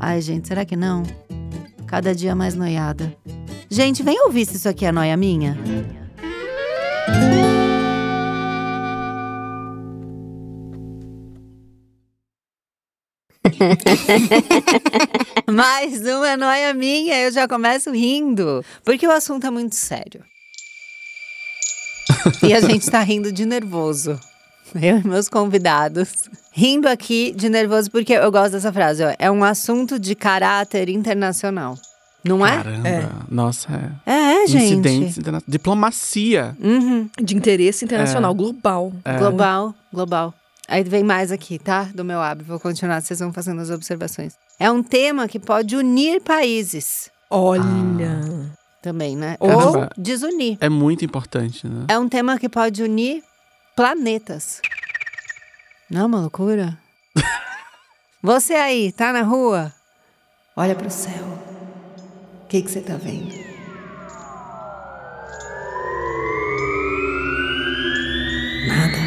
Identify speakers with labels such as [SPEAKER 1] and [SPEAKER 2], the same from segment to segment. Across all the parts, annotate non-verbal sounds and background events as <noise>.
[SPEAKER 1] Ai, gente, será que não? Cada dia mais noiada. Gente, vem ouvir se isso aqui é noia minha. Mais uma noia minha, eu já começo rindo, porque o assunto é muito sério. E a gente tá rindo de nervoso. Eu e meus convidados. Rindo aqui de nervoso, porque eu gosto dessa frase, ó. É um assunto de caráter internacional. Não é?
[SPEAKER 2] Caramba. Nossa, é.
[SPEAKER 1] É, é, gente.
[SPEAKER 2] Incidentes interna- Diplomacia.
[SPEAKER 1] Uhum.
[SPEAKER 3] De
[SPEAKER 2] É.
[SPEAKER 3] interesse internacional, global.
[SPEAKER 1] Global, global. Aí vem mais aqui, tá? Do meu hábito. Vou continuar, vocês vão fazendo as observações. É um tema que pode unir países
[SPEAKER 3] Olha.
[SPEAKER 2] Ah.
[SPEAKER 1] também, né?
[SPEAKER 2] Caramba.
[SPEAKER 1] Ou desunir.
[SPEAKER 2] É muito importante, né?
[SPEAKER 1] É um tema que pode unir planetas. Não é uma loucura? você aí, tá na rua? Olha pro céu. O que que você tá vendo? Nada.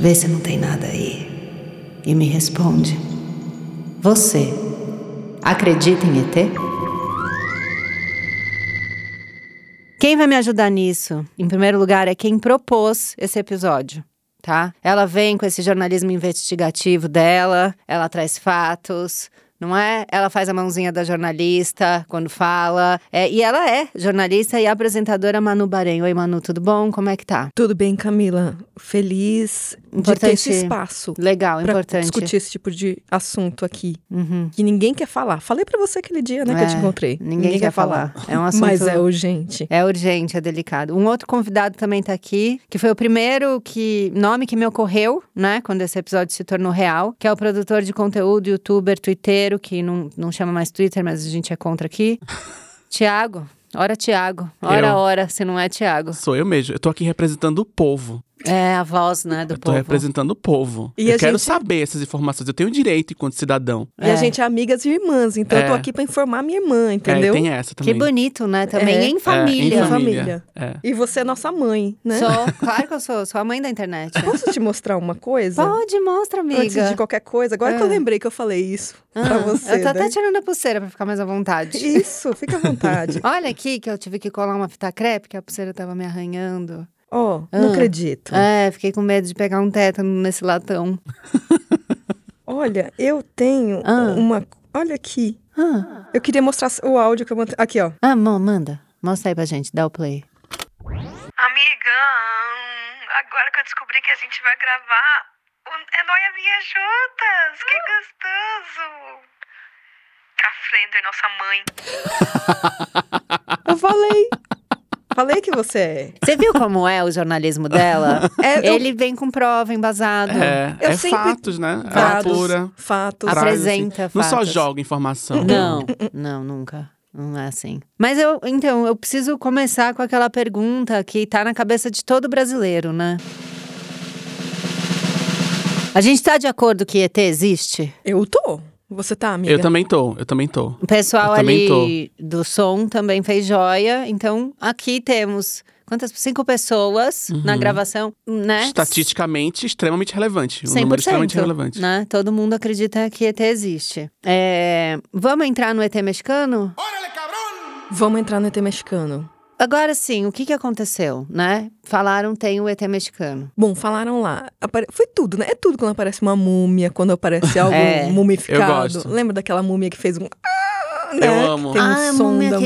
[SPEAKER 1] Vê se não tem nada aí. E me responde. Você acredita em ET? Quem vai me ajudar nisso, em primeiro lugar, é quem propôs esse episódio, tá? Ela vem com esse jornalismo investigativo dela, ela traz fatos. Não é? Ela faz a mãozinha da jornalista quando fala. É, e ela é jornalista e apresentadora Manu Bahrein. Oi, Manu, tudo bom? Como é que tá?
[SPEAKER 3] Tudo bem, Camila? Feliz de ter
[SPEAKER 1] Importante.
[SPEAKER 3] esse espaço.
[SPEAKER 1] Legal,
[SPEAKER 3] Pra
[SPEAKER 1] importante.
[SPEAKER 3] discutir esse tipo de assunto aqui.
[SPEAKER 1] Uhum.
[SPEAKER 3] Que ninguém quer falar. Falei pra você aquele dia, né, que eu te
[SPEAKER 1] É,
[SPEAKER 3] encontrei.
[SPEAKER 1] Ninguém, quer falar. É um assunto.
[SPEAKER 3] Mas é urgente.
[SPEAKER 1] É urgente, é delicado. Um outro convidado também tá aqui, que foi o primeiro que nome que me ocorreu, né, quando esse episódio se tornou real, que é o produtor de conteúdo, youtuber, twitteiro, que não, não chama mais Twitter, mas a gente é contra
[SPEAKER 2] <laughs>
[SPEAKER 1] aqui. Tiago. Ora, Tiago. Ora,
[SPEAKER 2] Eu.
[SPEAKER 1] ora, se não é Tiago.
[SPEAKER 2] Sou eu mesmo. Eu tô aqui representando o povo.
[SPEAKER 1] É a voz, né, do
[SPEAKER 2] eu tô
[SPEAKER 1] povo.
[SPEAKER 2] representando o povo.
[SPEAKER 3] E
[SPEAKER 2] eu
[SPEAKER 3] a
[SPEAKER 2] quero
[SPEAKER 3] gente-
[SPEAKER 2] saber essas informações. Eu tenho direito enquanto cidadão.
[SPEAKER 3] E
[SPEAKER 1] É.
[SPEAKER 3] a gente é amigas e irmãs, então eu tô
[SPEAKER 2] É.
[SPEAKER 3] aqui pra informar minha irmã,
[SPEAKER 2] É,
[SPEAKER 3] entendeu?
[SPEAKER 2] tem essa
[SPEAKER 1] Que
[SPEAKER 2] também.
[SPEAKER 1] bonito, né? Também
[SPEAKER 3] É.
[SPEAKER 1] em
[SPEAKER 2] É,
[SPEAKER 1] família.
[SPEAKER 2] em família.
[SPEAKER 3] Família.
[SPEAKER 2] É.
[SPEAKER 3] E você é nossa mãe, né?
[SPEAKER 1] Sou, claro que eu sou, sou a mãe da internet.
[SPEAKER 3] Posso te mostrar uma coisa?
[SPEAKER 1] Pode, mostra, amiga.
[SPEAKER 3] Antes de qualquer coisa, agora que eu
[SPEAKER 1] Ah.
[SPEAKER 3] lembrei que eu falei isso pra
[SPEAKER 1] Ah,
[SPEAKER 3] você.
[SPEAKER 1] eu tô até
[SPEAKER 3] né?
[SPEAKER 1] tirando a pulseira pra ficar mais à <laughs> vontade.
[SPEAKER 3] Isso, fica à vontade.
[SPEAKER 1] Olha aqui que eu tive que colar uma fita crepe, que a pulseira tava me arranhando.
[SPEAKER 3] Ó,
[SPEAKER 1] Ah.
[SPEAKER 3] não acredito.
[SPEAKER 1] É, fiquei com medo de pegar um tétano nesse latão.
[SPEAKER 3] Olha, eu tenho
[SPEAKER 1] Ah.
[SPEAKER 3] uma. Olha aqui.
[SPEAKER 1] Ah,
[SPEAKER 3] Eu queria mostrar o áudio que eu mandei. Aqui, ó.
[SPEAKER 1] ah mão, manda. Mostra aí pra gente, dá o play.
[SPEAKER 4] Amiga, hum, agora que eu descobri que a gente vai gravar, o- é Noia Minha juntas! Que gostoso! Tá A Frender, nossa mãe.
[SPEAKER 3] Eu falei. falei que você é.
[SPEAKER 1] Você viu como é o jornalismo <laughs> dela?
[SPEAKER 3] É, eu-
[SPEAKER 1] Ele vem com prova, embasado.
[SPEAKER 2] É,
[SPEAKER 3] Eu
[SPEAKER 2] é
[SPEAKER 3] sempre-
[SPEAKER 2] fatos, né?
[SPEAKER 3] Fatos.
[SPEAKER 2] É apura.
[SPEAKER 3] Fatos.
[SPEAKER 1] Apre-
[SPEAKER 2] traz,
[SPEAKER 1] Apresenta
[SPEAKER 2] assim. Não só
[SPEAKER 1] fatos.
[SPEAKER 2] joga informação.
[SPEAKER 1] Não, não, nunca. Não é assim. Mas eu, então, eu preciso começar com aquela pergunta que tá na cabeça de todo brasileiro, né? A gente tá de acordo que ET existe?
[SPEAKER 3] Eu tô. Você tá, amiga?
[SPEAKER 2] Eu também tô, eu também tô.
[SPEAKER 1] O pessoal
[SPEAKER 2] Eu também
[SPEAKER 1] ali do som também fez joia. Então, aqui temos quantas? Cinco pessoas
[SPEAKER 2] Uhum.
[SPEAKER 1] na gravação, né?
[SPEAKER 2] Estatisticamente, extremamente relevante. Um número
[SPEAKER 1] 100%,
[SPEAKER 2] extremamente relevante.
[SPEAKER 1] né? Todo mundo acredita que ET existe. É, Vamos entrar no ET mexicano?
[SPEAKER 3] Vamos entrar no ET mexicano.
[SPEAKER 1] Agora sim, o que, que aconteceu, né? Falaram tem o ET mexicano.
[SPEAKER 3] Bom, falaram lá. Apare- Foi tudo, né? É tudo quando aparece uma múmia, quando aparece algo
[SPEAKER 1] É.
[SPEAKER 3] mumificado.
[SPEAKER 2] Eu gosto.
[SPEAKER 3] Lembra daquela múmia que fez um. Ah, né?
[SPEAKER 2] Eu amo.
[SPEAKER 3] Que Tem um som da múmia.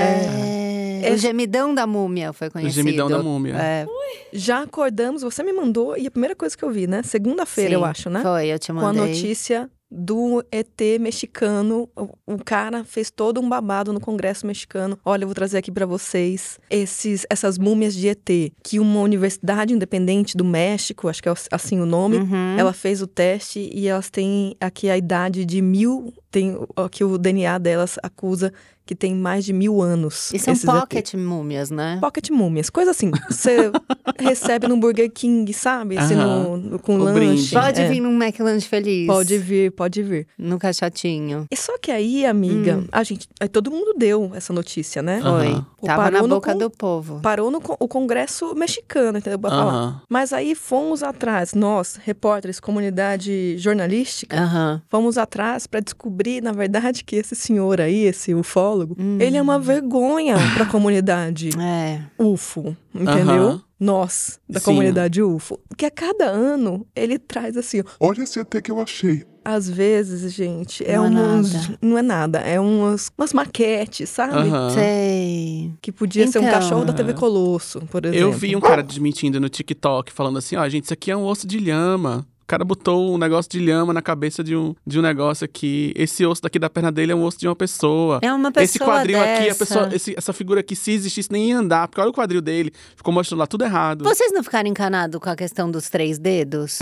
[SPEAKER 1] é. O gemidão da múmia foi
[SPEAKER 2] O
[SPEAKER 1] conhecido.
[SPEAKER 2] gemidão da múmia.
[SPEAKER 1] É,
[SPEAKER 3] Já acordamos, você me mandou e a primeira coisa que eu vi, né? Segunda-feira,
[SPEAKER 1] sim,
[SPEAKER 3] eu acho, né?
[SPEAKER 1] Foi, eu te
[SPEAKER 3] Com a
[SPEAKER 1] mandei.
[SPEAKER 3] notícia do ET mexicano. O, o cara fez todo um babado no Congresso mexicano. Olha, eu vou trazer aqui pra vocês esses, essas múmias de ET que uma universidade independente do México, acho que é assim o nome,
[SPEAKER 1] Uhum.
[SPEAKER 3] ela fez o teste e elas têm aqui a idade de mil. Tem aqui o DNA delas acusa que tem mais de mil anos.
[SPEAKER 1] E
[SPEAKER 2] é um
[SPEAKER 1] são
[SPEAKER 3] esses ET.
[SPEAKER 1] é um pocket múmias, né?
[SPEAKER 3] Pocket múmias, coisa assim.
[SPEAKER 2] <laughs>
[SPEAKER 3] Você recebe no Burger King, sabe? Se no,
[SPEAKER 2] Aham.
[SPEAKER 3] no- com
[SPEAKER 2] O
[SPEAKER 3] lanche.
[SPEAKER 2] brinde.
[SPEAKER 1] Pode
[SPEAKER 3] É.
[SPEAKER 1] vir num McLanche feliz.
[SPEAKER 3] Pode vir, pode vir.
[SPEAKER 1] No caixotinho.
[SPEAKER 3] E só que aí, amiga, a gente. aí todo mundo deu essa notícia, né?
[SPEAKER 2] Hum. Aham.
[SPEAKER 1] Foi.
[SPEAKER 3] O
[SPEAKER 1] Tava na
[SPEAKER 3] Parou no
[SPEAKER 1] boca
[SPEAKER 3] con-
[SPEAKER 1] do povo.
[SPEAKER 3] Parou no con- o Congresso mexicano, entendeu? Pra falar.
[SPEAKER 2] Aham.
[SPEAKER 3] Mas aí fomos atrás, nós, repórteres, comunidade jornalística,
[SPEAKER 1] Aham.
[SPEAKER 3] fomos atrás pra descobrir, na verdade, que esse senhor aí, esse ufólogo,
[SPEAKER 1] Hum.
[SPEAKER 3] ele é uma vergonha pra comunidade
[SPEAKER 1] É.
[SPEAKER 3] UFO, entendeu?
[SPEAKER 2] Aham.
[SPEAKER 3] Nós, da
[SPEAKER 2] Sim.
[SPEAKER 3] comunidade UFO. Que a cada ano ele traz assim, ó,
[SPEAKER 5] Olha esse ET que eu achei.
[SPEAKER 3] às vezes, gente, é
[SPEAKER 1] Não é
[SPEAKER 3] umas.
[SPEAKER 1] nada.
[SPEAKER 3] Não é nada, é umas, umas maquetes, sabe?
[SPEAKER 2] Aham.
[SPEAKER 1] Sei.
[SPEAKER 3] Que podia ser um
[SPEAKER 1] Então.
[SPEAKER 3] cachorro da TV Colosso, por exemplo.
[SPEAKER 2] Eu vi um cara desmentindo no TikTok, falando assim, ó, gente, isso aqui é um osso de lhama. O cara botou um negócio de lhama na cabeça de um, de um negócio aqui. Esse osso daqui da perna dele é um osso de uma pessoa.
[SPEAKER 1] É uma pessoa
[SPEAKER 2] esse quadril
[SPEAKER 1] dessa.
[SPEAKER 2] aqui, a pessoa, esse- essa figura aqui, se existisse, nem ia andar. Porque olha o quadril dele. Ficou mostrando lá tudo errado.
[SPEAKER 1] Vocês não ficaram encanados com a questão dos três dedos?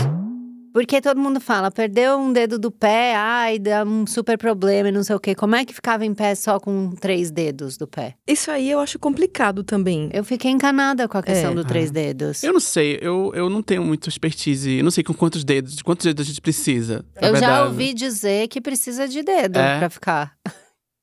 [SPEAKER 1] Porque todo mundo fala, perdeu um dedo do pé, ai, dá um super problema e não sei o quê. Como é que ficava em pé só com três dedos do pé?
[SPEAKER 3] Isso aí eu acho complicado também.
[SPEAKER 1] Eu fiquei encanada com a questão
[SPEAKER 3] É.
[SPEAKER 1] do três dedos.
[SPEAKER 2] Ah. Eu não sei, eu, eu não tenho muito expertise. Eu não sei com quantos dedos, de quantos dedos a gente precisa. na
[SPEAKER 1] Eu já
[SPEAKER 2] verdade.
[SPEAKER 1] ouvi dizer que precisa de dedo
[SPEAKER 2] É?
[SPEAKER 1] pra ficar.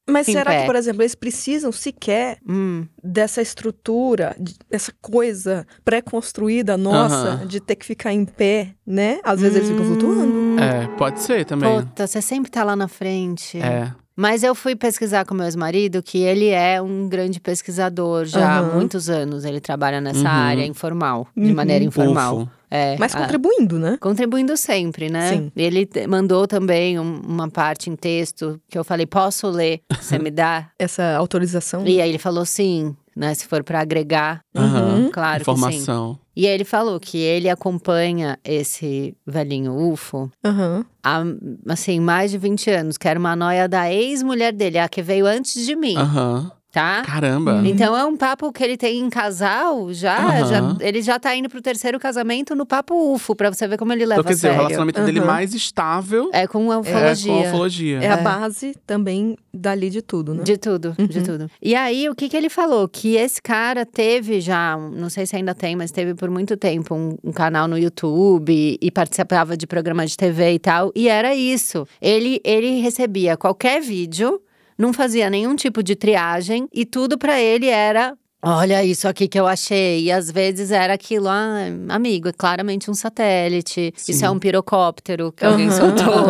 [SPEAKER 3] Mas
[SPEAKER 1] Em
[SPEAKER 3] será
[SPEAKER 1] pé.
[SPEAKER 3] que, por exemplo, eles precisam sequer
[SPEAKER 1] Hum.
[SPEAKER 3] dessa estrutura, de- dessa coisa pré-construída nossa,
[SPEAKER 2] Aham.
[SPEAKER 3] de ter que ficar em pé, né? Às vezes eles ficam flutuando.
[SPEAKER 1] Hum.
[SPEAKER 2] É, pode ser também.
[SPEAKER 1] Puta, você sempre tá lá na frente.
[SPEAKER 2] É.
[SPEAKER 1] Mas eu fui pesquisar com meu ex-marido que ele é um grande pesquisador já há
[SPEAKER 3] Aham.
[SPEAKER 1] muitos anos. Ele trabalha nessa
[SPEAKER 2] Uhum.
[SPEAKER 1] área informal, de
[SPEAKER 3] Uhum.
[SPEAKER 1] maneira informal.
[SPEAKER 2] Ufo.
[SPEAKER 1] É,
[SPEAKER 3] Mas
[SPEAKER 1] a-
[SPEAKER 3] contribuindo, né?
[SPEAKER 1] Contribuindo sempre, né?
[SPEAKER 3] Sim.
[SPEAKER 1] Ele te- mandou também um- uma parte em texto que eu falei: posso ler? Você me
[SPEAKER 3] <laughs>
[SPEAKER 1] dá?
[SPEAKER 3] Essa autorização.
[SPEAKER 1] E aí ele falou sim, né? Se for pra agregar,
[SPEAKER 2] Aham.
[SPEAKER 3] Uhum.
[SPEAKER 1] claro que sim.
[SPEAKER 2] Informação.
[SPEAKER 1] E aí ele falou que ele acompanha esse velhinho UFO
[SPEAKER 3] Aham.
[SPEAKER 1] há, assim, mais de 20 anos, que era uma noia da ex-mulher dele, a que veio antes de mim,
[SPEAKER 2] Aham.
[SPEAKER 1] tá?
[SPEAKER 2] Ah, Caramba.
[SPEAKER 3] Hum.
[SPEAKER 1] Então é um papo que ele tem em casal já,
[SPEAKER 2] Aham.
[SPEAKER 1] já- ele já tá indo pro terceiro casamento no papo UFO, pra você ver como ele leva
[SPEAKER 2] Então quer
[SPEAKER 1] a
[SPEAKER 2] dizer, o
[SPEAKER 1] sério.
[SPEAKER 2] relacionamento dele
[SPEAKER 3] Aham.
[SPEAKER 2] mais estável
[SPEAKER 1] É com a
[SPEAKER 2] é com a
[SPEAKER 1] ufologia.
[SPEAKER 2] ufologia.
[SPEAKER 3] É a base também dali de tudo, né?
[SPEAKER 1] De tudo, de
[SPEAKER 3] Uhum.
[SPEAKER 1] tudo. E aí, o que, que ele falou? Que esse cara teve já, um- não sei se ainda tem, mas teve por muito tempo um, um canal no YouTube e, participava de programa de TV e tal. E era isso. Ele, ele recebia qualquer vídeo, não fazia nenhum tipo de triagem e tudo pra ele era. Olha isso aqui que eu achei. E às vezes era aquilo, ah, amigo, é claramente um satélite. Isso
[SPEAKER 2] Sim.
[SPEAKER 1] é um pirocóptero que alguém
[SPEAKER 3] Aham. <laughs>
[SPEAKER 1] soltou.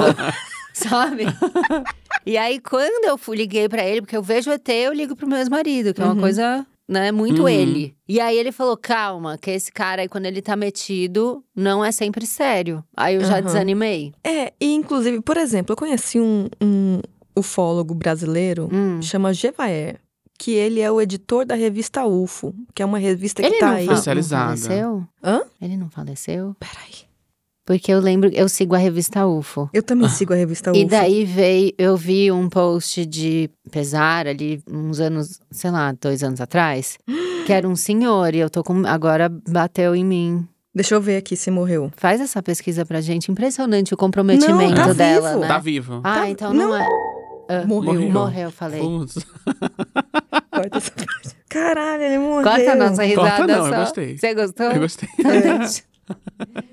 [SPEAKER 1] Sabe? E aí, quando eu fui, liguei pra ele, porque eu vejo o ET, eu ligo pro meu ex-marido, que é uma
[SPEAKER 3] Uhum.
[SPEAKER 1] coisa, né, muito
[SPEAKER 2] Uhum.
[SPEAKER 1] ele. E aí ele falou: calma, que esse cara aí, quando ele tá metido, não é sempre sério. Aí eu já
[SPEAKER 3] Aham.
[SPEAKER 1] desanimei.
[SPEAKER 3] É, e inclusive, por exemplo, eu conheci um, um ufólogo brasileiro,
[SPEAKER 1] Hum.
[SPEAKER 3] chama Gevaer, que ele é o editor da revista UFO, que é uma revista que
[SPEAKER 1] Ele
[SPEAKER 3] tá
[SPEAKER 1] não,
[SPEAKER 3] aí.
[SPEAKER 1] fa- não
[SPEAKER 2] Especializada.
[SPEAKER 1] faleceu?
[SPEAKER 3] Hã?
[SPEAKER 1] Ele não faleceu?
[SPEAKER 3] Peraí.
[SPEAKER 1] Porque eu lembro, eu sigo a revista UFO.
[SPEAKER 3] Eu também sigo a revista É UFO.
[SPEAKER 1] Ah. E daí veio, eu vi um post de pesar ali, uns anos, sei lá, dois anos
[SPEAKER 3] <gasps>
[SPEAKER 1] atrás, que era um senhor, e eu tô com. Agora bateu em mim.
[SPEAKER 3] Deixa eu ver aqui se morreu.
[SPEAKER 1] Faz essa pesquisa pra gente. Impressionante o comprometimento
[SPEAKER 3] Não, tá
[SPEAKER 1] dela,
[SPEAKER 3] vivo.
[SPEAKER 1] né?
[SPEAKER 2] Tá vivo.
[SPEAKER 1] Ah,
[SPEAKER 3] Tá-
[SPEAKER 1] então não,
[SPEAKER 3] não.
[SPEAKER 1] é.
[SPEAKER 3] Morreu.
[SPEAKER 2] morreu.
[SPEAKER 1] Morreu, falei. Então,
[SPEAKER 2] Putz.
[SPEAKER 3] Corta <laughs> essa parte. Caralho, ele morreu.
[SPEAKER 1] Corta a nossa risada
[SPEAKER 2] Corta não, eu
[SPEAKER 1] só.
[SPEAKER 2] gostei.
[SPEAKER 1] Você gostou?
[SPEAKER 2] Eu gostei.
[SPEAKER 1] <laughs>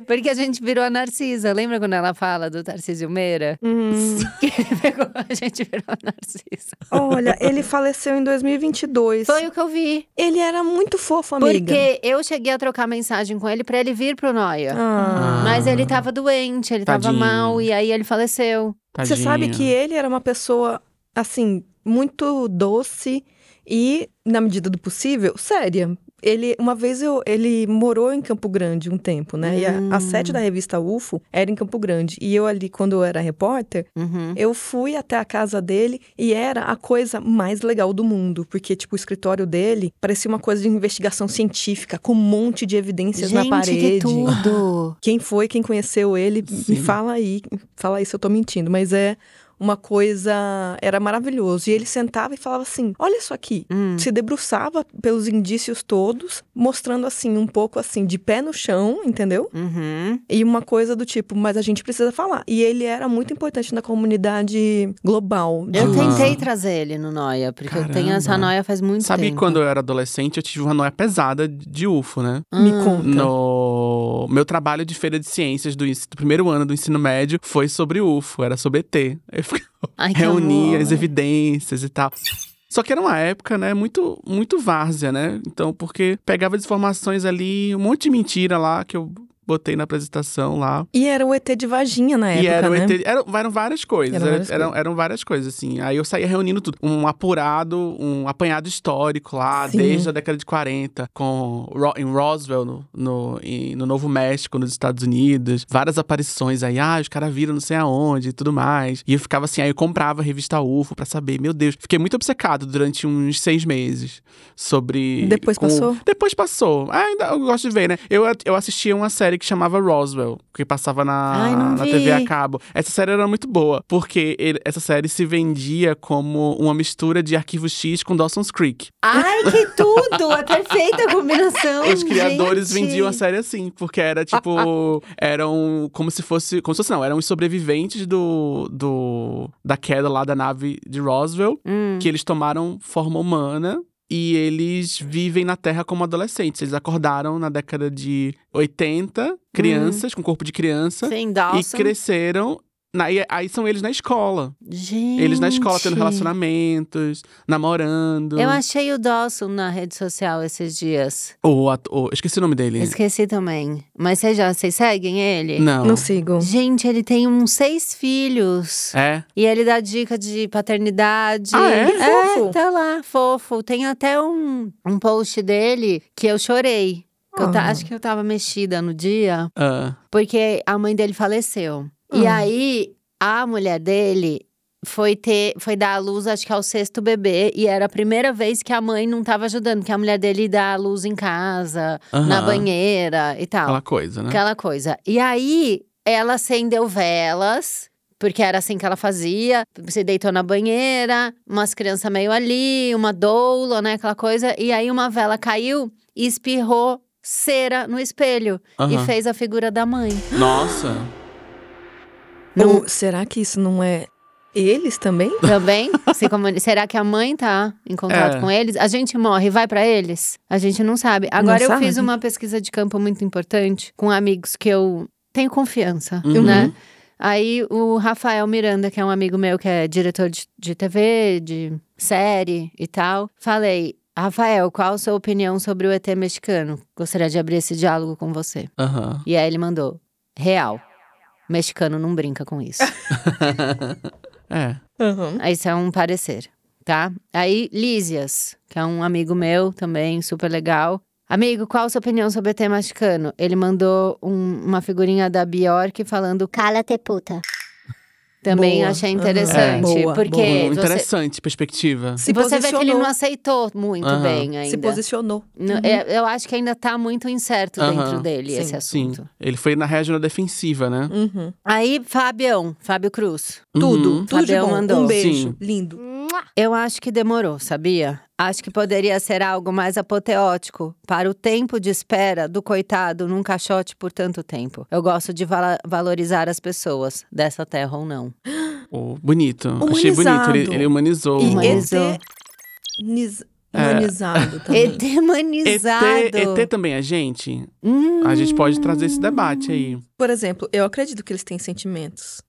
[SPEAKER 1] Porque a gente virou a Narcisa. Lembra quando ela fala do Tarcísio Meira?
[SPEAKER 3] Hum,
[SPEAKER 1] Que ele pegou, a gente virou a Narcisa.
[SPEAKER 3] <laughs> olha, ele faleceu em 2022.
[SPEAKER 1] Foi o que eu vi.
[SPEAKER 3] Ele era muito fofo, amiga.
[SPEAKER 1] Porque eu cheguei a trocar mensagem com ele pra ele vir pro Noia.
[SPEAKER 3] Ah.
[SPEAKER 2] Ah.
[SPEAKER 1] Mas ele tava doente, ele tava
[SPEAKER 2] Tadinho.
[SPEAKER 1] mal, e aí ele faleceu.
[SPEAKER 3] Você sabe que ele era uma pessoa, assim, muito doce e, na medida do possível, séria. Ele, uma vez eu, ele morou em Campo Grande um tempo, né? E a, a
[SPEAKER 1] Hum.
[SPEAKER 3] sede da revista UFO era em Campo Grande. E eu ali, quando eu era repórter,
[SPEAKER 1] Uhum.
[SPEAKER 3] eu fui até a casa dele e era a coisa mais legal do mundo. Porque, tipo, o escritório dele parecia uma coisa de investigação científica, com um monte de evidências
[SPEAKER 1] Gente,
[SPEAKER 3] na parede.
[SPEAKER 1] que tudo!
[SPEAKER 3] Quem foi, quem conheceu ele,
[SPEAKER 2] Sim.
[SPEAKER 3] me fala aí, fala aí se eu tô mentindo, mas é uma coisa, era maravilhoso. E ele sentava e falava assim: "Olha isso aqui".
[SPEAKER 1] Hum.
[SPEAKER 3] Se debruçava pelos indícios todos, mostrando assim um pouco assim de pé no chão, entendeu?
[SPEAKER 1] Uhum.
[SPEAKER 3] E uma coisa do tipo, mas a gente precisa falar. E ele era muito importante na comunidade global. de-
[SPEAKER 1] Eu
[SPEAKER 2] Ah.
[SPEAKER 1] tentei trazer ele no Noia, porque eu tenho essa
[SPEAKER 2] Caramba.
[SPEAKER 1] Noia faz muito
[SPEAKER 2] Sabe
[SPEAKER 1] tempo.
[SPEAKER 2] que quando eu era adolescente, eu tive uma noia pesada de UFO, né?
[SPEAKER 3] Me conta.
[SPEAKER 2] No meu trabalho de feira de ciências do, ens- do primeiro ano do ensino médio foi sobre UFO, era sobre ET. Eu ficava-
[SPEAKER 1] Ai, que
[SPEAKER 2] reunia
[SPEAKER 1] horror. né?
[SPEAKER 2] as evidências e tal. Só que era uma época, né, muito, muito várzea, né? Então, porque pegava as informações ali, um monte de mentira lá que eu botei na apresentação lá.
[SPEAKER 3] E era o ET de Varginha na época,
[SPEAKER 2] e era o
[SPEAKER 3] né?
[SPEAKER 2] ET, eram, eram várias coisas,
[SPEAKER 3] Eram
[SPEAKER 2] era-
[SPEAKER 3] várias
[SPEAKER 2] eram, eram várias coisas, assim. Aí eu saía reunindo tudo, um apurado, um apanhado histórico lá,
[SPEAKER 3] Sim.
[SPEAKER 2] desde a década de 40, com, Ro- em Roswell, no, no, em- no Novo México, nos Estados Unidos, várias aparições aí, ah, os caras viram não sei aonde e tudo mais. E eu ficava assim, aí eu comprava a revista UFO pra saber, meu Deus. Fiquei muito obcecado durante uns seis meses sobre...
[SPEAKER 3] Depois
[SPEAKER 2] com-
[SPEAKER 3] passou?
[SPEAKER 2] Depois passou. Ah, ainda eu gosto de ver, né? Eu, eu assistia uma série que chamava Roswell, que passava na,
[SPEAKER 1] Ai, não
[SPEAKER 2] na
[SPEAKER 1] vi.
[SPEAKER 2] TV a cabo. Essa série era muito boa, porque ele- essa série se vendia como uma mistura de Arquivo X com Dawson's Creek.
[SPEAKER 1] Ai, que tudo! É perfeita a combinação.
[SPEAKER 2] <laughs> Os criadores
[SPEAKER 1] gente.
[SPEAKER 2] vendiam a série assim, porque era tipo.
[SPEAKER 1] <laughs>
[SPEAKER 2] eram como se fosse. Como se fosse, não, eram os sobreviventes do, do da queda lá da nave de Roswell,
[SPEAKER 1] Hum.
[SPEAKER 2] que eles tomaram forma humana. E eles vivem na Terra como adolescentes. Eles acordaram na década de 80,
[SPEAKER 1] Hum.
[SPEAKER 2] crianças, com corpo de criança.
[SPEAKER 1] Sem
[SPEAKER 2] e
[SPEAKER 1] Dawson.
[SPEAKER 2] cresceram. Na, e aí são eles na escola.
[SPEAKER 1] Gente.
[SPEAKER 2] Eles na escola tendo relacionamentos, namorando.
[SPEAKER 1] Eu achei o Dawson na rede social esses dias.
[SPEAKER 2] O ato- o- esqueci o nome dele.
[SPEAKER 1] Esqueci também. Mas vocês já vocês seguem ele?
[SPEAKER 2] Não.
[SPEAKER 3] Não sigo.
[SPEAKER 1] Gente, ele tem uns seis filhos.
[SPEAKER 2] É.
[SPEAKER 1] E ele dá dica de paternidade.
[SPEAKER 2] Ah, é? Que
[SPEAKER 3] fofo.
[SPEAKER 1] tá lá, fofo. Tem até um, um post dele que eu chorei. Que eu ta-
[SPEAKER 3] Ah.
[SPEAKER 1] acho que eu tava mexida no dia,
[SPEAKER 2] Ah,
[SPEAKER 1] porque a mãe dele faleceu. E
[SPEAKER 3] Ah.
[SPEAKER 1] aí, a mulher dele foi ter, foi dar à luz, acho que ao sexto bebê. E era a primeira vez que a mãe não tava ajudando, que a mulher dele dá à luz em casa, na
[SPEAKER 2] aham.
[SPEAKER 1] banheira e tal.
[SPEAKER 2] Aquela coisa, né?
[SPEAKER 1] Aquela coisa. E aí, ela acendeu velas, porque era assim que ela fazia. Se deitou na banheira, umas crianças meio ali, uma doula, né? Aquela coisa. E aí, uma vela caiu e espirrou cera no espelho. E
[SPEAKER 2] Aham.
[SPEAKER 1] fez a figura da mãe.
[SPEAKER 2] Nossa.
[SPEAKER 1] Não-
[SPEAKER 3] Ou será que isso não é eles também?
[SPEAKER 1] Também? Se comuni- Será que a mãe tá em contato
[SPEAKER 2] É.
[SPEAKER 1] com eles? A gente morre, vai pra eles? A gente não sabe. Agora, eu
[SPEAKER 3] sabe.
[SPEAKER 1] fiz uma pesquisa de campo muito importante com amigos que eu tenho confiança,
[SPEAKER 2] Uhum.
[SPEAKER 1] né? Aí o Rafael Miranda, que é um amigo meu que é diretor de, de TV, de série e tal, falei. Rafael, qual a sua opinião sobre o ET mexicano? Gostaria de abrir esse diálogo com você.
[SPEAKER 2] Aham.
[SPEAKER 1] E aí ele mandou: real. Mexicano não brinca com isso.
[SPEAKER 2] é.
[SPEAKER 3] Aham.
[SPEAKER 1] Isso é um parecer, tá? Aí, Lísias, que é um amigo meu também, super legal. Amigo, qual a sua opinião sobre o tema mexicano? Ele mandou um- uma figurinha da Bjork falando
[SPEAKER 6] Cala-te, puta.
[SPEAKER 1] Também
[SPEAKER 3] Boa.
[SPEAKER 1] achei
[SPEAKER 3] Aham.
[SPEAKER 1] interessante,
[SPEAKER 3] É. Boa,
[SPEAKER 1] porque
[SPEAKER 2] Um-
[SPEAKER 1] você,
[SPEAKER 2] Interessante perspectiva.
[SPEAKER 3] Se
[SPEAKER 1] você vê que ele
[SPEAKER 3] posicionou.
[SPEAKER 1] não aceitou muito
[SPEAKER 2] Aham.
[SPEAKER 1] bem
[SPEAKER 3] se
[SPEAKER 1] ainda.
[SPEAKER 3] posicionou.
[SPEAKER 1] Não, é, Eu acho que ainda tá muito incerto
[SPEAKER 2] Aham.
[SPEAKER 1] dentro dele
[SPEAKER 3] Sim,
[SPEAKER 1] esse
[SPEAKER 2] Sim.
[SPEAKER 1] assunto.
[SPEAKER 2] Ele foi na região defensiva, né?
[SPEAKER 3] Uhum.
[SPEAKER 1] Aí, Fabião, Fábio Cruz.
[SPEAKER 3] Tudo,
[SPEAKER 2] Uhum.
[SPEAKER 3] tudo de
[SPEAKER 1] Fabião
[SPEAKER 3] bom.
[SPEAKER 1] mandou.
[SPEAKER 3] Um beijo,
[SPEAKER 2] Sim.
[SPEAKER 3] lindo.
[SPEAKER 1] Eu acho que demorou, sabia? Acho que poderia ser algo mais apoteótico para o tempo de espera do coitado num caixote por tanto tempo. Eu gosto de vala- valorizar as pessoas, dessa terra ou não.
[SPEAKER 2] Oh, bonito. Achei bonito. Ele,
[SPEAKER 3] Humanizado.
[SPEAKER 2] ele humanizou.
[SPEAKER 3] E
[SPEAKER 1] Humaniz- Humanizou.
[SPEAKER 3] eterniz-
[SPEAKER 2] É.
[SPEAKER 3] humanizado
[SPEAKER 2] <laughs> Uhum.
[SPEAKER 3] também.
[SPEAKER 2] ET,
[SPEAKER 1] Edemanizado.
[SPEAKER 2] ET também é gente? A gente pode trazer esse debate aí.
[SPEAKER 3] Por exemplo, eu acredito que eles têm sentimentos.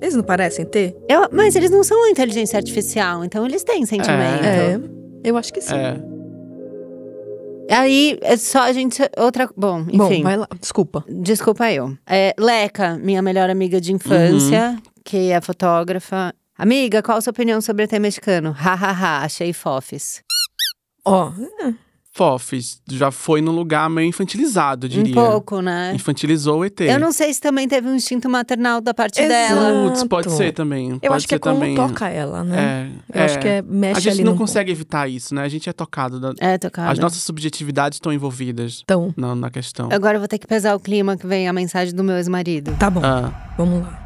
[SPEAKER 3] Eles não parecem ter?
[SPEAKER 1] Eu- mas eles não são inteligência artificial, então eles têm sentimento.
[SPEAKER 2] É.
[SPEAKER 3] Eu acho que sim.
[SPEAKER 2] É.
[SPEAKER 1] Aí é só a gente. Outra. Bom, enfim.
[SPEAKER 3] Bom, vai lá. Desculpa.
[SPEAKER 1] Desculpa eu. É, Leca, minha melhor amiga de infância,
[SPEAKER 2] Uhum.
[SPEAKER 1] que é fotógrafa. Amiga, qual a sua opinião sobre ET mexicano? Ha, ha, ha, achei fofes.
[SPEAKER 3] Ó,
[SPEAKER 2] Fofes, já foi num lugar meio infantilizado, eu diria.
[SPEAKER 1] Um pouco, né?
[SPEAKER 2] Infantilizou o ET.
[SPEAKER 1] Eu não sei se também teve um instinto maternal da parte
[SPEAKER 3] Exato.
[SPEAKER 1] dela.
[SPEAKER 2] Putz, pode ser também.
[SPEAKER 3] eu
[SPEAKER 2] pode
[SPEAKER 3] acho que
[SPEAKER 2] ser
[SPEAKER 3] é como
[SPEAKER 2] também.
[SPEAKER 3] toca ela, né?
[SPEAKER 2] É,
[SPEAKER 3] Eu acho que é mexe
[SPEAKER 2] A gente
[SPEAKER 3] ali
[SPEAKER 2] não
[SPEAKER 3] no- né?
[SPEAKER 2] consegue evitar isso, né? A gente é tocado. da-
[SPEAKER 1] É, tocada.
[SPEAKER 2] As nossas subjetividades estão envolvidas
[SPEAKER 3] Então,
[SPEAKER 2] na, na questão.
[SPEAKER 1] Agora eu vou ter que pesar o clima que vem a mensagem do meu ex-marido.
[SPEAKER 3] tá bom,
[SPEAKER 2] Ah,
[SPEAKER 3] vamos lá.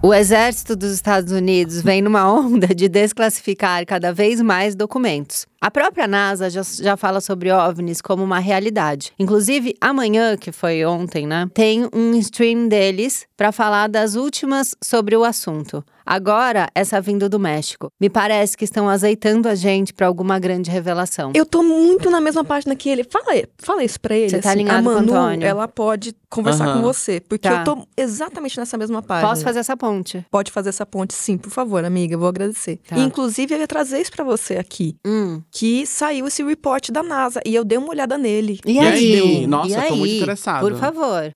[SPEAKER 1] O exército dos Estados Unidos vem numa onda de desclassificar cada vez mais documentos. A própria NASA já, já fala sobre OVNIs como uma realidade. Inclusive, amanhã, que foi ontem, né? Tem um stream deles para falar das últimas sobre o assunto. Agora, essa vindo do México. Me parece que estão azeitando a gente para alguma grande revelação.
[SPEAKER 3] Eu tô muito na mesma página que ele. Fala, fala isso pra ele.
[SPEAKER 1] Você tá
[SPEAKER 3] assim,
[SPEAKER 1] alinhado
[SPEAKER 3] a
[SPEAKER 1] com o
[SPEAKER 3] Manu,
[SPEAKER 1] Antônio.
[SPEAKER 3] ela pode conversar
[SPEAKER 2] Aham.
[SPEAKER 3] com você, porque
[SPEAKER 1] Tá.
[SPEAKER 3] eu tô exatamente nessa mesma página.
[SPEAKER 1] Posso fazer essa ponte?
[SPEAKER 3] Pode fazer essa ponte, sim, por favor, amiga, eu vou agradecer.
[SPEAKER 1] Tá.
[SPEAKER 3] E, inclusive, eu ia trazer isso pra você aqui,
[SPEAKER 1] Hum.
[SPEAKER 3] que saiu esse report da NASA e eu dei uma olhada nele.
[SPEAKER 1] E,
[SPEAKER 2] E aí?
[SPEAKER 1] aí?
[SPEAKER 2] Nossa,
[SPEAKER 1] E
[SPEAKER 2] eu tô muito
[SPEAKER 1] aí?
[SPEAKER 2] interessado.
[SPEAKER 1] Por favor.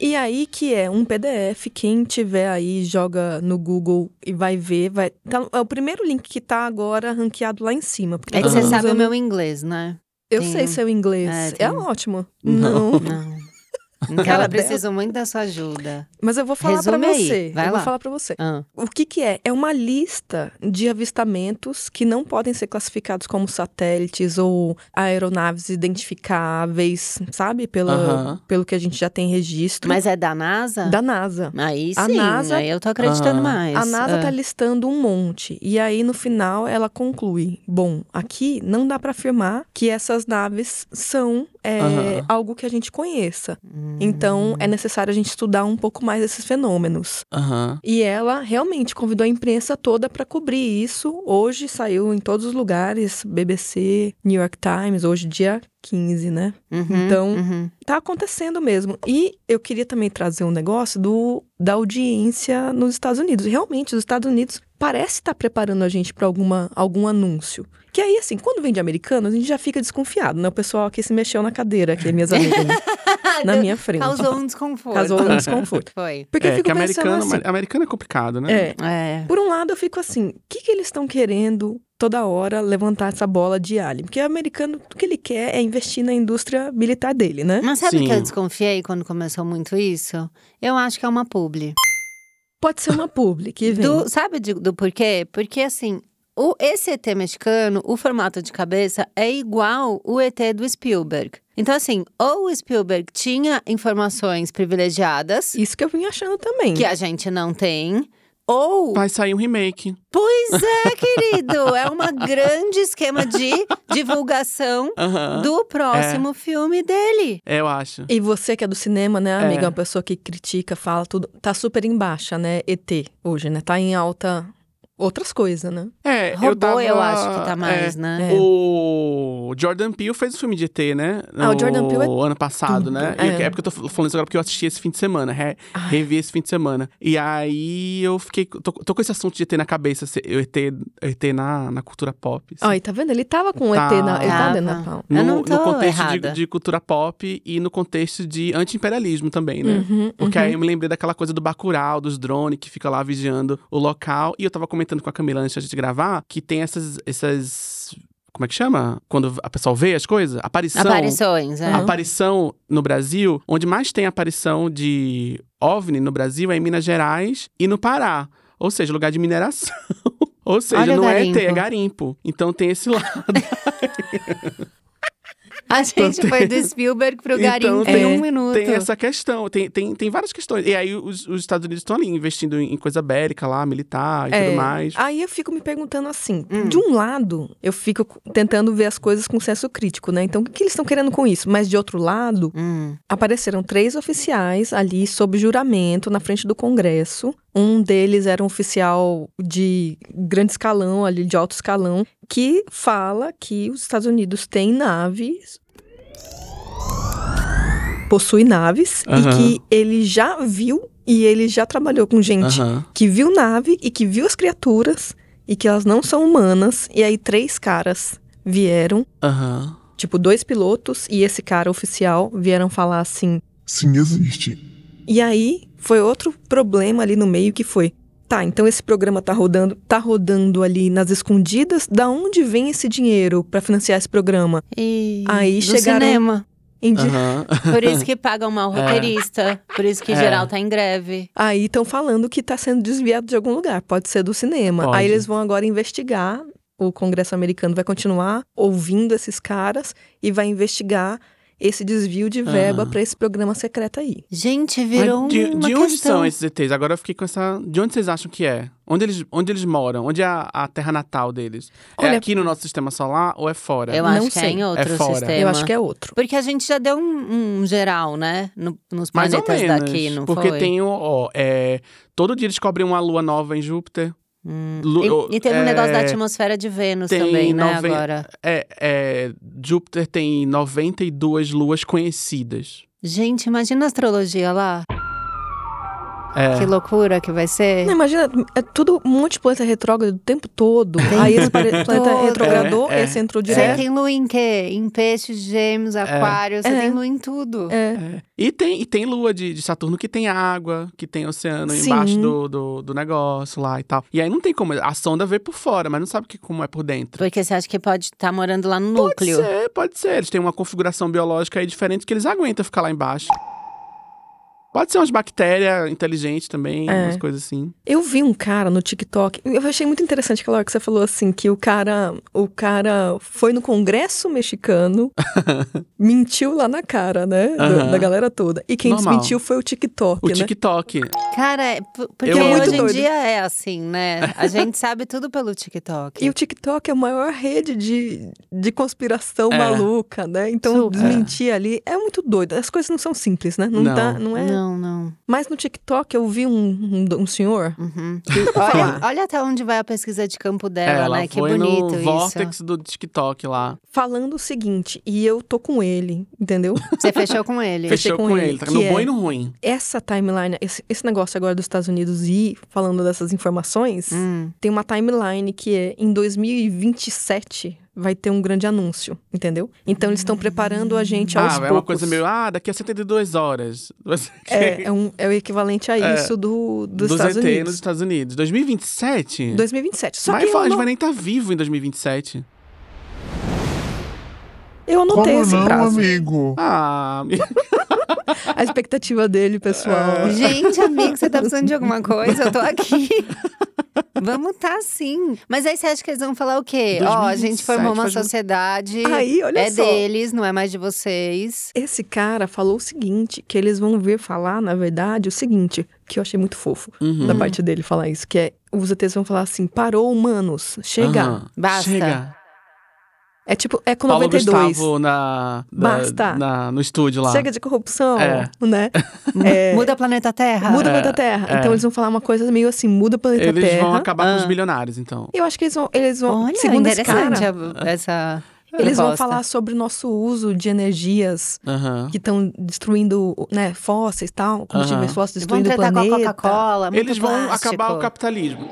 [SPEAKER 3] E aí que é um PDF, quem tiver aí joga no Google e vai ver, vai tá- é o primeiro link que tá agora ranqueado lá em cima, porque
[SPEAKER 1] É que
[SPEAKER 3] todo
[SPEAKER 1] você
[SPEAKER 3] mundo
[SPEAKER 1] sabe o
[SPEAKER 3] usando-
[SPEAKER 1] meu inglês, né?
[SPEAKER 3] Eu
[SPEAKER 1] tem-
[SPEAKER 3] sei seu inglês.
[SPEAKER 1] É, tem-
[SPEAKER 3] É, ótimo.
[SPEAKER 2] Não.
[SPEAKER 3] Não.
[SPEAKER 1] Não.
[SPEAKER 3] Cara
[SPEAKER 1] Ela
[SPEAKER 3] dela.
[SPEAKER 1] precisa muito da sua ajuda.
[SPEAKER 3] Mas eu vou falar pra
[SPEAKER 1] Resume aí,
[SPEAKER 3] você.
[SPEAKER 1] vai
[SPEAKER 3] eu
[SPEAKER 1] lá.
[SPEAKER 3] vou falar pra você.
[SPEAKER 1] Ah,
[SPEAKER 3] O que que é? É uma lista de avistamentos que não podem ser classificados como satélites ou aeronaves identificáveis, sabe? Pela,
[SPEAKER 2] Aham.
[SPEAKER 3] Pelo que a gente já tem registro
[SPEAKER 1] Mas é da NASA?
[SPEAKER 3] da NASA.
[SPEAKER 1] Aí sim,
[SPEAKER 3] A NASA-
[SPEAKER 1] aí eu tô acreditando
[SPEAKER 2] Ah.
[SPEAKER 1] mais.
[SPEAKER 3] A NASA
[SPEAKER 1] Ah.
[SPEAKER 3] tá listando um monte. E aí, no final, ela conclui: bom, aqui não dá pra afirmar que essas naves são é,
[SPEAKER 2] Aham.
[SPEAKER 3] algo que a gente conheça.
[SPEAKER 1] Hum.
[SPEAKER 3] Então, é necessário a gente estudar um pouco mais esses fenômenos.
[SPEAKER 2] Aham.
[SPEAKER 3] E ela realmente convidou a imprensa toda para cobrir isso. Hoje saiu em todos os lugares BBC, New York Times, hoje dia 15, né?
[SPEAKER 1] Uhum,
[SPEAKER 3] então-
[SPEAKER 1] uhum.
[SPEAKER 3] Tá acontecendo mesmo. E eu queria também trazer um negócio do da audiência nos Estados Unidos. Realmente, os Estados Unidos parece estar preparando a gente para alguma algum anúncio. Que aí, assim, quando vem de americano, a gente já fica desconfiado, né? O pessoal aqui se mexeu na cadeira, aqui, minhas
[SPEAKER 1] <laughs>
[SPEAKER 3] amigas, né? na minha frente.
[SPEAKER 1] Causou um desconforto.
[SPEAKER 3] Causou um desconforto.
[SPEAKER 1] <laughs> Foi.
[SPEAKER 3] Porque eu
[SPEAKER 2] É,
[SPEAKER 3] fico
[SPEAKER 2] que
[SPEAKER 3] pensando
[SPEAKER 2] americano,
[SPEAKER 3] assim,
[SPEAKER 2] americano é complicado, né?
[SPEAKER 3] é,
[SPEAKER 1] É.
[SPEAKER 3] por um lado, eu fico assim, o que, que eles estão querendo toda hora levantar essa bola de alien? Porque o americano, o que ele quer é investir na indústria militar dele, né?
[SPEAKER 1] Mas sabe o que eu
[SPEAKER 2] Sim.
[SPEAKER 1] desconfiei quando começou muito isso? Eu acho que é uma publi.
[SPEAKER 3] Pode ser uma publi que vem.
[SPEAKER 1] Do- sabe de- do porquê? Porque assim, o esse ET mexicano, o formato de cabeça é igual o ET do Spielberg. Então assim, ou o Spielberg tinha informações privilegiadas
[SPEAKER 3] Isso que eu vim achando também.
[SPEAKER 1] que é a gente não tem. Ou,
[SPEAKER 2] Vai sair um remake.
[SPEAKER 1] pois é, querido, é uma grande esquema de divulgação
[SPEAKER 2] Aham.
[SPEAKER 1] do próximo filme dele.
[SPEAKER 2] É, eu acho.
[SPEAKER 3] E você que é do cinema, né, amiga?
[SPEAKER 2] É.
[SPEAKER 3] É uma pessoa que critica, fala tudo. Tá super em baixa, né? ET hoje, né? Tá em alta outras coisas, né?
[SPEAKER 2] É,
[SPEAKER 1] Robô, eu,
[SPEAKER 2] eu tava...
[SPEAKER 1] acho que tá mais,
[SPEAKER 2] é.
[SPEAKER 1] né?
[SPEAKER 3] É.
[SPEAKER 2] O Jordan Peele fez o filme de ET, né?
[SPEAKER 3] Ah, o Jordan Peele é
[SPEAKER 2] O ano passado, né?
[SPEAKER 3] tudo.
[SPEAKER 2] E
[SPEAKER 3] É.
[SPEAKER 2] É. porque eu tô falando isso agora porque eu assisti esse fim de semana, re-
[SPEAKER 3] Ai.
[SPEAKER 2] revi esse fim de semana. E aí eu fiquei. Tô, tô com esse assunto de ET na cabeça, se- eu ET, ET na, na cultura pop. assim.
[SPEAKER 3] Aí, tá vendo? Ele tava com o
[SPEAKER 2] Tá.
[SPEAKER 3] ET na. Ele
[SPEAKER 1] Tava.
[SPEAKER 3] tava dentro na pau.
[SPEAKER 1] Eu
[SPEAKER 2] No,
[SPEAKER 1] não tô
[SPEAKER 2] no contexto
[SPEAKER 1] errada.
[SPEAKER 2] de, de cultura pop e no contexto de anti-imperialismo também, né?
[SPEAKER 3] Uhum,
[SPEAKER 2] Porque
[SPEAKER 3] uhum.
[SPEAKER 2] aí eu me lembrei daquela coisa do Bacurau, dos drones que fica lá vigiando o local. E eu tava comentando com a Camila antes da gente gravar que tem essas. essas como é que chama? Quando a pessoa vê as coisas? Aparição.
[SPEAKER 1] Aparições, é.
[SPEAKER 3] Aham.
[SPEAKER 2] Aparição no Brasil, onde mais tem aparição de OVNI no Brasil é em Minas Gerais e no Pará. Ou seja, lugar de mineração. <laughs> Ou seja,
[SPEAKER 1] Olha o
[SPEAKER 2] não é ET, é
[SPEAKER 1] garimpo.
[SPEAKER 2] garimpo. Então tem esse lado.
[SPEAKER 1] A gente foi do Spielberg pro
[SPEAKER 2] Então
[SPEAKER 1] Garim em
[SPEAKER 2] tem-
[SPEAKER 1] um minuto.
[SPEAKER 2] Tem essa questão, tem, tem, tem várias questões. E aí os, os Estados Unidos estão ali investindo em em coisa bélica lá, militar e
[SPEAKER 3] É.
[SPEAKER 2] tudo mais.
[SPEAKER 1] Ah,
[SPEAKER 3] Aí eu fico me perguntando assim,
[SPEAKER 1] Hum.
[SPEAKER 3] de um lado, eu fico c- tentando ver as coisas com senso crítico, né? Então, o que, que eles estão querendo com isso? Mas de outro lado,
[SPEAKER 1] Hum.
[SPEAKER 3] apareceram três oficiais ali sob juramento na frente do Congresso. Um deles era um oficial de grande escalão, ali de alto escalão, que fala que os Estados Unidos têm naves possui naves
[SPEAKER 2] Aham.
[SPEAKER 3] e que ele já viu e ele já trabalhou com gente
[SPEAKER 2] Aham.
[SPEAKER 3] que viu nave e que viu as criaturas e que elas não são humanas. E aí três caras vieram,
[SPEAKER 2] Aham.
[SPEAKER 3] tipo dois pilotos e esse cara oficial vieram falar assim.
[SPEAKER 7] Sim, existe.
[SPEAKER 3] E aí foi outro problema ali no meio que foi. Tá, então esse programa tá rodando, tá rodando ali nas escondidas. Da onde vem esse dinheiro para financiar esse programa?
[SPEAKER 1] E
[SPEAKER 3] Aí
[SPEAKER 1] do
[SPEAKER 3] chegaram-
[SPEAKER 1] cinema.
[SPEAKER 3] Em di-
[SPEAKER 2] Aham.
[SPEAKER 1] Por isso que pagam mal o roteirista. Por isso que
[SPEAKER 2] É.
[SPEAKER 1] geral tá em greve.
[SPEAKER 3] Aí estão falando que está sendo desviado de algum lugar, pode ser do cinema.
[SPEAKER 2] Pode.
[SPEAKER 3] Aí eles vão agora investigar. O Congresso americano vai continuar ouvindo esses caras e vai investigar esse desvio de verba
[SPEAKER 2] Ah.
[SPEAKER 3] para esse programa secreto aí.
[SPEAKER 1] Gente, virou
[SPEAKER 2] Mas de,
[SPEAKER 1] uma
[SPEAKER 2] de onde
[SPEAKER 1] questão.
[SPEAKER 2] são esses ETs? Agora eu fiquei com essa. De onde vocês acham que é? Onde eles, onde eles moram? Onde é a, a terra natal deles? é
[SPEAKER 3] Olha-
[SPEAKER 2] aqui no nosso sistema solar ou é fora?
[SPEAKER 1] Eu
[SPEAKER 3] Não
[SPEAKER 1] acho que é
[SPEAKER 3] sei.
[SPEAKER 1] em outro
[SPEAKER 2] É fora.
[SPEAKER 1] sistema.
[SPEAKER 3] Eu acho que é outro.
[SPEAKER 1] Porque a gente já deu um, um geral, né? No- nos
[SPEAKER 2] Mais ou
[SPEAKER 1] planetas
[SPEAKER 2] menos.
[SPEAKER 1] daqui, não
[SPEAKER 2] porque
[SPEAKER 1] foi?
[SPEAKER 2] tem o. Ó, é, todo dia descobrem uma lua nova em Júpiter.
[SPEAKER 1] Hum.
[SPEAKER 2] Lu-
[SPEAKER 1] E-
[SPEAKER 2] o-
[SPEAKER 1] e, teve um negócio da
[SPEAKER 2] é,
[SPEAKER 1] atmosfera de Vênus
[SPEAKER 2] tem
[SPEAKER 1] também, né?
[SPEAKER 2] noven-
[SPEAKER 1] Agora.
[SPEAKER 2] É, é, Júpiter tem 92 luas conhecidas.
[SPEAKER 1] Gente, imagina a astrologia lá.
[SPEAKER 2] É.
[SPEAKER 1] Que loucura que vai ser.
[SPEAKER 3] Não, imagina, é tudo um monte de planeta retrógrado o tempo todo. Aí esse pare- planeta
[SPEAKER 1] todo.
[SPEAKER 3] retrogradou,
[SPEAKER 2] É, é.
[SPEAKER 3] esse entrou
[SPEAKER 1] Você
[SPEAKER 3] direto.
[SPEAKER 1] tem lua em quê? Em peixes, gêmeos, aquário. Você
[SPEAKER 3] É.
[SPEAKER 1] tem lua em tudo.
[SPEAKER 3] É.
[SPEAKER 2] É. E, tem, e tem lua de, de Saturno que tem água, que tem oceano
[SPEAKER 3] Sim.
[SPEAKER 2] embaixo do, do, do negócio lá e tal. E aí não tem como. A sonda vê por fora, mas não sabe que, como é por dentro.
[SPEAKER 1] Porque você acha que pode estar morando lá no
[SPEAKER 2] Pode
[SPEAKER 1] núcleo.
[SPEAKER 2] ser, pode ser. Eles têm uma configuração biológica aí diferente que eles aguentam ficar lá embaixo. Pode ser umas bactérias inteligentes também,
[SPEAKER 3] É.
[SPEAKER 2] umas coisas assim.
[SPEAKER 3] Eu vi um cara no TikTok, eu achei muito interessante aquela hora que você falou assim, que o cara, o cara foi no
[SPEAKER 2] <laughs>
[SPEAKER 3] Congresso mexicano, mentiu lá na cara, né, do-
[SPEAKER 2] Aham.
[SPEAKER 3] da galera toda. E quem
[SPEAKER 2] Normal.
[SPEAKER 3] desmentiu foi o TikTok,
[SPEAKER 2] O
[SPEAKER 3] né?
[SPEAKER 2] TikTok.
[SPEAKER 1] Cara, é p- porque
[SPEAKER 2] Eu
[SPEAKER 1] hoje
[SPEAKER 2] amo.
[SPEAKER 1] em
[SPEAKER 3] Muito doido.
[SPEAKER 1] dia é assim, né? A
[SPEAKER 2] <laughs>
[SPEAKER 1] gente sabe tudo pelo TikTok.
[SPEAKER 3] E o TikTok é a maior rede de, de conspiração
[SPEAKER 2] É.
[SPEAKER 3] maluca, né? Então,
[SPEAKER 1] Super.
[SPEAKER 3] desmentir ali é muito doido. As coisas não são simples, né? Não,
[SPEAKER 2] Não.
[SPEAKER 3] tá- não é.
[SPEAKER 1] Não, não.
[SPEAKER 3] Mas no TikTok eu vi um, um- um senhor.
[SPEAKER 1] Uhum.
[SPEAKER 3] que-
[SPEAKER 1] Olha,
[SPEAKER 3] falar.
[SPEAKER 1] olha até onde vai a pesquisa de campo
[SPEAKER 2] É,
[SPEAKER 1] dela,
[SPEAKER 2] ela
[SPEAKER 1] né? Que
[SPEAKER 2] foi
[SPEAKER 1] bonito
[SPEAKER 2] no
[SPEAKER 1] isso.
[SPEAKER 2] vórtex do TikTok lá.
[SPEAKER 3] falando o seguinte, e eu tô com ele,
[SPEAKER 1] <laughs>
[SPEAKER 3] entendeu?
[SPEAKER 1] Você fechou com ele.
[SPEAKER 2] <laughs>
[SPEAKER 3] Fechei
[SPEAKER 2] Fechou
[SPEAKER 3] com
[SPEAKER 2] com,
[SPEAKER 3] ele,
[SPEAKER 2] ele. Tá no
[SPEAKER 3] que
[SPEAKER 2] bom
[SPEAKER 3] é-
[SPEAKER 2] e no ruim.
[SPEAKER 3] essa timeline, esse, esse negócio agora dos Estados Unidos e falando dessas informações,
[SPEAKER 1] Hum.
[SPEAKER 3] tem uma timeline que é em 2027 vai ter um grande anúncio, entendeu? Então eles estão preparando a gente
[SPEAKER 2] ah,
[SPEAKER 3] aos
[SPEAKER 2] é
[SPEAKER 3] poucos.
[SPEAKER 2] uma coisa meio, ah, daqui a 72 horas. Você-
[SPEAKER 3] <laughs> É, é um- é o
[SPEAKER 2] <laughs>
[SPEAKER 3] equivalente a isso do, dos, Estados
[SPEAKER 2] ET nos
[SPEAKER 3] Unidos.
[SPEAKER 2] Estados Unidos. 2027?
[SPEAKER 3] 2027. Só
[SPEAKER 2] Mas
[SPEAKER 3] que eu,
[SPEAKER 2] a gente
[SPEAKER 3] não,
[SPEAKER 2] vai nem estar vivo em 2027.
[SPEAKER 3] eu anotei
[SPEAKER 7] Como
[SPEAKER 3] esse
[SPEAKER 7] não,
[SPEAKER 3] prazo.
[SPEAKER 7] amigo?
[SPEAKER 2] Ah,
[SPEAKER 3] <laughs> A expectativa dele, pessoal.
[SPEAKER 1] Gente, amigo, você tá precisando de
[SPEAKER 3] <laughs>
[SPEAKER 1] alguma coisa? Eu tô aqui. Vamos tá sim. Mas aí você acha que eles vão falar o quê? Ó, a gente
[SPEAKER 2] 2027
[SPEAKER 1] formou uma
[SPEAKER 2] faz um-
[SPEAKER 1] sociedade.
[SPEAKER 3] Aí, olha
[SPEAKER 1] é
[SPEAKER 3] só.
[SPEAKER 1] deles, não é mais de vocês.
[SPEAKER 3] Esse cara falou o seguinte, que eles vão vir falar, na verdade, o seguinte, que eu achei muito fofo.
[SPEAKER 2] uhum.
[SPEAKER 3] da parte dele falar isso, que é os ETs vão falar assim, parou humanos, chega.
[SPEAKER 2] Aham.
[SPEAKER 1] Basta.
[SPEAKER 2] Chega.
[SPEAKER 3] É tipo, é com
[SPEAKER 2] Paulo
[SPEAKER 3] 92.
[SPEAKER 2] Gustavo na, na-
[SPEAKER 3] Basta.
[SPEAKER 2] na- no estúdio lá.
[SPEAKER 3] Chega de corrupção,
[SPEAKER 2] É.
[SPEAKER 1] <laughs>
[SPEAKER 3] né?
[SPEAKER 1] Mu-
[SPEAKER 3] É.
[SPEAKER 1] Muda o planeta Terra.
[SPEAKER 3] Muda o
[SPEAKER 2] É,
[SPEAKER 3] planeta Terra.
[SPEAKER 2] é.
[SPEAKER 3] Então eles vão falar uma coisa meio assim, muda o planeta
[SPEAKER 2] Eles
[SPEAKER 3] Terra.
[SPEAKER 2] vão acabar com os
[SPEAKER 1] Ah.
[SPEAKER 2] bilionários, então.
[SPEAKER 3] Eu acho que eles vão, eles vão
[SPEAKER 1] Olha,
[SPEAKER 3] segundo esse
[SPEAKER 1] interessante
[SPEAKER 3] cara,
[SPEAKER 1] a- essa
[SPEAKER 3] eles vão
[SPEAKER 1] proposta.
[SPEAKER 3] falar sobre o nosso uso de energias
[SPEAKER 2] Aham.
[SPEAKER 3] que estão destruindo, né, fósseis e tal, combustíveis
[SPEAKER 2] Aham.
[SPEAKER 3] fósseis
[SPEAKER 1] Vão
[SPEAKER 3] destruindo o
[SPEAKER 1] tratar
[SPEAKER 3] planeta.
[SPEAKER 1] com a
[SPEAKER 3] é
[SPEAKER 1] Coca-Cola, muito
[SPEAKER 2] Eles vão
[SPEAKER 1] plástico.
[SPEAKER 2] acabar o capitalismo.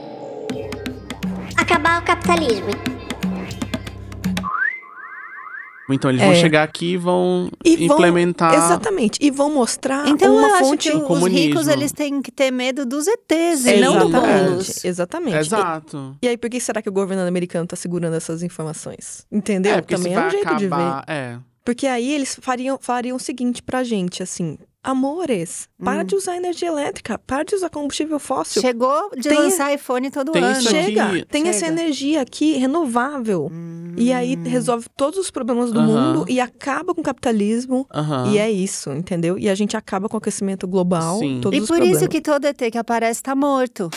[SPEAKER 8] Acabar o capitalismo.
[SPEAKER 2] Então eles
[SPEAKER 3] É.
[SPEAKER 2] vão chegar aqui e vão
[SPEAKER 3] E vão-
[SPEAKER 2] implementar.
[SPEAKER 3] Exatamente. E vão mostrar
[SPEAKER 1] Então eu
[SPEAKER 3] uma
[SPEAKER 1] acho
[SPEAKER 3] fonte É,
[SPEAKER 1] que os
[SPEAKER 2] comunismo.
[SPEAKER 1] ricos eles têm que ter medo dos ETs e
[SPEAKER 2] Sim,
[SPEAKER 1] não do
[SPEAKER 3] Exatamente,
[SPEAKER 1] bolos.
[SPEAKER 3] Exatamente.
[SPEAKER 2] Exato.
[SPEAKER 3] E aí, por que será que o governo americano tá segurando essas informações?
[SPEAKER 2] É,
[SPEAKER 3] Entendeu?
[SPEAKER 2] porque
[SPEAKER 3] Também
[SPEAKER 2] isso
[SPEAKER 3] é
[SPEAKER 2] vai
[SPEAKER 3] um jeito de ver.
[SPEAKER 2] acabar. É.
[SPEAKER 3] Porque aí eles fariam, fariam o seguinte pra gente, assim. Amores,
[SPEAKER 1] Hum.
[SPEAKER 3] para de usar energia elétrica, para de usar combustível fóssil.
[SPEAKER 1] Chegou de
[SPEAKER 3] é Tem-
[SPEAKER 1] lançar iPhone todo
[SPEAKER 2] Tem
[SPEAKER 1] ano.
[SPEAKER 2] isso aí.
[SPEAKER 3] Chega,
[SPEAKER 2] Aqui-
[SPEAKER 3] tem essa
[SPEAKER 1] Chega.
[SPEAKER 3] energia aqui renovável. Hum. E aí
[SPEAKER 1] Hum.
[SPEAKER 3] resolve todos os problemas do
[SPEAKER 2] Aham.
[SPEAKER 3] mundo e acaba com o capitalismo.
[SPEAKER 2] Aham.
[SPEAKER 3] E é isso, entendeu? E a gente acaba com o aquecimento global,
[SPEAKER 2] Sim.
[SPEAKER 3] todos
[SPEAKER 1] E
[SPEAKER 3] os
[SPEAKER 1] por
[SPEAKER 3] problemas.
[SPEAKER 1] isso que todo ET que aparece tá morto.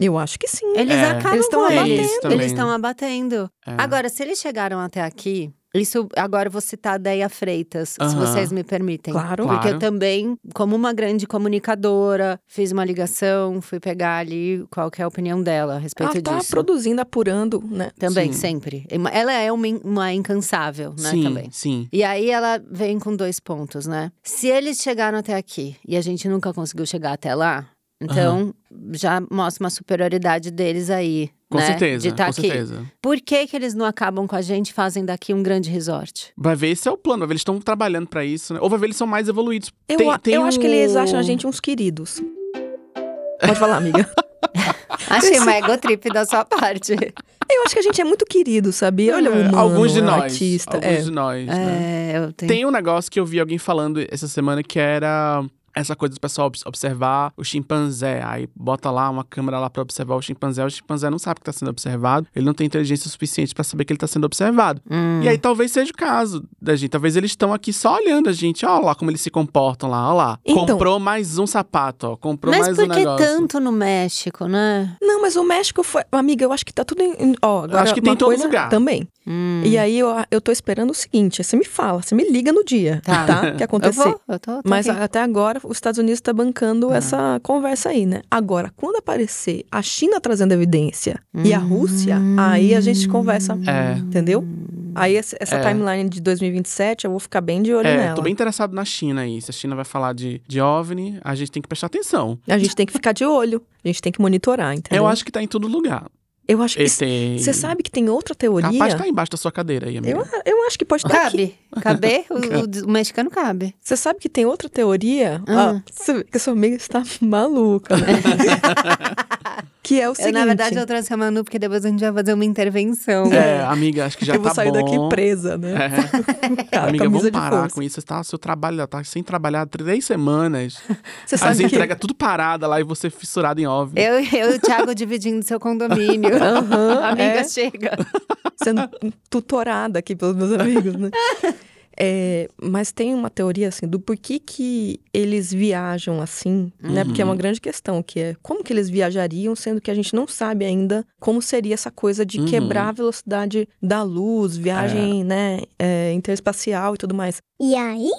[SPEAKER 3] Eu acho que sim.
[SPEAKER 1] Eles
[SPEAKER 2] É.
[SPEAKER 1] acabam
[SPEAKER 3] Eles
[SPEAKER 1] com
[SPEAKER 3] tão
[SPEAKER 1] a
[SPEAKER 3] aí.
[SPEAKER 1] bateria.
[SPEAKER 2] Eles também,
[SPEAKER 1] Eles estão
[SPEAKER 2] né?
[SPEAKER 1] abatendo.
[SPEAKER 2] É.
[SPEAKER 1] Agora, se eles chegaram até aqui, isso agora eu vou citar a Deia Freitas, se
[SPEAKER 2] Aham.
[SPEAKER 1] vocês me permitem.
[SPEAKER 3] Claro.
[SPEAKER 1] Porque
[SPEAKER 2] Claro.
[SPEAKER 1] eu também, como uma grande comunicadora, fiz uma ligação, fui pegar ali qual que é a opinião dela a
[SPEAKER 2] Então,
[SPEAKER 1] respeito
[SPEAKER 3] Ela tá
[SPEAKER 1] disso.
[SPEAKER 3] produzindo, apurando, né?
[SPEAKER 1] Também,
[SPEAKER 2] Ah, Sim.
[SPEAKER 1] sempre. Ela é uma, in- uma incansável, né,
[SPEAKER 2] sim,
[SPEAKER 1] também.
[SPEAKER 2] sim.
[SPEAKER 1] E aí ela vem com dois pontos, né? Se eles chegaram até aqui e a gente nunca conseguiu chegar até lá, então já mostra uma superioridade deles aí.
[SPEAKER 2] Com
[SPEAKER 1] né?
[SPEAKER 2] certeza.
[SPEAKER 1] De estar
[SPEAKER 2] com
[SPEAKER 1] aqui.
[SPEAKER 2] certeza.
[SPEAKER 1] Por que, que eles não acabam com a gente e fazem daqui um grande
[SPEAKER 2] <laughs>
[SPEAKER 1] resort?
[SPEAKER 2] Vai ver, esse é o plano. Vai ver, eles estão trabalhando pra isso, né? Ou vai ver, eles são mais evoluídos.
[SPEAKER 3] Eu,
[SPEAKER 2] Tem- um
[SPEAKER 3] a-
[SPEAKER 2] tem
[SPEAKER 3] eu acho que eles
[SPEAKER 2] o- <laughs>
[SPEAKER 3] acham a gente uns queridos. Pode falar, amiga.
[SPEAKER 1] Achei uma ego trip da sua parte.
[SPEAKER 3] Eu acho que a gente é muito querido, sabia? Olha o humano,
[SPEAKER 2] É, alguns de
[SPEAKER 3] o
[SPEAKER 2] nós.
[SPEAKER 3] artista.
[SPEAKER 2] alguns
[SPEAKER 3] é.
[SPEAKER 2] de nós. né?
[SPEAKER 1] É, eu tenho.
[SPEAKER 2] Tem um negócio que eu vi alguém falando essa semana que era essa coisa do pessoal obs- observar o chimpanzé. Aí bota lá uma câmera lá pra observar o chimpanzé. O chimpanzé não sabe que tá sendo observado. Ele não tem inteligência suficiente pra saber que ele tá sendo observado.
[SPEAKER 1] Hum.
[SPEAKER 2] E aí talvez seja o caso da gente. Talvez eles estão aqui só olhando a gente. Ó lá como eles se comportam lá, ó lá.
[SPEAKER 3] Então-
[SPEAKER 2] Comprou mais um sapato, ó. Comprou
[SPEAKER 1] Mas
[SPEAKER 2] mais
[SPEAKER 1] por
[SPEAKER 2] um
[SPEAKER 1] que
[SPEAKER 2] negócio.
[SPEAKER 1] tanto no México, né?
[SPEAKER 3] Não, mas o México foi. Amiga, eu acho que tá tudo em. Ó, agora
[SPEAKER 2] Acho que tem
[SPEAKER 3] uma
[SPEAKER 2] em todo
[SPEAKER 3] coisa
[SPEAKER 2] lugar.
[SPEAKER 3] Também.
[SPEAKER 1] Hum.
[SPEAKER 3] E aí eu, eu tô esperando o seguinte: você me fala, você me liga no dia,
[SPEAKER 1] Tá.
[SPEAKER 3] tá?
[SPEAKER 2] <laughs>
[SPEAKER 3] que
[SPEAKER 1] Eu
[SPEAKER 3] acontecer.
[SPEAKER 1] vou, eu tô, tô
[SPEAKER 3] Mas
[SPEAKER 1] aqui.
[SPEAKER 3] a- até agora, os Estados Unidos está bancando
[SPEAKER 2] Tá.
[SPEAKER 3] essa conversa aí, né? Agora, quando aparecer a China trazendo evidência e a Rússia,
[SPEAKER 1] Hum.
[SPEAKER 3] aí a gente conversa,
[SPEAKER 2] É.
[SPEAKER 3] entendeu? Aí essa, essa
[SPEAKER 2] É.
[SPEAKER 3] timeline de 2027, eu vou ficar bem de olho
[SPEAKER 2] É,
[SPEAKER 3] nela.
[SPEAKER 2] tô bem interessado na China aí. Se a China vai falar de, de OVNI, a gente tem que prestar atenção.
[SPEAKER 3] A gente tem que ficar de olho, a gente tem que monitorar, entendeu?
[SPEAKER 2] Eu acho que tá em todo lugar.
[SPEAKER 3] Eu acho que.
[SPEAKER 2] Esse...
[SPEAKER 3] Você sabe que tem outra teoria?
[SPEAKER 2] Capaz tá embaixo da sua cadeira aí, amiga.
[SPEAKER 3] eu, eu acho que pode estar aqui.
[SPEAKER 1] Cabe. <laughs> Cabe? O, o- o mexicano cabe.
[SPEAKER 3] Você sabe que tem outra teoria?
[SPEAKER 1] Ah.
[SPEAKER 3] Ah, você vê que a sua amiga está
[SPEAKER 1] <laughs>
[SPEAKER 3] maluca. né? que é o
[SPEAKER 1] Eu,
[SPEAKER 3] seguinte.
[SPEAKER 1] na verdade, eu trouxe a Manu, porque depois a gente vai fazer uma intervenção.
[SPEAKER 2] É, amiga, acho que já
[SPEAKER 3] eu vou
[SPEAKER 2] tá
[SPEAKER 3] sair
[SPEAKER 2] bom.
[SPEAKER 3] daqui presa, né?
[SPEAKER 2] É.
[SPEAKER 3] <laughs> Com a
[SPEAKER 2] Amiga,
[SPEAKER 3] camisa
[SPEAKER 2] vamos
[SPEAKER 3] de
[SPEAKER 2] parar
[SPEAKER 3] força.
[SPEAKER 2] com isso. Você tá, seu trabalho já tá sem trabalhar há três semanas.
[SPEAKER 3] Você
[SPEAKER 2] As
[SPEAKER 3] sabe que...
[SPEAKER 2] entregas tudo parada lá e você é fissurado em OVNI.
[SPEAKER 1] Eu, eu e o Thiago dividindo seu condomínio.
[SPEAKER 2] <laughs>
[SPEAKER 3] Aham,
[SPEAKER 1] Amiga,
[SPEAKER 3] é,
[SPEAKER 1] chega.
[SPEAKER 3] sendo tutorada aqui pelos meus amigos, né? É, mas tem uma teoria, assim, do porquê que eles viajam assim, né? Porque é uma grande questão, que é como que eles viajariam, sendo que a gente não sabe ainda como seria essa coisa de
[SPEAKER 2] Uhum.
[SPEAKER 3] quebrar a velocidade da luz, viagem, né, é, interespacial e tudo mais.
[SPEAKER 8] E aí?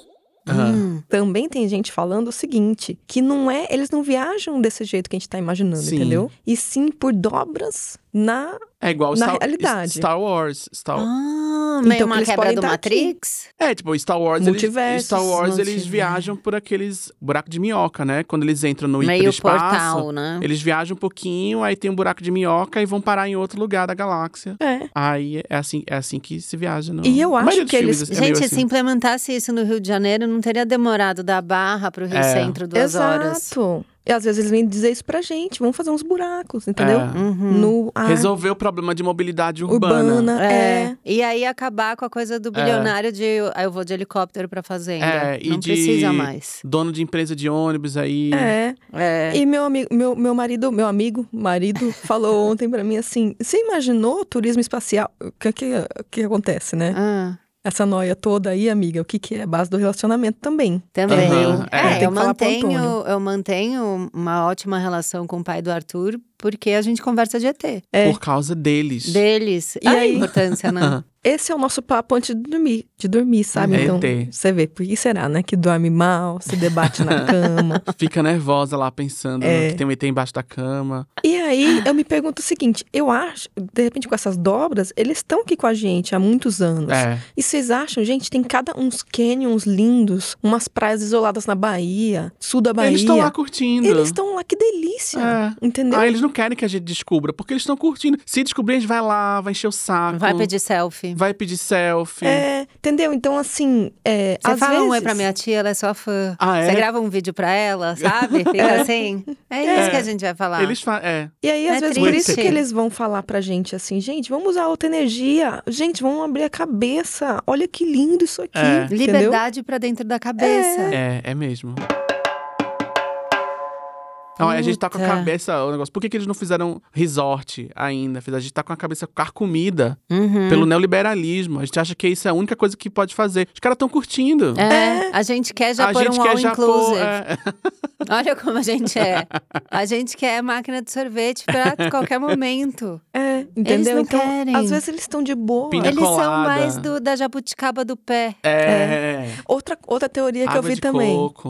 [SPEAKER 3] É,
[SPEAKER 2] Ah.
[SPEAKER 1] Hum.
[SPEAKER 3] Também tem gente falando o seguinte, que não é, eles não viajam desse jeito que a gente tá imaginando,
[SPEAKER 2] Sim.
[SPEAKER 3] entendeu? E sim por dobras na
[SPEAKER 2] É igual
[SPEAKER 3] Na
[SPEAKER 2] Star,
[SPEAKER 3] realidade.
[SPEAKER 2] Star Wars. Star...
[SPEAKER 1] Ah,
[SPEAKER 3] Então,
[SPEAKER 1] meio
[SPEAKER 3] que
[SPEAKER 1] uma
[SPEAKER 3] eles
[SPEAKER 1] quebra
[SPEAKER 3] podem
[SPEAKER 1] do
[SPEAKER 3] tá aqui.
[SPEAKER 1] Matrix?
[SPEAKER 2] É, tipo, Star Wars. eles-
[SPEAKER 3] Multiversos,
[SPEAKER 2] Star Wars, eles
[SPEAKER 1] multiverso.
[SPEAKER 2] viajam por aqueles buraco de minhoca, né? Quando eles entram no
[SPEAKER 1] meio
[SPEAKER 2] hiperespaço.
[SPEAKER 1] portal, né?
[SPEAKER 2] Eles viajam um pouquinho, aí tem um buraco de minhoca e vão parar em outro lugar da galáxia.
[SPEAKER 3] é,
[SPEAKER 2] Aí é assim, é assim que se viaja. No...
[SPEAKER 3] E eu
[SPEAKER 2] A maioria
[SPEAKER 3] acho
[SPEAKER 2] dos
[SPEAKER 3] que eles-
[SPEAKER 2] filmes é meio
[SPEAKER 1] Gente,
[SPEAKER 2] assim.
[SPEAKER 1] se implementasse isso no Rio de Janeiro, não teria demorado da Barra pro Rio
[SPEAKER 2] É.
[SPEAKER 1] Centro duas horas.
[SPEAKER 3] Exato. E às vezes eles vêm dizer isso pra gente, vamos fazer uns buracos, entendeu?
[SPEAKER 2] É.
[SPEAKER 1] Uhum.
[SPEAKER 3] No ar
[SPEAKER 2] Resolver o problema de mobilidade
[SPEAKER 3] ah, urbana.
[SPEAKER 2] urbana.
[SPEAKER 3] É.
[SPEAKER 1] É. E aí acabar com a coisa do bilionário de ah, eu vou de helicóptero pra fazenda.
[SPEAKER 2] É, e
[SPEAKER 1] não
[SPEAKER 2] de-
[SPEAKER 1] precisa mais.
[SPEAKER 2] Dono de empresa de ônibus aí.
[SPEAKER 3] É.
[SPEAKER 1] É.
[SPEAKER 3] E meu amigo, meu, meu marido, meu amigo, marido, <laughs> falou ontem pra mim assim: você imaginou turismo espacial? O que, que, o que acontece, né?
[SPEAKER 1] Ah,
[SPEAKER 3] Essa noia toda aí, amiga, o que, que é? A base do relacionamento também.
[SPEAKER 1] também.
[SPEAKER 2] Aham, é.
[SPEAKER 1] É,
[SPEAKER 3] Tem
[SPEAKER 1] eu,
[SPEAKER 3] que falar pro
[SPEAKER 1] mantenho,
[SPEAKER 3] Antônio.
[SPEAKER 1] eu mantenho uma ótima relação com o pai do Arthur, porque a gente conversa de ET.
[SPEAKER 3] É.
[SPEAKER 2] Por causa deles.
[SPEAKER 1] Deles.
[SPEAKER 3] E
[SPEAKER 1] Olha a
[SPEAKER 3] aí?
[SPEAKER 1] importância, né?
[SPEAKER 2] <laughs>
[SPEAKER 3] Esse é o nosso papo antes de dormir, de dormir sabe?
[SPEAKER 2] É
[SPEAKER 3] Então,
[SPEAKER 2] ET.
[SPEAKER 3] você vê, por que será, né? Que dorme mal, se
[SPEAKER 2] <laughs>
[SPEAKER 3] debate na cama.
[SPEAKER 2] Fica nervosa lá pensando
[SPEAKER 3] É.
[SPEAKER 2] no que tem um ET embaixo da cama.
[SPEAKER 3] E aí eu me pergunto o seguinte: eu acho, de repente, com essas dobras, eles estão aqui com a gente há muitos anos.
[SPEAKER 2] É.
[SPEAKER 3] E vocês acham, gente, tem cada uns canyons lindos, umas praias isoladas na Bahia, sul da Bahia.
[SPEAKER 2] Eles estão lá curtindo.
[SPEAKER 3] Eles estão lá, que delícia!
[SPEAKER 2] É.
[SPEAKER 3] Entendeu?
[SPEAKER 2] Ah, eles não querem que a gente descubra, porque eles estão curtindo. Se descobrir, a gente vai lá, vai encher o saco.
[SPEAKER 1] Vai pedir selfie.
[SPEAKER 2] vai pedir selfie.
[SPEAKER 3] É, entendeu? Então, assim, é,
[SPEAKER 1] Você
[SPEAKER 3] às
[SPEAKER 1] fala
[SPEAKER 3] vezes...
[SPEAKER 1] um oi pra minha tia, ela é sua fã.
[SPEAKER 2] Ah, é?
[SPEAKER 1] Você grava um vídeo pra ela,
[SPEAKER 2] <laughs>
[SPEAKER 1] sabe? Fica assim. É isso
[SPEAKER 2] É.
[SPEAKER 1] que a gente vai falar.
[SPEAKER 2] Eles fa é.
[SPEAKER 3] E aí, às
[SPEAKER 1] É
[SPEAKER 3] vezes, por
[SPEAKER 1] triste.
[SPEAKER 3] isso que eles vão falar pra gente assim, gente, vamos usar outra energia. Gente, vamos abrir a cabeça. Olha que lindo isso aqui.
[SPEAKER 2] É.
[SPEAKER 3] entendeu?
[SPEAKER 1] Liberdade pra dentro da cabeça.
[SPEAKER 2] É, é mesmo. Não, a gente tá com a
[SPEAKER 1] Puta.
[SPEAKER 2] cabeça. O negócio. Por que, que eles não fizeram resort ainda? A gente tá com a cabeça carcomida
[SPEAKER 1] Uhum.
[SPEAKER 2] É. pelo neoliberalismo. A gente acha que isso é a única coisa que pode fazer. Os caras estão curtindo.
[SPEAKER 1] É, a gente quer já
[SPEAKER 2] a
[SPEAKER 1] pôr
[SPEAKER 2] gente
[SPEAKER 1] um
[SPEAKER 2] quer já pôr.
[SPEAKER 1] all-inclusive.
[SPEAKER 2] é,
[SPEAKER 1] Olha como a gente
[SPEAKER 2] <laughs>
[SPEAKER 1] é. A gente quer máquina de sorvete pra qualquer momento.
[SPEAKER 3] É, entendeu?
[SPEAKER 1] não
[SPEAKER 3] então,
[SPEAKER 1] querem.
[SPEAKER 3] às vezes eles estão de boa.
[SPEAKER 2] Pina-
[SPEAKER 1] Eles são
[SPEAKER 2] colada.
[SPEAKER 1] mais do, da jabuticaba do pé.
[SPEAKER 2] É.
[SPEAKER 3] Outra, outra
[SPEAKER 1] É
[SPEAKER 3] teoria que eu
[SPEAKER 2] Água
[SPEAKER 3] vi
[SPEAKER 2] de
[SPEAKER 3] também,
[SPEAKER 2] coco.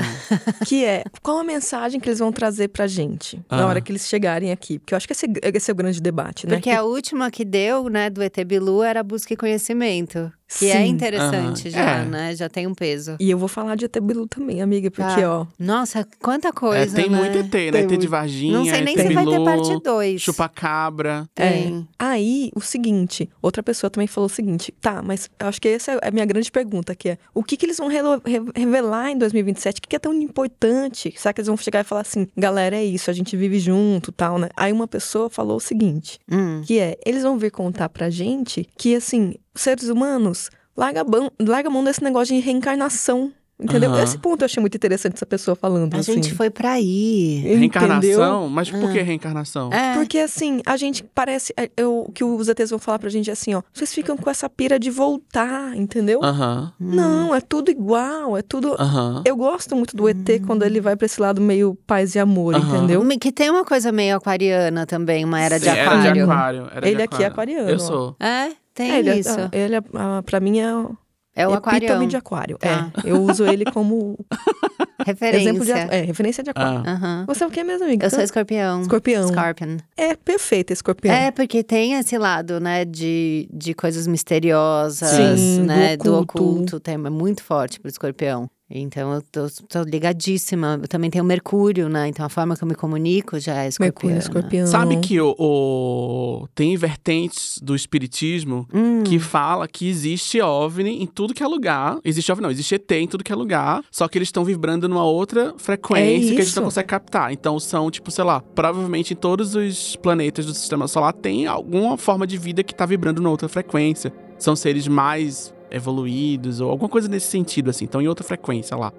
[SPEAKER 3] que é qual a mensagem que eles vão trazer pra gente
[SPEAKER 2] Ah.
[SPEAKER 3] na hora que eles chegarem aqui? Porque eu acho que esse, esse é o grande debate, né?
[SPEAKER 1] Porque a última que deu, né, do ET Bilu, era busca e conhecimento. Que é
[SPEAKER 3] Sim.
[SPEAKER 1] interessante
[SPEAKER 2] Aham.
[SPEAKER 1] já,
[SPEAKER 2] É.
[SPEAKER 1] né? Já tem um peso.
[SPEAKER 3] E eu vou falar de ET Bilu também, amiga, porque,
[SPEAKER 1] Tá.
[SPEAKER 3] ó,
[SPEAKER 1] Nossa, quanta coisa,
[SPEAKER 2] é, tem
[SPEAKER 1] né?
[SPEAKER 2] muito ET, né?
[SPEAKER 3] Tem
[SPEAKER 2] ET de
[SPEAKER 3] muito.
[SPEAKER 2] Varginha,
[SPEAKER 1] Não sei nem
[SPEAKER 2] ET
[SPEAKER 1] se vai ter
[SPEAKER 2] Bilu,
[SPEAKER 1] parte É. 2.
[SPEAKER 2] Chupacabra.
[SPEAKER 1] Tem.
[SPEAKER 3] Aí, o seguinte, outra pessoa também falou o seguinte, tá, mas eu acho que essa é a minha grande pergunta, que é, o que, que eles vão relo- re- revelar em 2027? O que, que é tão importante? Será que eles vão chegar e falar assim, galera, é isso, a gente vive junto, tal, né? Aí uma pessoa falou o seguinte,
[SPEAKER 1] Hum.
[SPEAKER 3] que é, eles vão vir contar pra gente que, assim, seres humanos, larga, a ban- larga a mão desse negócio de reencarnação, entendeu?
[SPEAKER 2] Aham.
[SPEAKER 3] Esse ponto eu achei muito interessante essa pessoa falando,
[SPEAKER 1] A
[SPEAKER 3] assim.
[SPEAKER 1] gente foi pra aí.
[SPEAKER 3] Entendeu?
[SPEAKER 2] Reencarnação? Mas por que reencarnação?
[SPEAKER 1] Ah. É.
[SPEAKER 3] Porque assim, a gente parece. é, eu- o que os ETs vão falar pra gente é assim, ó. Vocês ficam com essa pira de voltar, entendeu?
[SPEAKER 2] Aham,
[SPEAKER 3] Não, é tudo igual, é tudo.
[SPEAKER 2] aham.
[SPEAKER 3] Eu gosto muito do ET
[SPEAKER 1] Hum.
[SPEAKER 3] quando ele vai pra esse lado meio paz e amor,
[SPEAKER 2] Aham.
[SPEAKER 3] entendeu?
[SPEAKER 1] Que tem uma coisa meio aquariana também, uma era de
[SPEAKER 2] Sim,
[SPEAKER 1] aquário.
[SPEAKER 2] Era de aquário. era de
[SPEAKER 3] Ele aqui é aquariano,
[SPEAKER 2] Eu
[SPEAKER 3] ó.
[SPEAKER 2] sou.
[SPEAKER 1] É, tem
[SPEAKER 3] É, ele, é-
[SPEAKER 1] isso.
[SPEAKER 3] ele é, ah, pra mim é o
[SPEAKER 1] É o
[SPEAKER 3] epítome
[SPEAKER 1] aquário.
[SPEAKER 3] de aquário.
[SPEAKER 1] Tá.
[SPEAKER 3] É. Eu uso ele como
[SPEAKER 1] <laughs> Referência.
[SPEAKER 3] exemplo de a- é, referência de aquário.
[SPEAKER 2] Ah,
[SPEAKER 1] Aham.
[SPEAKER 3] Você é o que mesmo, amiga?
[SPEAKER 1] Eu sou escorpião.
[SPEAKER 3] escorpião.
[SPEAKER 1] Scorpion.
[SPEAKER 3] É perfeito escorpião.
[SPEAKER 1] É, porque tem esse lado, né, de, de coisas misteriosas,
[SPEAKER 3] Sim, do
[SPEAKER 1] né, do
[SPEAKER 3] oculto.
[SPEAKER 1] oculto, tem, é muito forte pro escorpião. Então eu tô, tô ligadíssima. Eu também tenho Mercúrio, né, então a forma que eu me comunico já é escorpião.
[SPEAKER 3] Mercúrio, escorpião.
[SPEAKER 2] Sabe que o, o- tem vertentes do espiritismo
[SPEAKER 1] Hum.
[SPEAKER 3] Hum.
[SPEAKER 2] que fala que existe OVNI em tudo que é lugar. Existe OVNI não, existe ET em tudo que é lugar. Só que eles estão vibrando numa outra frequência que a gente
[SPEAKER 3] isso.
[SPEAKER 2] não consegue captar. Então são, tipo, sei lá, provavelmente em todos os planetas do sistema solar tem alguma forma de vida que tá vibrando numa outra frequência. São seres mais evoluídos ou alguma coisa nesse sentido, assim. Estão em outra frequência lá.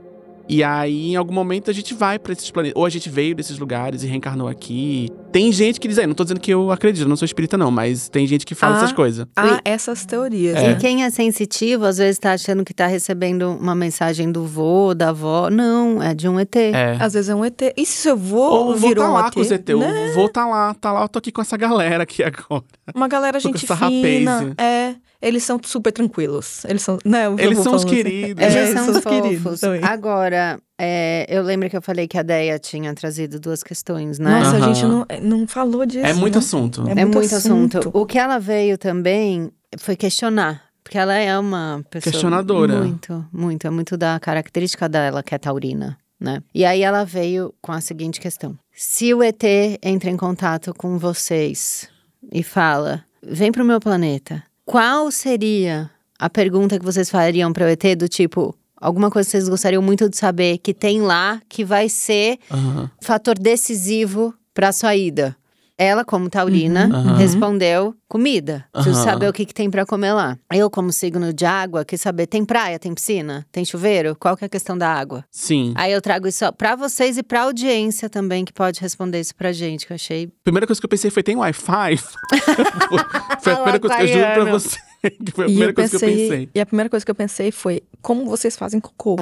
[SPEAKER 2] E aí, em algum momento, a gente vai pra esses planetas. Ou a gente veio desses lugares e reencarnou aqui. Tem gente que diz aí, não tô dizendo que eu acredito, não sou espírita, não, mas tem gente que fala
[SPEAKER 3] Ah.
[SPEAKER 2] essas coisas.
[SPEAKER 3] Há essas teorias,
[SPEAKER 1] E
[SPEAKER 3] né?
[SPEAKER 1] quem é sensitivo, às vezes tá achando que tá recebendo uma mensagem do vô, da avó. Não, é de um ET.
[SPEAKER 2] É.
[SPEAKER 3] Às vezes é um ET. E se seu
[SPEAKER 2] Ou
[SPEAKER 3] vô
[SPEAKER 2] vou
[SPEAKER 3] virou
[SPEAKER 2] tá
[SPEAKER 3] um
[SPEAKER 2] lá
[SPEAKER 3] ET?
[SPEAKER 2] com o ZT,
[SPEAKER 3] Né?
[SPEAKER 2] eu vou tá lá, tá lá, eu tô aqui com essa galera aqui agora.
[SPEAKER 3] Uma galera
[SPEAKER 2] Com
[SPEAKER 3] gente
[SPEAKER 2] essa rapaz.
[SPEAKER 3] fina. É, eles são super tranquilos. Eles são, né, o que eu
[SPEAKER 2] Eles
[SPEAKER 3] vou
[SPEAKER 2] são os
[SPEAKER 3] falando assim.
[SPEAKER 2] queridos.
[SPEAKER 3] É,
[SPEAKER 1] Eles
[SPEAKER 3] eles
[SPEAKER 1] são
[SPEAKER 3] são os
[SPEAKER 1] fofos.
[SPEAKER 3] queridos também.
[SPEAKER 1] Agora, é, eu lembro que eu falei que a Deia tinha trazido duas questões, né?
[SPEAKER 3] Nossa,
[SPEAKER 2] Aham.
[SPEAKER 3] a gente não, não falou disso.
[SPEAKER 2] É muito
[SPEAKER 3] né?
[SPEAKER 2] assunto.
[SPEAKER 3] É
[SPEAKER 1] É
[SPEAKER 3] muito
[SPEAKER 1] muito assunto.
[SPEAKER 3] assunto.
[SPEAKER 1] O que ela veio também foi questionar. Porque ela é uma pessoa.
[SPEAKER 2] Questionadora.
[SPEAKER 1] Muito, muito. É muito da característica dela, que é taurina, né? E aí ela veio com a seguinte questão: Se o ET entra em contato com vocês e fala, vem pro meu planeta, qual seria a pergunta que vocês fariam para o ET do tipo. Alguma coisa que vocês gostariam muito de saber que tem lá que vai ser
[SPEAKER 2] Aham.
[SPEAKER 1] fator decisivo para sua ida. Ela, como taurina,
[SPEAKER 2] Uhum. Aham.
[SPEAKER 1] respondeu comida. Preciso
[SPEAKER 2] Aham.
[SPEAKER 1] saber o que, que tem para comer lá. Eu, como signo de água, quis saber tem praia, tem piscina, tem chuveiro? Qual que é a questão da água?
[SPEAKER 2] Sim.
[SPEAKER 1] Aí eu trago isso para vocês e para audiência também que pode responder isso pra gente, que eu achei
[SPEAKER 2] Primeira coisa que eu pensei foi: tem Wi-Fi? <laughs> foi a primeira coisa que eu juro pra
[SPEAKER 1] Aquariano.
[SPEAKER 2] você. <laughs> que foi a
[SPEAKER 3] é, E
[SPEAKER 2] primeira
[SPEAKER 3] eu,
[SPEAKER 2] coisa que eu
[SPEAKER 3] pensei,
[SPEAKER 2] pensei.
[SPEAKER 3] e a primeira coisa que eu pensei foi como vocês fazem cocô.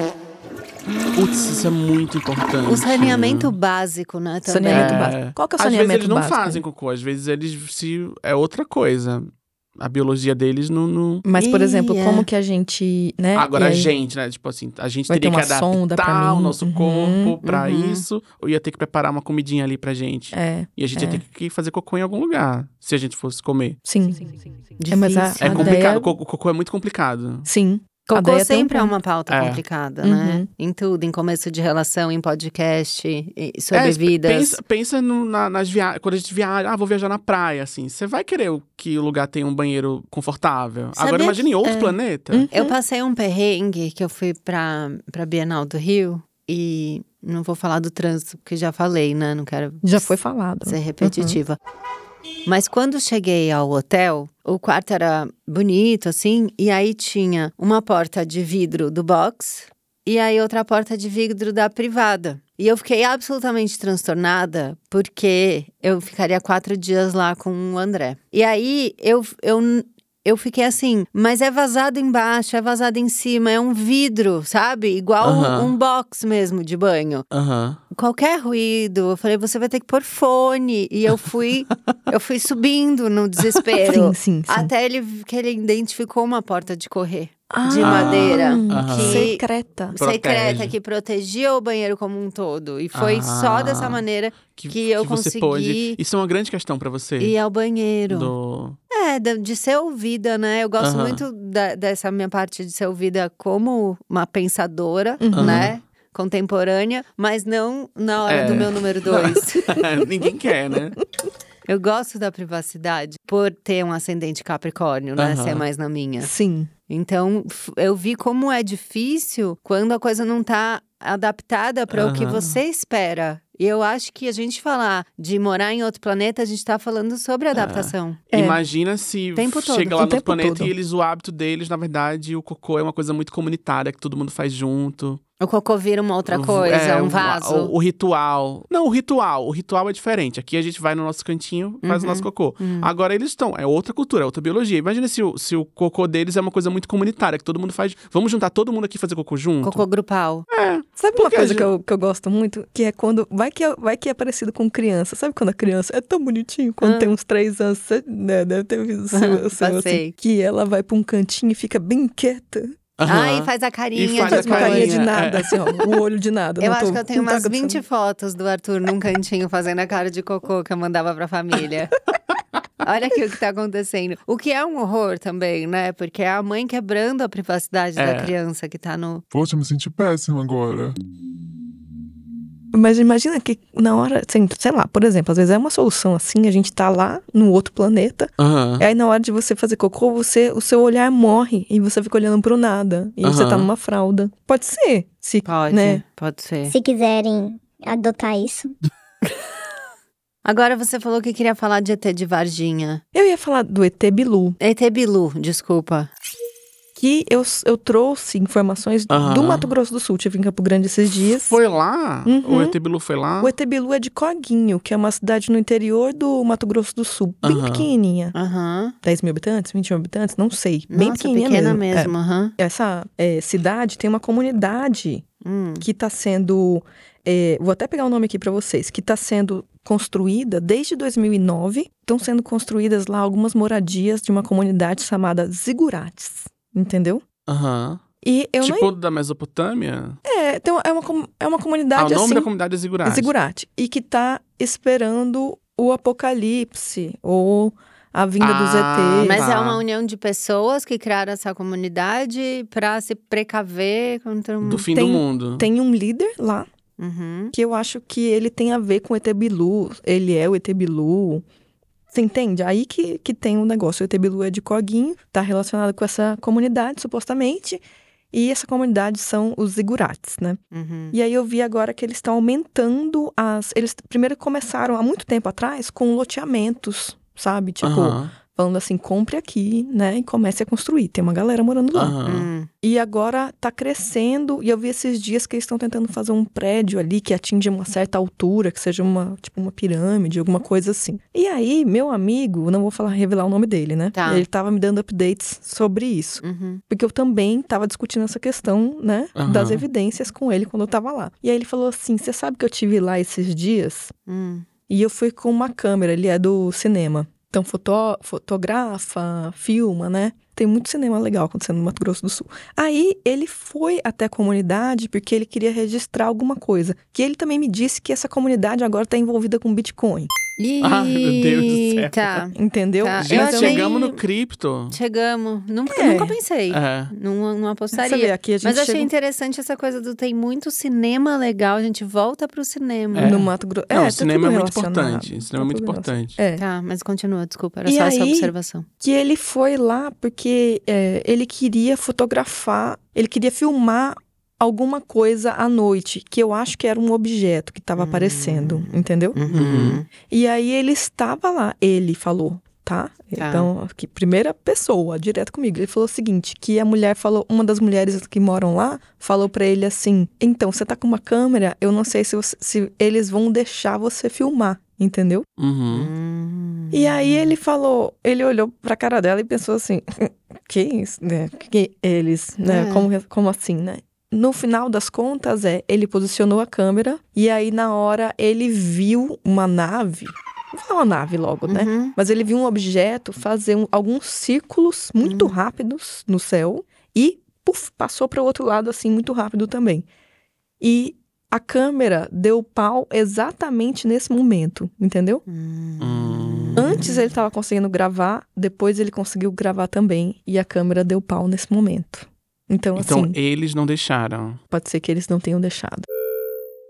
[SPEAKER 2] Putz, isso é muito importante.
[SPEAKER 1] o um saneamento básico, né, também.
[SPEAKER 3] Saneamento
[SPEAKER 2] É.
[SPEAKER 3] básico. Qual que é o
[SPEAKER 2] Às vezes
[SPEAKER 3] saneamento
[SPEAKER 2] eles não
[SPEAKER 3] básico?
[SPEAKER 2] fazem cocô, às vezes eles se. É outra coisa. A biologia deles não. não-
[SPEAKER 3] Mas por
[SPEAKER 1] Ih,
[SPEAKER 3] exemplo,
[SPEAKER 1] é.
[SPEAKER 3] como que a gente, né?
[SPEAKER 2] Agora
[SPEAKER 3] e
[SPEAKER 2] a
[SPEAKER 3] aí-
[SPEAKER 2] gente, né? Tipo assim, a gente
[SPEAKER 3] Vai
[SPEAKER 2] teria
[SPEAKER 3] ter
[SPEAKER 2] que
[SPEAKER 3] uma sonda pra
[SPEAKER 2] adaptar o
[SPEAKER 3] mim.
[SPEAKER 2] nosso
[SPEAKER 3] Uhum,
[SPEAKER 2] corpo pra
[SPEAKER 1] uhum.
[SPEAKER 2] isso, ou ia ter que preparar uma comidinha ali pra gente.
[SPEAKER 3] É,
[SPEAKER 2] E a gente ia ter que fazer cocô em algum lugar, se a gente fosse comer.
[SPEAKER 3] sim.
[SPEAKER 1] Difícil.
[SPEAKER 3] É, mas a-
[SPEAKER 2] É
[SPEAKER 3] Ideia-
[SPEAKER 2] complicado, o co- o cocô é muito complicado.
[SPEAKER 3] Sim. A
[SPEAKER 1] Cocô
[SPEAKER 3] Deia tem um
[SPEAKER 1] sempre é
[SPEAKER 3] ponto.
[SPEAKER 1] uma pauta
[SPEAKER 2] É.
[SPEAKER 1] complicada,
[SPEAKER 3] Uhum.
[SPEAKER 1] né? Em tudo, em começo de relação, em podcast, e- sobre
[SPEAKER 2] É,
[SPEAKER 1] vidas.
[SPEAKER 2] Pensa, pensa no- na- nas viagens. Quando a gente viaja, ah, vou viajar na praia, assim. Você vai querer o- que o lugar tenha um banheiro confortável. Agora
[SPEAKER 1] Sabia
[SPEAKER 2] imagine em
[SPEAKER 1] que-
[SPEAKER 2] outro
[SPEAKER 1] é.
[SPEAKER 2] planeta.
[SPEAKER 3] Hum.
[SPEAKER 1] Eu passei um perrengue que eu fui pra, pra Bienal do Rio e não vou falar do trânsito, porque já falei, né? Não quero
[SPEAKER 3] Já foi falado.
[SPEAKER 1] ser é repetitiva. Mas quando cheguei ao hotel, o quarto era bonito, assim, e aí tinha uma porta de vidro do box e aí outra porta de vidro da privada. E eu fiquei absolutamente transtornada porque eu ficaria quatro dias lá com o André. E aí eu, eu, eu fiquei assim, mas é vazado embaixo, é vazado em cima, é um vidro, sabe? Igual
[SPEAKER 2] Aham.
[SPEAKER 1] um box mesmo de banho.
[SPEAKER 2] Aham.
[SPEAKER 1] qualquer ruído. Eu falei, você vai ter que pôr fone. E eu
[SPEAKER 2] <laughs>
[SPEAKER 1] fui, eu fui subindo no desespero.
[SPEAKER 3] Sim, sim, sim.
[SPEAKER 1] Até ele que ele identificou uma porta de correr
[SPEAKER 3] Ah,
[SPEAKER 1] de madeira
[SPEAKER 2] aham.
[SPEAKER 1] que
[SPEAKER 3] Secreta.
[SPEAKER 1] secreta
[SPEAKER 2] Protege.
[SPEAKER 1] é que protegia o banheiro como um todo. E foi só
[SPEAKER 2] Ah.
[SPEAKER 1] dessa maneira que eu
[SPEAKER 2] Você
[SPEAKER 1] consegui
[SPEAKER 2] pôde. Isso é uma grande questão pra você.
[SPEAKER 1] ir ao banheiro.
[SPEAKER 2] Do... <laughs>
[SPEAKER 1] É, de, de ser ouvida, né? Eu gosto
[SPEAKER 2] Aham.
[SPEAKER 1] muito da- dessa minha parte de ser ouvida como uma pensadora,
[SPEAKER 3] Uhum.
[SPEAKER 1] né? Contemporânea, mas não na hora
[SPEAKER 2] É.
[SPEAKER 1] do meu número
[SPEAKER 2] <laughs>
[SPEAKER 1] dois.
[SPEAKER 2] Ninguém quer, né?
[SPEAKER 1] Eu gosto da privacidade por ter um ascendente capricórnio, né?
[SPEAKER 2] Aham.
[SPEAKER 1] Ser mais na minha.
[SPEAKER 3] Sim.
[SPEAKER 1] Então, f- eu vi como é difícil quando a coisa não tá adaptada para o que
[SPEAKER 2] Aham.
[SPEAKER 1] você espera. E eu acho que a gente falar de morar em outro planeta, a gente tá falando sobre adaptação.
[SPEAKER 3] É.
[SPEAKER 2] Imagina se
[SPEAKER 1] Tempo todo,
[SPEAKER 2] chega lá
[SPEAKER 3] o
[SPEAKER 2] no outro
[SPEAKER 3] tempo
[SPEAKER 2] planeta
[SPEAKER 3] todo.
[SPEAKER 2] e eles, o hábito deles, na verdade, o cocô é uma coisa muito comunitária que todo mundo faz junto.
[SPEAKER 1] O cocô vira uma outra
[SPEAKER 2] O-
[SPEAKER 1] coisa,
[SPEAKER 2] é,
[SPEAKER 1] um
[SPEAKER 2] o-
[SPEAKER 1] vaso.
[SPEAKER 2] O, o ritual. Não, o ritual. O ritual é diferente. Aqui a gente vai no nosso cantinho, faz
[SPEAKER 3] Uhum.
[SPEAKER 2] o nosso cocô.
[SPEAKER 1] Hum.
[SPEAKER 2] Agora eles estão. É outra cultura, é outra biologia. Imagina se o, se o cocô deles é uma coisa muito comunitária, que todo mundo faz. Vamos juntar todo mundo aqui e fazer cocô junto?
[SPEAKER 1] Cocô grupal.
[SPEAKER 3] Sabe uma
[SPEAKER 2] Porque a
[SPEAKER 3] coisa
[SPEAKER 2] gente-
[SPEAKER 3] que eu, que eu gosto muito? Que é quando. Vai que é, vai que é parecido com criança. Sabe quando a criança é tão bonitinho?
[SPEAKER 1] Ah.
[SPEAKER 3] Quando tem uns três anos, você né, deve ter visto
[SPEAKER 1] <laughs>
[SPEAKER 3] o seu, o seu
[SPEAKER 1] Passei.
[SPEAKER 3] assim, Que ela vai pra um cantinho e fica bem quieta.
[SPEAKER 2] Aham.
[SPEAKER 3] Ah,
[SPEAKER 1] Ai, faz a carinha.
[SPEAKER 2] faz a
[SPEAKER 3] Faz uma carinha de
[SPEAKER 2] carinha,
[SPEAKER 3] nada,
[SPEAKER 2] é.
[SPEAKER 3] assim, ó. O olho de nada.
[SPEAKER 1] Eu
[SPEAKER 3] não
[SPEAKER 1] acho
[SPEAKER 3] tô-
[SPEAKER 1] que eu tenho
[SPEAKER 3] não tá
[SPEAKER 1] umas 20
[SPEAKER 3] acontecendo.
[SPEAKER 1] fotos do Arthur num cantinho fazendo a cara de cocô que eu mandava pra
[SPEAKER 3] <laughs>
[SPEAKER 1] família. Olha aqui o que tá acontecendo. O que é um horror também, né? Porque é a mãe quebrando a privacidade da
[SPEAKER 2] É.
[SPEAKER 1] criança que tá no.
[SPEAKER 7] Poxa, eu me senti péssimo agora.
[SPEAKER 3] Mas imagina que na hora, assim, sei lá, por exemplo, às vezes é uma solução assim, a gente tá lá no outro planeta,
[SPEAKER 2] Aham.
[SPEAKER 3] aí na hora de você fazer cocô, você, o seu olhar morre e você fica olhando pro nada. E você tá
[SPEAKER 2] Aham.
[SPEAKER 3] numa fralda. Pode ser. Se,
[SPEAKER 1] Pode,
[SPEAKER 3] Né?
[SPEAKER 1] pode ser.
[SPEAKER 8] Se quiserem adotar isso.
[SPEAKER 1] Agora você falou que queria falar de ET de Varginha.
[SPEAKER 3] Eu ia falar do ET Bilu.
[SPEAKER 1] ET Bilu, desculpa.
[SPEAKER 3] que eu, eu trouxe informações
[SPEAKER 2] Aham.
[SPEAKER 3] do Mato Grosso do Sul. Tive em Campo Grande esses dias.
[SPEAKER 2] Foi lá?
[SPEAKER 3] Uhum.
[SPEAKER 2] O ET Bilu foi lá?
[SPEAKER 3] O Etebilu é de Coguinho, que é uma cidade no interior do Mato Grosso do Sul. Bem
[SPEAKER 2] Aham.
[SPEAKER 3] pequenininha.
[SPEAKER 1] Aham.
[SPEAKER 3] 10 mil habitantes, 20 mil habitantes, não sei. bem
[SPEAKER 1] Nossa,
[SPEAKER 3] pequenininha
[SPEAKER 1] pequena
[SPEAKER 3] mesmo.
[SPEAKER 1] mesmo, aham.
[SPEAKER 3] É. Essa é, cidade tem uma comunidade
[SPEAKER 1] Hum.
[SPEAKER 3] que está sendo... é, vou até pegar o nome aqui para vocês. Que está sendo construída desde 2009. Estão sendo construídas lá algumas moradias de uma comunidade chamada Zigurates. Entendeu?
[SPEAKER 2] Aham.
[SPEAKER 3] E eu não
[SPEAKER 2] Tipo da Mesopotâmia?
[SPEAKER 3] É, tem uma- é, uma, com- é uma
[SPEAKER 2] Ah, o
[SPEAKER 3] comunidade
[SPEAKER 2] nome
[SPEAKER 3] assim,
[SPEAKER 2] da comunidade é Zigurati.
[SPEAKER 3] Zigurate, e que tá esperando o apocalipse ou a vinda dos
[SPEAKER 2] Ah,
[SPEAKER 3] ETs.
[SPEAKER 1] Mas é
[SPEAKER 2] Tá.
[SPEAKER 1] uma união de pessoas que criaram essa comunidade pra se precaver contra um.
[SPEAKER 2] Do fim
[SPEAKER 3] Tem-
[SPEAKER 2] do mundo.
[SPEAKER 3] Tem um líder lá
[SPEAKER 1] Uhum.
[SPEAKER 3] que eu acho que ele tem a ver com o ET Bilu, ele é o ET Bilu. Você entende? Aí que, que tem um negócio. O ET Bilu é de Coguinho, tá relacionado com essa comunidade, supostamente. E essa comunidade são os Zigurates, né?
[SPEAKER 1] Uhum.
[SPEAKER 2] Hum.
[SPEAKER 3] E aí eu vi agora que eles estão aumentando as. Eles primeiro começaram há muito tempo atrás com loteamentos, sabe? Tipo,
[SPEAKER 2] Aham,
[SPEAKER 3] falando assim, compre aqui, né? E comece a construir. Tem uma galera morando lá.
[SPEAKER 2] aham.
[SPEAKER 1] Hum.
[SPEAKER 3] E agora tá crescendo. E eu vi esses dias que eles estão tentando fazer um prédio ali que atinge uma certa altura, que seja uma, tipo, uma pirâmide, alguma coisa assim. E aí, meu amigo, não vou falar revelar o nome dele, né?
[SPEAKER 1] Tá.
[SPEAKER 3] Ele tava me dando updates sobre isso
[SPEAKER 1] Uhum.
[SPEAKER 3] porque eu também estava discutindo essa questão, né,
[SPEAKER 2] Aham.
[SPEAKER 3] das evidências com ele quando eu estava lá. E aí ele falou assim: "Você sabe que eu tive lá esses dias
[SPEAKER 1] Hum.
[SPEAKER 3] e eu fui com uma câmera, ele é do cinema. Então foto, fotografa, filma, né? Tem muito cinema legal acontecendo no Mato Grosso do Sul. Aí ele foi até a comunidade porque ele queria registrar alguma coisa. Que ele também me disse que essa comunidade agora está envolvida com Bitcoin,
[SPEAKER 2] Ah, meu Deus do céu.
[SPEAKER 1] Tá.
[SPEAKER 3] entendeu?
[SPEAKER 1] Tá,
[SPEAKER 3] Mas
[SPEAKER 2] Gente,
[SPEAKER 1] eu
[SPEAKER 3] Ah, eu
[SPEAKER 1] cheguei-
[SPEAKER 3] nem-
[SPEAKER 2] chegamos no cripto.
[SPEAKER 1] Chegamos. Nunca,
[SPEAKER 3] É.
[SPEAKER 1] nunca pensei.
[SPEAKER 2] É.
[SPEAKER 1] Não, não
[SPEAKER 3] Você vê,
[SPEAKER 1] apostaria.
[SPEAKER 3] aqui a gente
[SPEAKER 1] Mas achei
[SPEAKER 3] chega
[SPEAKER 1] interessante essa coisa do tem muito cinema legal, a gente volta pro cinema.
[SPEAKER 2] É.
[SPEAKER 3] no Mato Grosso.
[SPEAKER 2] Não,
[SPEAKER 3] tá
[SPEAKER 2] o cinema é
[SPEAKER 3] tudo
[SPEAKER 2] muito
[SPEAKER 3] relacionado.
[SPEAKER 2] importante. O cinema é
[SPEAKER 3] Tá
[SPEAKER 2] muito
[SPEAKER 3] tudo relacionado.
[SPEAKER 2] importante.
[SPEAKER 3] É.
[SPEAKER 1] Tá, mas continua, desculpa. Era
[SPEAKER 3] E
[SPEAKER 1] só essa
[SPEAKER 3] aí-
[SPEAKER 1] observação.
[SPEAKER 3] que ele foi lá porque é, ele queria fotografar, ele queria filmar alguma coisa à noite, que eu acho que era um objeto que estava aparecendo, entendeu?
[SPEAKER 2] Uhum.
[SPEAKER 3] E aí ele estava lá, ele falou, tá? Então, que primeira pessoa, direto comigo. Ele falou o seguinte, que a mulher falou, uma das mulheres que moram lá, falou pra ele assim: "Então, você tá com uma câmera, eu não sei se você- se eles vão deixar você filmar", entendeu?
[SPEAKER 2] Uhum.
[SPEAKER 1] Hum.
[SPEAKER 3] E aí ele falou, ele olhou pra cara <laughs> dela e pensou assim, que isso, né? Que eles, né?
[SPEAKER 1] É.
[SPEAKER 3] Como, como assim, né? No final das contas, é, ele posicionou a câmera e aí na hora ele viu uma nave. Vou falar uma nave logo, né?
[SPEAKER 1] Uhum.
[SPEAKER 3] Mas ele viu um objeto fazer um- alguns círculos
[SPEAKER 1] Uhum.
[SPEAKER 3] muito rápidos no céu e puf, passou para o outro lado assim muito rápido também. E a câmera deu pau exatamente nesse momento, entendeu?
[SPEAKER 1] Uhum.
[SPEAKER 2] Hum.
[SPEAKER 3] Antes ele estava conseguindo gravar, depois ele conseguiu gravar também e a câmera deu pau nesse momento. Então,
[SPEAKER 2] Então
[SPEAKER 3] assim,
[SPEAKER 2] eles não deixaram.
[SPEAKER 3] pode ser que eles não tenham deixado.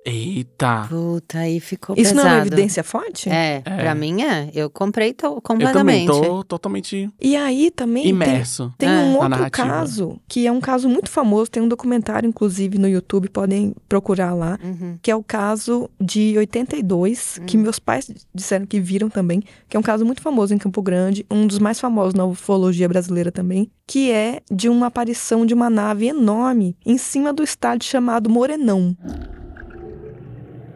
[SPEAKER 2] Eita.
[SPEAKER 1] Ah. Puta, aí ficou
[SPEAKER 3] Isso
[SPEAKER 1] pesado.
[SPEAKER 3] não é uma evidência forte?
[SPEAKER 1] É,
[SPEAKER 2] É.
[SPEAKER 1] pra mim é. Eu comprei to-
[SPEAKER 2] Eu também
[SPEAKER 1] completamente.
[SPEAKER 2] tô totalmente
[SPEAKER 3] E aí também tem,
[SPEAKER 2] imerso. né,
[SPEAKER 3] tem
[SPEAKER 1] É.
[SPEAKER 3] um
[SPEAKER 2] Na
[SPEAKER 3] outro
[SPEAKER 2] narrativa.
[SPEAKER 3] caso, que é um caso muito famoso, tem um documentário inclusive no YouTube, podem procurar lá,
[SPEAKER 1] Uhum.
[SPEAKER 3] que é o caso de 82, que meus pais disseram que viram também, que é um caso muito famoso em Campo Grande, um dos mais famosos na ufologia brasileira também, que é de uma aparição de uma nave enorme em cima do estádio chamado Morenão,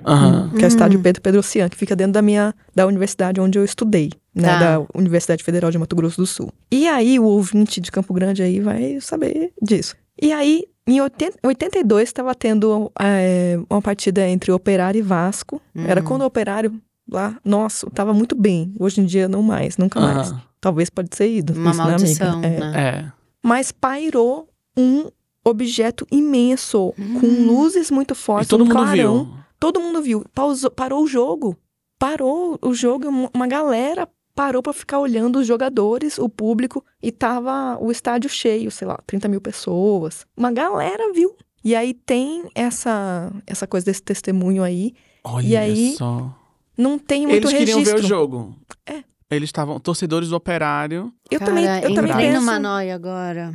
[SPEAKER 2] Aham.
[SPEAKER 3] que é o estádio Pedro Pedrocian, que fica dentro da minha da universidade onde eu estudei, né,
[SPEAKER 1] Tá.
[SPEAKER 3] da Universidade Federal de Mato Grosso do Sul. E aí o ouvinte de Campo Grande aí vai saber disso. E aí em 80 82 estava tendo eh, uma partida entre Operário e Vasco.
[SPEAKER 2] Hum.
[SPEAKER 3] Era quando o Operário lá, nossa, estava muito bem. Hoje em dia não mais, nunca mais.
[SPEAKER 2] Aham.
[SPEAKER 3] Talvez pode ser ido.
[SPEAKER 1] Uma
[SPEAKER 3] isso, né, amiga?
[SPEAKER 1] maldição,
[SPEAKER 3] É.
[SPEAKER 1] né?
[SPEAKER 2] É.
[SPEAKER 3] Mas pairou um objeto imenso com luzes muito
[SPEAKER 2] Hum. E
[SPEAKER 3] fortes,
[SPEAKER 2] todo
[SPEAKER 3] um
[SPEAKER 2] mundo
[SPEAKER 3] clarão.
[SPEAKER 2] viu.
[SPEAKER 3] Todo mundo viu. Pausou- parou o jogo. Parou o jogo. e um- Uma galera parou pra ficar olhando os jogadores, o público. E tava o estádio cheio, sei lá, 30 mil pessoas. Uma galera viu. E aí tem essa, essa coisa desse testemunho aí.
[SPEAKER 2] Olha
[SPEAKER 3] aí,
[SPEAKER 2] só.
[SPEAKER 3] Não tem muito
[SPEAKER 2] Eles queriam
[SPEAKER 3] registro.
[SPEAKER 2] ver o jogo.
[SPEAKER 3] É.
[SPEAKER 2] Eles estavam torcedores do Operário.
[SPEAKER 3] Eu
[SPEAKER 1] Cara,
[SPEAKER 3] também, eu também
[SPEAKER 1] entrei
[SPEAKER 3] penso.
[SPEAKER 1] numa noia agora.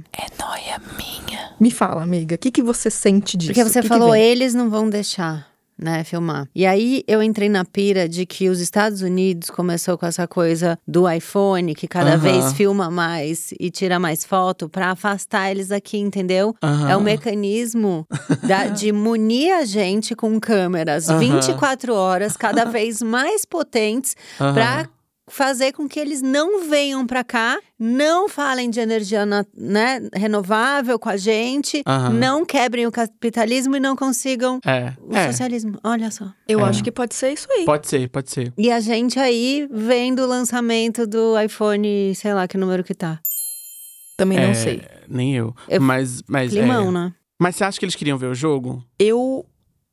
[SPEAKER 3] Me fala, amiga, o que, que você sente disso?
[SPEAKER 1] Porque você
[SPEAKER 3] O que que
[SPEAKER 1] falou,
[SPEAKER 3] vem?
[SPEAKER 1] eles não vão deixar, né, filmar. E aí eu entrei na pira de que os Estados Unidos começou com essa coisa do iPhone, que cada
[SPEAKER 2] Aham.
[SPEAKER 1] vez filma mais e tira mais foto pra afastar eles aqui, entendeu?
[SPEAKER 2] Aham.
[SPEAKER 1] É um mecanismo da- de munir a gente com câmeras
[SPEAKER 2] Aham.
[SPEAKER 1] 24 horas, cada vez mais potentes,
[SPEAKER 2] Aham.
[SPEAKER 1] pra fazer com que eles não venham pra cá, não falem de energia na- né, renovável com a gente,
[SPEAKER 2] Aham.
[SPEAKER 1] não quebrem o capitalismo e não consigam
[SPEAKER 2] É.
[SPEAKER 1] o
[SPEAKER 2] É.
[SPEAKER 1] socialismo. Olha só.
[SPEAKER 3] Eu
[SPEAKER 2] É.
[SPEAKER 3] acho que pode ser isso aí.
[SPEAKER 2] Pode ser, pode ser.
[SPEAKER 1] E a gente aí vendo o lançamento do iPhone, sei lá que número que tá.
[SPEAKER 3] Também não
[SPEAKER 2] É,
[SPEAKER 3] sei.
[SPEAKER 2] Nem eu.
[SPEAKER 1] Eu-
[SPEAKER 2] Mas, mas,
[SPEAKER 1] Climão,
[SPEAKER 2] é.
[SPEAKER 1] né?
[SPEAKER 2] mas você acha que eles queriam ver o jogo?
[SPEAKER 3] Eu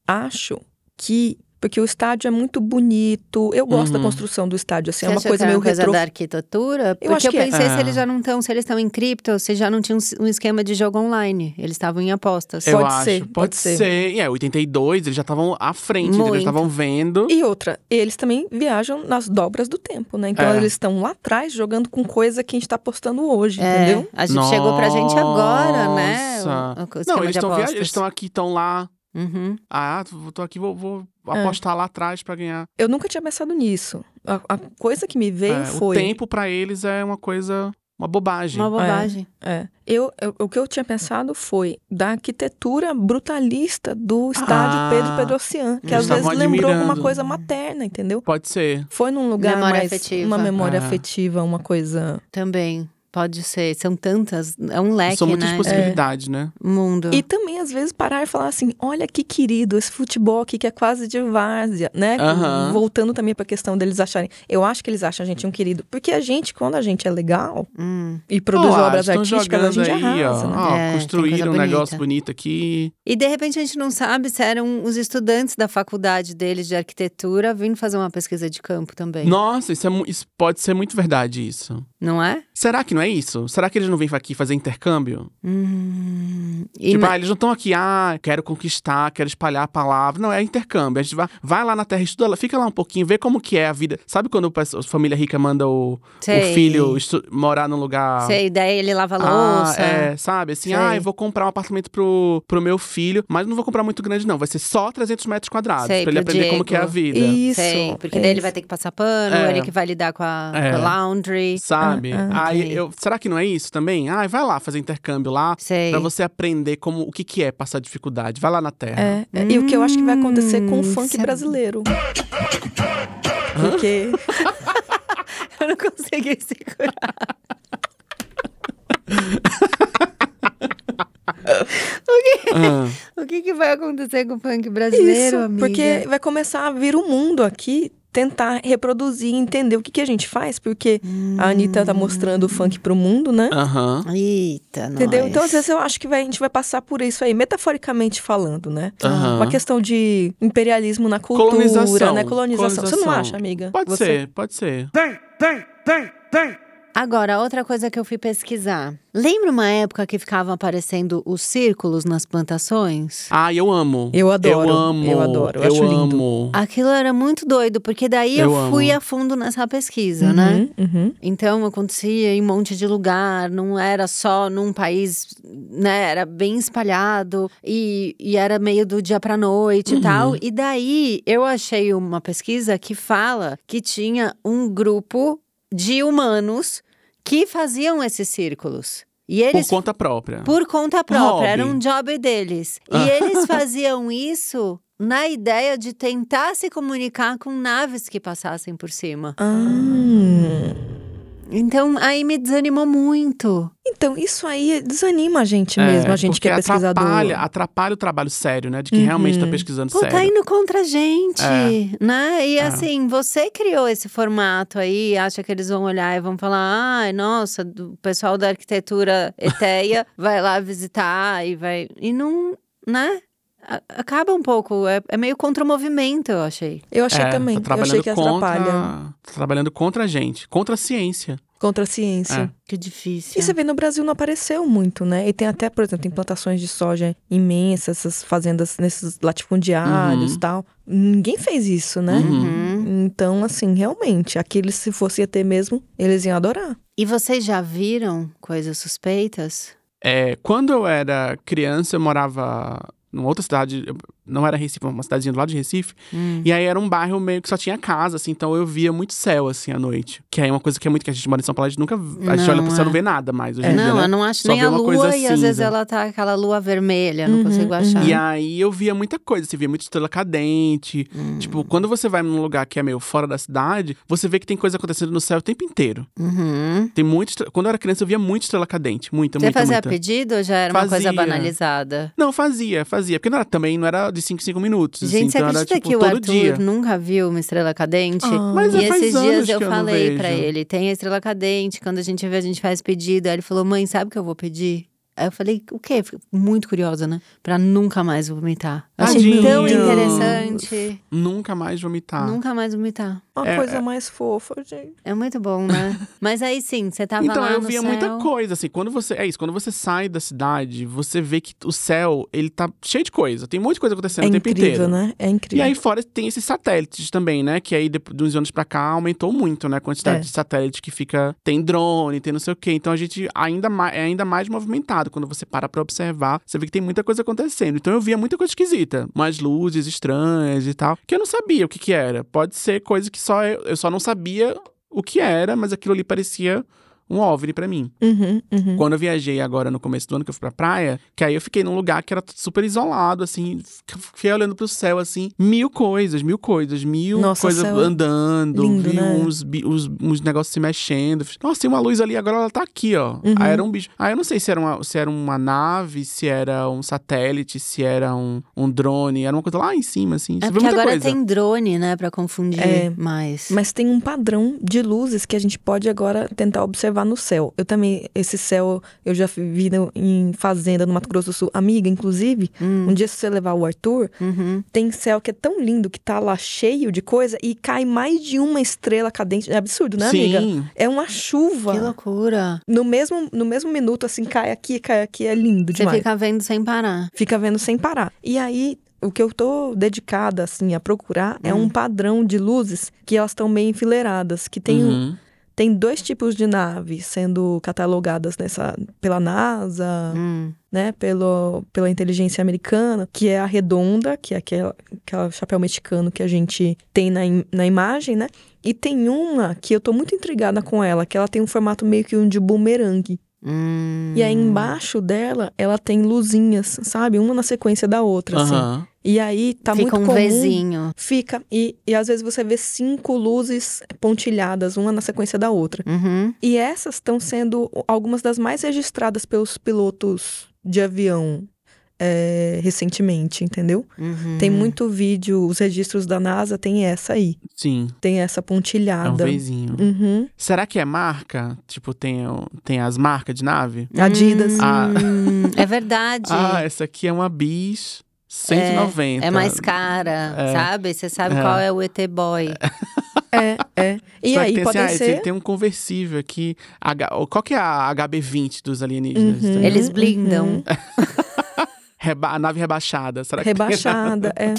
[SPEAKER 3] acho que. Porque o estádio é muito bonito. Eu gosto da
[SPEAKER 2] Uhum.
[SPEAKER 3] construção do estádio, assim,
[SPEAKER 1] Você
[SPEAKER 3] é uma
[SPEAKER 1] achou
[SPEAKER 3] coisa
[SPEAKER 1] que era
[SPEAKER 3] meio
[SPEAKER 1] uma coisa
[SPEAKER 3] retrô.
[SPEAKER 1] da arquitetura? Porque eu,
[SPEAKER 3] acho que é.
[SPEAKER 1] pensei se
[SPEAKER 2] Ah.
[SPEAKER 1] eles já não estão, se eles estão em cripto, se já não tinham um esquema de jogo online. Eles estavam em apostas.
[SPEAKER 2] eu
[SPEAKER 3] Pode
[SPEAKER 2] acho.
[SPEAKER 3] ser,
[SPEAKER 2] pode,
[SPEAKER 3] pode ser.
[SPEAKER 2] ser. E é, 82, eles já estavam à frente, entendeu?
[SPEAKER 1] Muito.
[SPEAKER 2] eles estavam vendo.
[SPEAKER 3] E outra, eles também viajam nas dobras do tempo, né? Então
[SPEAKER 2] É.
[SPEAKER 3] eles estão lá atrás jogando com coisa que a gente tá postando hoje,
[SPEAKER 1] É,
[SPEAKER 3] entendeu?
[SPEAKER 1] a gente chegou pra gente agora, né?
[SPEAKER 2] Nossa.
[SPEAKER 1] o- o esquema
[SPEAKER 3] é
[SPEAKER 2] Não, eles
[SPEAKER 1] de
[SPEAKER 2] estão
[SPEAKER 1] apostas.
[SPEAKER 2] eles estão aqui, estão lá.
[SPEAKER 1] Uhum.
[SPEAKER 2] Ah, tô- tô aqui, vou, vou
[SPEAKER 3] É.
[SPEAKER 2] apostar lá atrás pra ganhar.
[SPEAKER 3] Eu nunca tinha pensado nisso. A, a coisa que me veio
[SPEAKER 2] É,
[SPEAKER 3] foi.
[SPEAKER 2] O tempo pra eles é uma coisa, uma bobagem.
[SPEAKER 1] Uma bobagem.
[SPEAKER 3] É. Eu, eu- o que eu tinha pensado foi da arquitetura brutalista do estádio
[SPEAKER 2] Ah,
[SPEAKER 3] Pedro Pedrocian, que
[SPEAKER 1] eles
[SPEAKER 3] às vezes
[SPEAKER 2] estavam
[SPEAKER 3] lembrou
[SPEAKER 2] admirando.
[SPEAKER 3] uma coisa materna, entendeu?
[SPEAKER 2] Pode ser.
[SPEAKER 3] Foi num lugar
[SPEAKER 1] Memória
[SPEAKER 3] mais
[SPEAKER 1] afetiva.
[SPEAKER 3] uma memória
[SPEAKER 2] Ah.
[SPEAKER 3] afetiva, uma coisa.
[SPEAKER 1] Também. Pode ser. São tantas. É um leque,
[SPEAKER 2] São muitas
[SPEAKER 1] né?
[SPEAKER 2] possibilidades, né?
[SPEAKER 1] Mundo.
[SPEAKER 3] E também às vezes parar e falar assim: "Olha que querido esse futebol aqui que é quase de várzea", né?
[SPEAKER 2] Aham.
[SPEAKER 3] Voltando também pra questão deles acharem. Eu acho que eles acham a gente um querido, porque a gente quando a gente é legal
[SPEAKER 1] Hum.
[SPEAKER 3] e produz
[SPEAKER 2] Ó,
[SPEAKER 3] obras
[SPEAKER 2] estão
[SPEAKER 3] artísticas, a
[SPEAKER 2] jogando
[SPEAKER 3] gente
[SPEAKER 2] aí,
[SPEAKER 3] arrasa,
[SPEAKER 2] ó.
[SPEAKER 3] né?
[SPEAKER 2] Ó,
[SPEAKER 1] É, tem coisa
[SPEAKER 2] construíram um
[SPEAKER 1] bonita.
[SPEAKER 2] negócio bonito aqui.
[SPEAKER 1] E de repente a gente não sabe se eram os estudantes da faculdade deles de arquitetura vindo fazer uma pesquisa de campo também.
[SPEAKER 2] Nossa, isso, é mu- isso pode ser muito verdade, isso.
[SPEAKER 1] Não é?
[SPEAKER 2] Será que não é isso? Será que eles não vêm aqui fazer intercâmbio?
[SPEAKER 1] Hum, e
[SPEAKER 2] tipo,
[SPEAKER 1] na-
[SPEAKER 2] ah, eles não estão aqui, ah, quero conquistar, quero espalhar a palavra. Não, é intercâmbio. A gente vai, vai lá na terra, estuda lá, fica lá um pouquinho, vê como que é a vida. Sabe quando o pesso- a família rica manda o, Tipo, o
[SPEAKER 1] Sei.
[SPEAKER 2] filho estu- morar num lugar.
[SPEAKER 1] Sei, daí ele lava a
[SPEAKER 2] Ah,
[SPEAKER 1] louça.
[SPEAKER 2] é, sabe? Assim,
[SPEAKER 1] Sei.
[SPEAKER 2] ah, eu vou comprar um apartamento pro, pro meu filho, mas não vou comprar muito grande, não. Vai ser só 300 metros quadrados,
[SPEAKER 1] Sei,
[SPEAKER 2] pra ele
[SPEAKER 1] pro
[SPEAKER 2] aprender
[SPEAKER 1] Diego.
[SPEAKER 2] como que é a vida.
[SPEAKER 3] Isso.
[SPEAKER 1] Sei, porque daí ele vai ter que passar pano,
[SPEAKER 2] É.
[SPEAKER 1] ele que vai lidar com a,
[SPEAKER 2] É.
[SPEAKER 1] com a laundry.
[SPEAKER 2] Sabe?
[SPEAKER 3] Ah,
[SPEAKER 2] Aí
[SPEAKER 1] ok.
[SPEAKER 2] eu, será que não é isso também? Ah, vai lá fazer intercâmbio lá
[SPEAKER 1] Sei.
[SPEAKER 2] pra você aprender como o que que é passar dificuldade. Vai lá na terra.
[SPEAKER 3] É, e o que eu acho que vai acontecer com o
[SPEAKER 1] Hum,
[SPEAKER 3] funk
[SPEAKER 1] sabe.
[SPEAKER 3] brasileiro. Porque
[SPEAKER 1] <laughs> Eu não consegui segurar.
[SPEAKER 2] Ah,
[SPEAKER 1] O O que, que vai acontecer com o punk brasileiro,
[SPEAKER 3] Isso,
[SPEAKER 1] amiga?
[SPEAKER 3] porque vai começar a vir o mundo aqui tentar reproduzir, entender o que, que a gente faz, porque
[SPEAKER 1] Hum.
[SPEAKER 3] a Anitta tá mostrando o funk pro mundo, né?
[SPEAKER 2] Aham.
[SPEAKER 1] Eita, nós.
[SPEAKER 3] Entendeu? Então, às vezes, eu acho que vai- a gente vai passar por isso aí, metaforicamente falando, né?
[SPEAKER 2] Aham.
[SPEAKER 3] Uma questão de imperialismo na cultura,
[SPEAKER 2] Colonização,
[SPEAKER 3] né? Colonização. Você não
[SPEAKER 2] colonização.
[SPEAKER 3] acha, amiga?
[SPEAKER 2] Pode
[SPEAKER 3] Você- Né?
[SPEAKER 2] ser, pode ser.
[SPEAKER 1] Agora, outra coisa que eu fui pesquisar. Lembra uma época que ficavam aparecendo os círculos nas plantações?
[SPEAKER 2] Ah, eu amo.
[SPEAKER 3] Eu adoro,
[SPEAKER 2] Eu amo.
[SPEAKER 3] eu adoro, eu
[SPEAKER 2] Eu,
[SPEAKER 3] acho lindo. Ah,
[SPEAKER 2] amo.
[SPEAKER 1] Aquilo era muito doido, porque daí eu,
[SPEAKER 2] Eu
[SPEAKER 1] fui
[SPEAKER 2] amo.
[SPEAKER 1] a fundo nessa pesquisa, né?
[SPEAKER 3] Uhum, uhum.
[SPEAKER 1] Então acontecia em um monte de lugar, não era só num país, né? Era bem espalhado e, e era meio do dia pra noite e tal. E daí eu achei uma pesquisa que fala que tinha um grupo de humanos que faziam esses círculos. E
[SPEAKER 2] Por
[SPEAKER 1] eles
[SPEAKER 2] conta própria.
[SPEAKER 1] por conta própria,
[SPEAKER 2] Hobby.
[SPEAKER 1] era um job deles.
[SPEAKER 2] Ah.
[SPEAKER 1] E
[SPEAKER 2] <laughs>
[SPEAKER 1] eles faziam isso na ideia de tentar se comunicar com naves que passassem por cima.
[SPEAKER 3] Ah.
[SPEAKER 1] Então aí me desanimou muito.
[SPEAKER 3] Então, isso aí desanima a gente
[SPEAKER 2] É,
[SPEAKER 3] mesmo, a gente que é
[SPEAKER 2] porque
[SPEAKER 3] pesquisador.
[SPEAKER 2] Atrapalha, atrapalha o trabalho sério, né? De quem
[SPEAKER 3] Uhum.
[SPEAKER 2] realmente tá pesquisando
[SPEAKER 1] Pô,
[SPEAKER 2] sério.
[SPEAKER 1] tá indo contra a gente, né? E
[SPEAKER 2] É.
[SPEAKER 1] assim, você criou esse formato aí, acha que eles vão olhar e vão falar: ai, nossa, do- o pessoal da arquitetura
[SPEAKER 2] <laughs>
[SPEAKER 1] eteia vai lá visitar e vai. E não, né? A- Acaba um pouco, é, é meio contra o movimento, eu achei.
[SPEAKER 3] Eu achei
[SPEAKER 2] É,
[SPEAKER 3] também.
[SPEAKER 2] Tá
[SPEAKER 3] eu
[SPEAKER 2] trabalhando
[SPEAKER 3] achei que
[SPEAKER 2] contra,
[SPEAKER 3] atrapalha.
[SPEAKER 2] Tá trabalhando contra a gente, contra a ciência.
[SPEAKER 3] Contra a ciência.
[SPEAKER 2] É.
[SPEAKER 1] Que difícil.
[SPEAKER 3] E você vê, no Brasil não apareceu muito, né? E tem até, por exemplo,
[SPEAKER 2] Uhum.
[SPEAKER 3] tem plantações de soja imensas, essas fazendas nesses latifundiários e
[SPEAKER 2] Uhum.
[SPEAKER 3] tal. Ninguém fez isso, né?
[SPEAKER 2] Uhum.
[SPEAKER 3] Então, assim, realmente, aqueles, se fosse ET mesmo, eles iam adorar.
[SPEAKER 1] E vocês já viram coisas suspeitas?
[SPEAKER 2] É, quando eu era criança, eu morava numa outra cidade, eu- não era Recife, uma cidadezinha do lado de Recife.
[SPEAKER 1] Hum.
[SPEAKER 3] Uhum.
[SPEAKER 2] E aí era um bairro meio que só tinha casa, assim, então eu via muito céu, assim, à noite. Que aí é uma coisa que é muito que a gente mora em São Paulo, a gente nunca. a gente
[SPEAKER 1] Não,
[SPEAKER 2] olha pro
[SPEAKER 1] é.
[SPEAKER 2] céu e não vê nada mais. Hoje em dia,
[SPEAKER 1] não,
[SPEAKER 2] né?
[SPEAKER 1] eu não acho
[SPEAKER 2] Só
[SPEAKER 1] nem
[SPEAKER 2] vê
[SPEAKER 1] a
[SPEAKER 2] uma
[SPEAKER 1] lua
[SPEAKER 2] coisa
[SPEAKER 1] e às vezes
[SPEAKER 2] cinza.
[SPEAKER 1] ela tá aquela lua vermelha, não
[SPEAKER 3] Uhum,
[SPEAKER 1] consigo
[SPEAKER 3] uhum.
[SPEAKER 1] achar.
[SPEAKER 2] E aí eu via muita coisa, você via muita estrela cadente.
[SPEAKER 1] Hum.
[SPEAKER 2] Tipo, quando você vai num lugar que é meio fora da cidade, você vê que tem coisa acontecendo no céu o tempo inteiro.
[SPEAKER 1] Uhum.
[SPEAKER 2] Tem muita estre- Quando eu era criança, eu via muita estrela cadente. Muita,
[SPEAKER 1] Você
[SPEAKER 2] muita,
[SPEAKER 1] fazia
[SPEAKER 2] muita.
[SPEAKER 1] pedido ou já era uma coisa
[SPEAKER 2] Fazia.
[SPEAKER 1] banalizada?
[SPEAKER 2] Não, fazia, fazia. Porque não era, também não era de 5 em 5 minutos. assim,
[SPEAKER 1] Gente, você
[SPEAKER 2] então era,
[SPEAKER 1] acredita
[SPEAKER 2] tipo,
[SPEAKER 1] que o
[SPEAKER 2] todo
[SPEAKER 1] Arthur
[SPEAKER 2] dia.
[SPEAKER 1] nunca viu uma estrela cadente?
[SPEAKER 3] Ah.
[SPEAKER 2] Mas
[SPEAKER 1] e
[SPEAKER 2] é, faz
[SPEAKER 1] esses
[SPEAKER 2] anos
[SPEAKER 1] dias eu,
[SPEAKER 2] que eu não
[SPEAKER 1] falei pra
[SPEAKER 2] vejo.
[SPEAKER 1] ele, tem a estrela cadente, quando a gente vê a gente faz pedido. Aí ele falou, mãe, sabe o que eu vou pedir? Aí eu falei, o quê? Fico muito curiosa, né? Pra nunca mais vomitar. Eu achei tão
[SPEAKER 2] Tadinho.
[SPEAKER 1] interessante.
[SPEAKER 2] Nunca mais vomitar.
[SPEAKER 1] Nunca mais vomitar.
[SPEAKER 3] Uma
[SPEAKER 2] É,
[SPEAKER 3] coisa mais fofa, gente.
[SPEAKER 1] É muito bom, né? Mas aí sim, você tava
[SPEAKER 2] Então
[SPEAKER 1] lá
[SPEAKER 2] eu
[SPEAKER 1] no
[SPEAKER 2] via
[SPEAKER 1] céu.
[SPEAKER 2] muita coisa, assim, quando você, é isso, quando você sai da cidade, você vê que o céu, ele tá cheio de coisa, tem um monte de coisa acontecendo
[SPEAKER 3] é
[SPEAKER 2] o tempo
[SPEAKER 3] incrível,
[SPEAKER 2] inteiro.
[SPEAKER 3] né? É
[SPEAKER 2] E
[SPEAKER 3] incrível.
[SPEAKER 2] aí fora tem esses satélites também, né? Que aí depois de uns anos pra cá aumentou muito, né? A quantidade
[SPEAKER 3] É.
[SPEAKER 2] de satélite que fica. Tem drone, tem não sei o quê. Então a gente ainda mais, é ainda mais movimentado. Quando você para pra observar, você vê que tem muita coisa acontecendo. Então eu via muita coisa esquisita. Umas luzes estranhas e tal. Que eu não sabia o que que era. Pode ser coisa que só eu, eu só não sabia o que era, mas aquilo ali parecia um OVNI pra mim.
[SPEAKER 3] Uhum, uhum.
[SPEAKER 2] Quando eu viajei agora no começo do ano, que eu fui pra praia, que aí eu fiquei num lugar que era super isolado, assim, fiquei olhando pro céu, assim, mil coisas, mil coisas, mil
[SPEAKER 3] Nossa,
[SPEAKER 2] coisas
[SPEAKER 3] céu é
[SPEAKER 2] andando,
[SPEAKER 3] lindo,
[SPEAKER 2] vi
[SPEAKER 3] né?
[SPEAKER 2] uns, bi- uns, uns negócios se mexendo. Nossa, tem uma luz ali, agora ela tá aqui, ó.
[SPEAKER 3] Uhum.
[SPEAKER 2] Aí era um bicho. Aí eu não sei se era uma, se era uma nave, se era um satélite, se era um, um drone, era uma coisa lá em cima, assim. Você
[SPEAKER 1] É
[SPEAKER 2] vê
[SPEAKER 1] porque
[SPEAKER 2] muita
[SPEAKER 1] agora
[SPEAKER 2] coisa.
[SPEAKER 1] tem drone, né? Pra confundir
[SPEAKER 3] É,
[SPEAKER 1] mais.
[SPEAKER 3] Mas tem um padrão de luzes que a gente pode agora tentar observar no céu. Eu também, esse céu, eu já vi no- em fazenda no Mato Grosso do Sul. Amiga, inclusive,
[SPEAKER 2] Hum.
[SPEAKER 3] um dia se você levar o Arthur,
[SPEAKER 1] Uhum.
[SPEAKER 3] tem céu que é tão lindo que tá lá cheio de coisa e cai mais de uma estrela cadente. É absurdo, né,
[SPEAKER 2] Sim.
[SPEAKER 3] amiga? É uma
[SPEAKER 1] Que
[SPEAKER 3] chuva.
[SPEAKER 1] loucura.
[SPEAKER 3] No mesmo, no mesmo minuto, assim, cai aqui, cai aqui. É lindo
[SPEAKER 1] Você
[SPEAKER 3] demais.
[SPEAKER 1] fica vendo sem parar.
[SPEAKER 3] Fica vendo sem parar. E aí, o que eu tô dedicada, assim, a procurar é
[SPEAKER 2] Hum.
[SPEAKER 3] um padrão de luzes que elas estão meio enfileiradas. Que tem, um
[SPEAKER 2] Uhum.
[SPEAKER 3] tem dois tipos de naves sendo catalogadas nessa, pela NASA,
[SPEAKER 1] Hum.
[SPEAKER 3] né? Pelo, pela inteligência americana, que é a redonda, que é aquela, aquela chapéu mexicano que a gente tem na, im- na imagem, né? E tem uma que eu tô muito intrigada com ela, que ela tem um formato meio que um de bumerangue.
[SPEAKER 1] Hum.
[SPEAKER 3] E aí embaixo dela, ela tem luzinhas, sabe? Uma na sequência da outra, assim.
[SPEAKER 2] Aham.
[SPEAKER 3] E aí tá
[SPEAKER 1] Fica um
[SPEAKER 3] muito comum.
[SPEAKER 1] Vzinho.
[SPEAKER 3] Fica. E, e às vezes você vê cinco luzes pontilhadas, uma na sequência da outra.
[SPEAKER 1] Uhum.
[SPEAKER 3] E essas estão sendo algumas das mais registradas pelos pilotos de avião é, recentemente, entendeu?
[SPEAKER 1] uhum.
[SPEAKER 3] Tem muito vídeo, os registros da NASA tem essa aí,
[SPEAKER 2] Sim,
[SPEAKER 3] tem
[SPEAKER 2] é
[SPEAKER 3] essa
[SPEAKER 2] um
[SPEAKER 3] pontilhada.
[SPEAKER 2] veizinho.
[SPEAKER 3] Uhum.
[SPEAKER 2] Será que é marca? Tipo, tem, o- tem as marcas de nave?
[SPEAKER 3] Adidas.
[SPEAKER 2] Ah.
[SPEAKER 1] Hum, <laughs> é verdade.
[SPEAKER 2] Ah, essa aqui é uma bis 190.
[SPEAKER 3] então.
[SPEAKER 1] é mais cara,
[SPEAKER 2] É.
[SPEAKER 1] sabe? Você sabe
[SPEAKER 2] É.
[SPEAKER 1] qual é o ET Boy.
[SPEAKER 3] É, é. E
[SPEAKER 2] Será que
[SPEAKER 3] aí
[SPEAKER 2] tem, assim,
[SPEAKER 3] podem
[SPEAKER 2] ah, esse-
[SPEAKER 3] ser.
[SPEAKER 2] tem um conversível aqui. H- Qual que é a HB20 dos alienígenas?
[SPEAKER 3] Uhum.
[SPEAKER 2] Tá
[SPEAKER 1] Eles
[SPEAKER 3] uhum.
[SPEAKER 1] blindam.
[SPEAKER 2] Reba- a nave rebaixada. Será que tem? <laughs>
[SPEAKER 3] Rebaixada, é.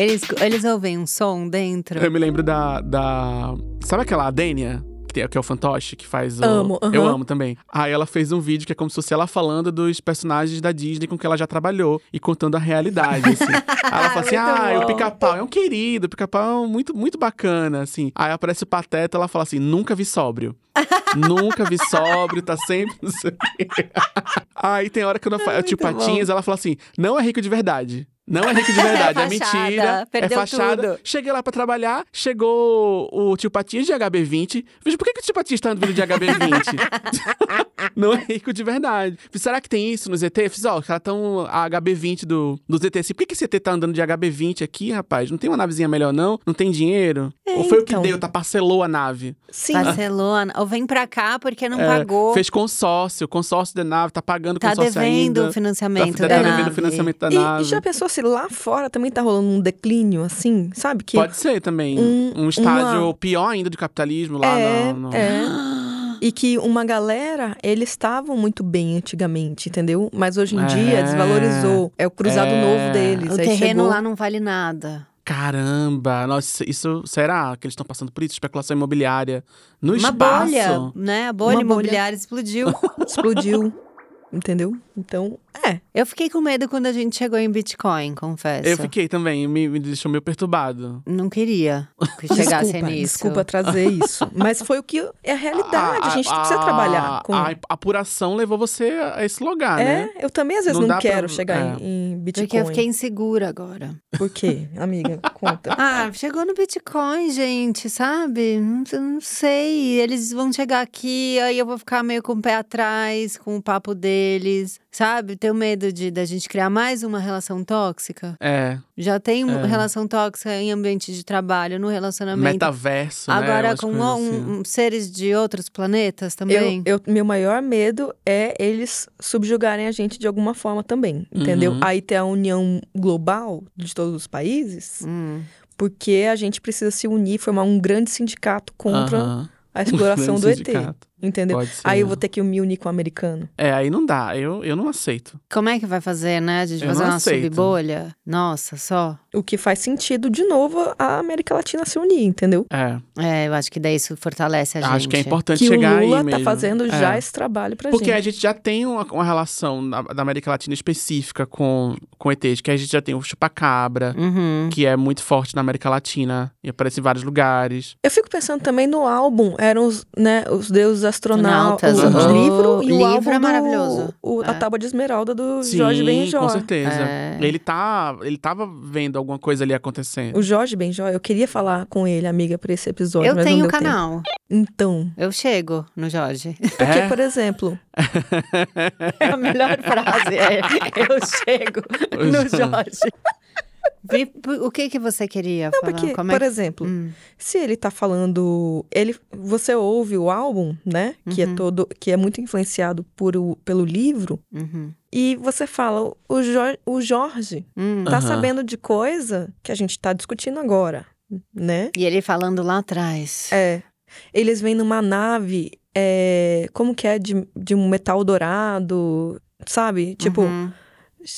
[SPEAKER 1] Eles, eles ouvem um som dentro.
[SPEAKER 2] Eu me lembro da. da... Sabe aquela Adênia? Que tem- Que é o fantoche que faz o.
[SPEAKER 3] Amo, aham.
[SPEAKER 2] Eu amo também. Aí ela fez um vídeo que é como se fosse ela falando dos personagens da Disney com que ela já trabalhou e contando a realidade.
[SPEAKER 3] <laughs>
[SPEAKER 2] assim. Aí ela fala assim: ah, o pica-pau é um querido, o pica-pau é um muito, muito bacana, assim. Aí aparece o Pateta ela fala assim: nunca vi
[SPEAKER 3] <laughs>
[SPEAKER 2] sóbrio. Nunca vi sóbrio, tá sempre. não sei o quê. Aí tem hora que eu
[SPEAKER 1] Ah,
[SPEAKER 2] não falo. Tio
[SPEAKER 3] muito bom.
[SPEAKER 2] Patinhas, ela fala assim: não é rico de verdade. Não
[SPEAKER 1] <laughs>
[SPEAKER 2] é rico de verdade, é,
[SPEAKER 1] fachada,
[SPEAKER 2] mentira. É
[SPEAKER 1] perdeu
[SPEAKER 2] fachada.
[SPEAKER 1] tudo.
[SPEAKER 2] Cheguei lá pra trabalhar, chegou o tio Patinhas de HB20. Veja, por que, que o tio Patinhas tá vindo de HB20? <laughs> Não é rico de verdade. Fiz, Será que tem isso nos ET? Fiz, ó, os caras tão a HB20 do, dos ET. Assim, por que, que esse ET tá andando de HB20 aqui, rapaz? Não tem uma navezinha melhor, não? Não tem dinheiro?
[SPEAKER 1] É,
[SPEAKER 2] Ou foi
[SPEAKER 3] então.
[SPEAKER 2] o que deu, tá parcelou a nave?
[SPEAKER 3] Sim.
[SPEAKER 1] Barcelona. Ou vem pra cá porque não
[SPEAKER 2] É,
[SPEAKER 1] pagou.
[SPEAKER 2] Fez consórcio, consórcio da nave, tá pagando
[SPEAKER 1] Tá
[SPEAKER 2] consórcio ainda.
[SPEAKER 1] devendo o financiamento da
[SPEAKER 2] tá, tá
[SPEAKER 1] nave.
[SPEAKER 2] devendo o financiamento da
[SPEAKER 3] E-
[SPEAKER 2] nave.
[SPEAKER 3] E, já pensou se lá fora também tá rolando um declínio, assim, sabe? Que
[SPEAKER 2] Pode ser também.
[SPEAKER 3] Um-
[SPEAKER 2] Um, estágio pior ainda do capitalismo lá
[SPEAKER 3] é,
[SPEAKER 2] no- no-
[SPEAKER 3] <gasps> é. E que uma galera, eles estavam muito bem antigamente, entendeu? Mas hoje em
[SPEAKER 2] É.
[SPEAKER 3] dia desvalorizou. É o cruzado
[SPEAKER 2] É.
[SPEAKER 3] novo deles.
[SPEAKER 1] O
[SPEAKER 3] Aí
[SPEAKER 1] terreno
[SPEAKER 3] chegou-
[SPEAKER 1] lá não vale nada.
[SPEAKER 2] Caramba! Nossa, isso será que eles estão passando por isso? Especulação imobiliária no
[SPEAKER 1] Uma
[SPEAKER 2] espaço?
[SPEAKER 1] bolha, né? A bolha
[SPEAKER 3] Uma bolha.
[SPEAKER 1] imobiliária explodiu.
[SPEAKER 3] explodiu. Entendeu? Então, é.
[SPEAKER 1] Eu fiquei com medo quando a gente chegou em Bitcoin, confesso.
[SPEAKER 2] Eu fiquei também, me, me deixou meio perturbado.
[SPEAKER 1] Não queria que
[SPEAKER 3] <laughs>
[SPEAKER 1] chegasse
[SPEAKER 3] desculpa,
[SPEAKER 1] nisso.
[SPEAKER 3] desculpa trazer isso. Mas foi o que é a realidade. A, gente
[SPEAKER 2] Ah,
[SPEAKER 3] precisa trabalhar com.
[SPEAKER 2] A apuração levou você a esse lugar, né?
[SPEAKER 3] É, eu também às vezes
[SPEAKER 2] Não
[SPEAKER 3] não,
[SPEAKER 2] dá pra-
[SPEAKER 3] quero chegar
[SPEAKER 2] é.
[SPEAKER 3] em, em Bitcoin.
[SPEAKER 1] Porque eu fiquei insegura agora.
[SPEAKER 3] Por quê, amiga? Conta.
[SPEAKER 1] Ah, chegou no Bitcoin, gente, sabe? Não, não sei. Eles vão chegar aqui, aí eu vou ficar meio com o pé atrás, com o papo deles, sabe? Tenho medo de da gente criar mais uma relação tóxica.
[SPEAKER 2] É.
[SPEAKER 1] Já tem uma
[SPEAKER 2] É.
[SPEAKER 1] relação tóxica em ambiente de trabalho, no relacionamento.
[SPEAKER 2] Metaverso, né?
[SPEAKER 1] Agora
[SPEAKER 2] Umas
[SPEAKER 1] com
[SPEAKER 2] coisas
[SPEAKER 1] um-
[SPEAKER 2] assim.
[SPEAKER 1] um- seres de outros planetas também.
[SPEAKER 3] Eu, eu- meu maior medo é eles subjugarem a gente de alguma forma também, entendeu?
[SPEAKER 2] Uhum.
[SPEAKER 3] Aí ter a união global de todos os países,
[SPEAKER 1] Hum.
[SPEAKER 3] porque a gente precisa se unir, formar um grande sindicato contra
[SPEAKER 2] Aham.
[SPEAKER 3] a <laughs>
[SPEAKER 2] <laughs>
[SPEAKER 3] exploração
[SPEAKER 2] Um
[SPEAKER 3] do ET,
[SPEAKER 2] sindicato.
[SPEAKER 3] entendeu?
[SPEAKER 2] Pode ser.
[SPEAKER 3] Aí eu vou ter que me unir com o americano.
[SPEAKER 2] É, aí não dá. Eu, eu não aceito.
[SPEAKER 1] Como é que vai fazer, né? A gente
[SPEAKER 2] Eu
[SPEAKER 1] fazer
[SPEAKER 2] não
[SPEAKER 1] uma
[SPEAKER 2] aceito.
[SPEAKER 1] subbolha? Nossa, só.
[SPEAKER 3] O que faz sentido, de novo, a América Latina se unir, entendeu?
[SPEAKER 2] É.
[SPEAKER 1] É, eu acho que daí isso fortalece a gente.
[SPEAKER 2] Acho que é importante
[SPEAKER 3] que o
[SPEAKER 2] chegar
[SPEAKER 3] Lula
[SPEAKER 2] aí mesmo.
[SPEAKER 3] tá fazendo
[SPEAKER 2] É.
[SPEAKER 3] já esse trabalho pra
[SPEAKER 2] Porque a
[SPEAKER 3] gente.
[SPEAKER 2] gente já tem uma, uma relação na- da América Latina específica com, com ETs, que a gente já tem o chupacabra,
[SPEAKER 1] Uhum.
[SPEAKER 2] que é muito forte na América Latina e aparece em vários lugares.
[SPEAKER 3] Eu fico pensando também no álbum, eram os, né, os deuses astronautas,
[SPEAKER 1] Astronautas,
[SPEAKER 3] os
[SPEAKER 2] aham.
[SPEAKER 3] livro e
[SPEAKER 1] Livro
[SPEAKER 3] o álbum
[SPEAKER 1] é
[SPEAKER 3] do-
[SPEAKER 1] maravilhoso.
[SPEAKER 3] o-
[SPEAKER 1] É.
[SPEAKER 3] A Tábua de Esmeralda do Jorge Benjó.
[SPEAKER 2] com certeza.
[SPEAKER 1] É.
[SPEAKER 2] Ele tá, ele tava vendo alguma coisa ali acontecendo.
[SPEAKER 3] O Jorge Benjó, eu queria falar com ele, amiga, pra esse episódio,
[SPEAKER 1] Eu
[SPEAKER 3] mas
[SPEAKER 1] tenho
[SPEAKER 3] não
[SPEAKER 1] o
[SPEAKER 3] deu tempo.
[SPEAKER 1] canal.
[SPEAKER 3] Então,
[SPEAKER 1] Eu chego no Jorge. <laughs> É
[SPEAKER 3] porque,
[SPEAKER 2] É?
[SPEAKER 3] por exemplo,
[SPEAKER 1] A melhor frase é: Eu chego
[SPEAKER 2] é.
[SPEAKER 1] no Jorge. Vi- p- O que que você queria falar?
[SPEAKER 3] porque,
[SPEAKER 1] Como é
[SPEAKER 3] por
[SPEAKER 1] que-
[SPEAKER 3] exemplo,
[SPEAKER 1] Hum.
[SPEAKER 3] se ele tá falando, ele, você ouve o álbum, né, que é todo, que é muito influenciado por o, pelo livro,
[SPEAKER 1] Uhum.
[SPEAKER 3] e você fala, o Jorge, o Jorge
[SPEAKER 1] Hum.
[SPEAKER 3] tá
[SPEAKER 2] Aham.
[SPEAKER 3] sabendo de coisa que a gente tá discutindo agora, né?
[SPEAKER 1] E ele falando lá atrás.
[SPEAKER 3] É. Eles vêm numa nave, é, como que é, de, de um metal dourado, sabe? Tipo,
[SPEAKER 1] Uhum.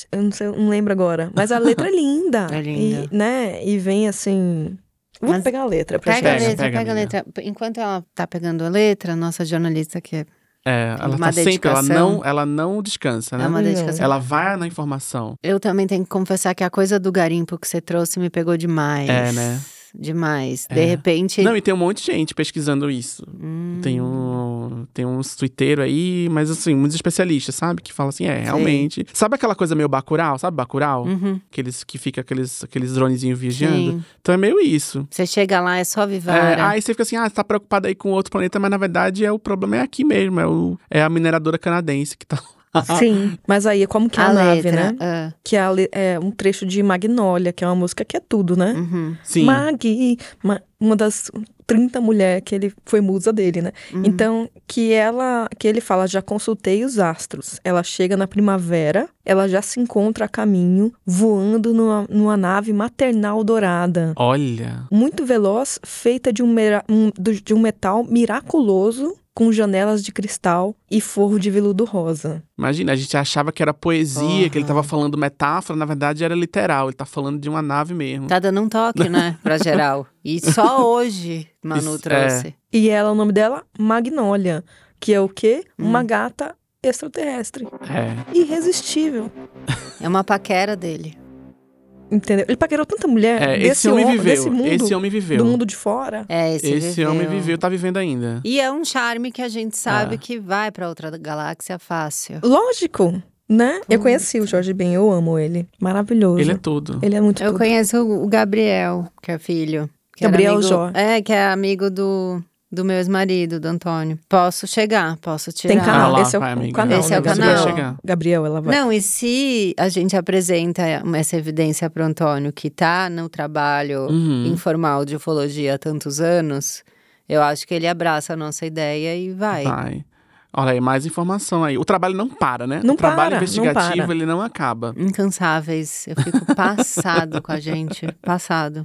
[SPEAKER 3] eu não, sei, eu não lembro agora. Mas a letra é linda.
[SPEAKER 1] <laughs> É linda.
[SPEAKER 3] E, né? E vem assim. Vou
[SPEAKER 1] Mas-
[SPEAKER 3] pegar a letra pra
[SPEAKER 1] Pega a
[SPEAKER 3] gente.
[SPEAKER 1] letra,
[SPEAKER 2] Pega, pega,
[SPEAKER 1] pega, a
[SPEAKER 2] amiga.
[SPEAKER 1] letra. Enquanto ela tá pegando a letra, a nossa jornalista aqui é
[SPEAKER 2] É, ela
[SPEAKER 1] Uma
[SPEAKER 2] tá sempre, ela
[SPEAKER 1] dedicação. É
[SPEAKER 2] não, ela não descansa, né?
[SPEAKER 1] uma
[SPEAKER 3] Não.
[SPEAKER 1] dedicação.
[SPEAKER 2] Ela vai na informação.
[SPEAKER 1] Eu também tenho que confessar que a coisa do garimpo que você trouxe me pegou demais.
[SPEAKER 2] É, né?
[SPEAKER 1] Demais.
[SPEAKER 2] É.
[SPEAKER 1] De repente.
[SPEAKER 2] Não, e tem um monte de gente pesquisando isso.
[SPEAKER 1] Hum.
[SPEAKER 2] Tem um, tem uns tuiteiros aí, mas assim, muitos especialistas, sabe? Que falam assim, é, realmente. Sabe aquela coisa meio Bacurau? Sabe Bacurau?
[SPEAKER 3] Hum.
[SPEAKER 1] Uhum.
[SPEAKER 2] Aqueles que fica aqueles, aqueles dronezinhos vigiando.
[SPEAKER 1] Sim.
[SPEAKER 2] Então é meio isso.
[SPEAKER 1] Você chega lá, é só
[SPEAKER 2] É,
[SPEAKER 1] vivara.
[SPEAKER 2] aí você fica assim, ah, você tá preocupado aí com outro planeta, mas na verdade é o problema é aqui mesmo. É, o, é a mineradora canadense que tá
[SPEAKER 3] Sim. Mas aí, como que é a,
[SPEAKER 1] a
[SPEAKER 3] nave,
[SPEAKER 1] letra.
[SPEAKER 3] né?
[SPEAKER 1] ah,
[SPEAKER 3] Que é, a le- é um trecho de Magnólia, que é uma música que é tudo, né?
[SPEAKER 1] uhum,
[SPEAKER 2] <laughs> Sim.
[SPEAKER 3] Mag, uma, uma das 30 mulheres que ele foi musa dele, né?
[SPEAKER 1] uhum.
[SPEAKER 3] Então, que ela, que ele fala, já consultei os astros. Ela chega na primavera, ela já se encontra a caminho, voando numa, numa nave maternal dourada.
[SPEAKER 2] Olha.
[SPEAKER 3] Muito veloz, feita de um, mera- um- do- de um metal miraculoso, com janelas de cristal e forro de veludo rosa.
[SPEAKER 2] Imagina, a gente achava que era poesia, que ele tava falando metáfora, na verdade era literal. Ele tá falando de uma nave mesmo.
[SPEAKER 1] Tá dando um toque,
[SPEAKER 2] <laughs>
[SPEAKER 1] né? Pra geral. E só hoje Manu
[SPEAKER 2] Isso, é.
[SPEAKER 1] trouxe.
[SPEAKER 3] E ela, o nome dela, Magnólia, que é o quê?
[SPEAKER 1] Hum.
[SPEAKER 3] Uma gata extraterrestre.
[SPEAKER 2] É.
[SPEAKER 3] Irresistível.
[SPEAKER 1] É uma paquera dele.
[SPEAKER 3] Entendeu? Ele paquerou tanta mulher
[SPEAKER 2] É,
[SPEAKER 3] desse,
[SPEAKER 2] esse homem
[SPEAKER 3] hom-
[SPEAKER 2] viveu.
[SPEAKER 3] desse mundo,
[SPEAKER 2] esse homem viveu.
[SPEAKER 3] do mundo de fora.
[SPEAKER 1] É, esse,
[SPEAKER 2] esse
[SPEAKER 1] viveu.
[SPEAKER 2] homem viveu, tá vivendo ainda.
[SPEAKER 1] E é um charme que a gente sabe
[SPEAKER 3] Ah.
[SPEAKER 2] É.
[SPEAKER 1] que vai pra outra galáxia fácil.
[SPEAKER 3] Lógico, né? Eu
[SPEAKER 1] Puta.
[SPEAKER 3] conheci o Jorge Ben, eu amo ele. Maravilhoso.
[SPEAKER 2] Ele
[SPEAKER 3] Ele
[SPEAKER 2] é
[SPEAKER 3] é,
[SPEAKER 2] tudo.
[SPEAKER 3] muito
[SPEAKER 1] Eu
[SPEAKER 3] tudo.
[SPEAKER 1] conheço o Gabriel, que é filho. que era
[SPEAKER 3] Gabriel
[SPEAKER 1] amigo-
[SPEAKER 3] Jó.
[SPEAKER 1] É, que é amigo do, do meu ex-marido, do Antônio. Posso chegar, posso tirar.
[SPEAKER 3] Tem
[SPEAKER 2] Ah,
[SPEAKER 3] canal,
[SPEAKER 2] lá
[SPEAKER 3] esse é o
[SPEAKER 2] vai, amiga.
[SPEAKER 3] canal.
[SPEAKER 1] Esse é o
[SPEAKER 3] né? Você
[SPEAKER 1] canal.
[SPEAKER 3] vai chegar. Gabriel, ela vai.
[SPEAKER 1] Não, e se a gente apresenta essa evidência para Antônio, que tá no trabalho
[SPEAKER 2] Uhum.
[SPEAKER 1] informal de ufologia há tantos anos, eu acho que ele abraça a nossa ideia e vai.
[SPEAKER 2] Vai. Olha aí, mais informação aí. O trabalho não para, né?
[SPEAKER 3] Não
[SPEAKER 2] o trabalho
[SPEAKER 3] para, não
[SPEAKER 2] investigativo,
[SPEAKER 3] para.
[SPEAKER 2] ele não acaba.
[SPEAKER 1] Incansáveis. Eu fico passado com a gente. Passado.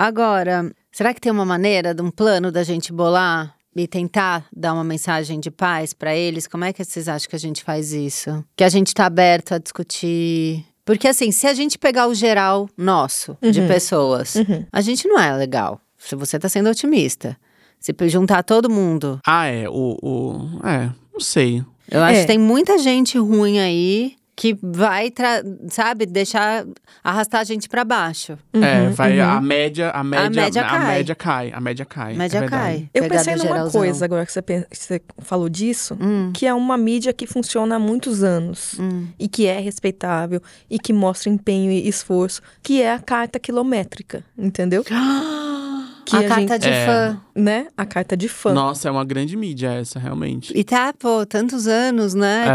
[SPEAKER 1] Agora, será que tem uma maneira de um plano da gente bolar e tentar dar uma mensagem de paz para eles? Como é que vocês acham que a gente faz isso? Que a gente tá aberto a discutir. Porque assim, se a gente pegar o geral nosso, de
[SPEAKER 3] Uhum.
[SPEAKER 1] pessoas,
[SPEAKER 3] Uhum.
[SPEAKER 1] a gente não é legal. Se você tá sendo otimista. Se juntar todo mundo.
[SPEAKER 2] Ah, é. O, o- É, não sei.
[SPEAKER 1] Eu acho
[SPEAKER 3] É.
[SPEAKER 1] que tem muita gente ruim aí que vai, tra- sabe, deixar arrastar a gente pra baixo.
[SPEAKER 2] é,
[SPEAKER 3] Uhum,
[SPEAKER 2] vai.
[SPEAKER 3] uhum.
[SPEAKER 2] A média. A média,
[SPEAKER 1] média
[SPEAKER 2] a
[SPEAKER 1] cai.
[SPEAKER 2] média cai. A média cai.
[SPEAKER 1] Mas
[SPEAKER 2] é
[SPEAKER 1] já
[SPEAKER 2] verdade.
[SPEAKER 1] cai.
[SPEAKER 3] Eu
[SPEAKER 1] pegar
[SPEAKER 3] pensei
[SPEAKER 1] do
[SPEAKER 3] numa
[SPEAKER 1] geralzão.
[SPEAKER 3] coisa agora que você, pen- que você falou disso,
[SPEAKER 1] Hum,
[SPEAKER 3] que é uma mídia que funciona há muitos anos.
[SPEAKER 1] hum.
[SPEAKER 3] E que é respeitável, e que mostra empenho e esforço, que é a carta quilométrica,
[SPEAKER 1] <gasps>
[SPEAKER 3] entendeu? Que
[SPEAKER 1] a, carta de
[SPEAKER 2] É.
[SPEAKER 1] fã.
[SPEAKER 3] né? A carta de fã.
[SPEAKER 2] Nossa, é uma grande mídia essa, realmente.
[SPEAKER 1] E tá, pô, tantos anos, né?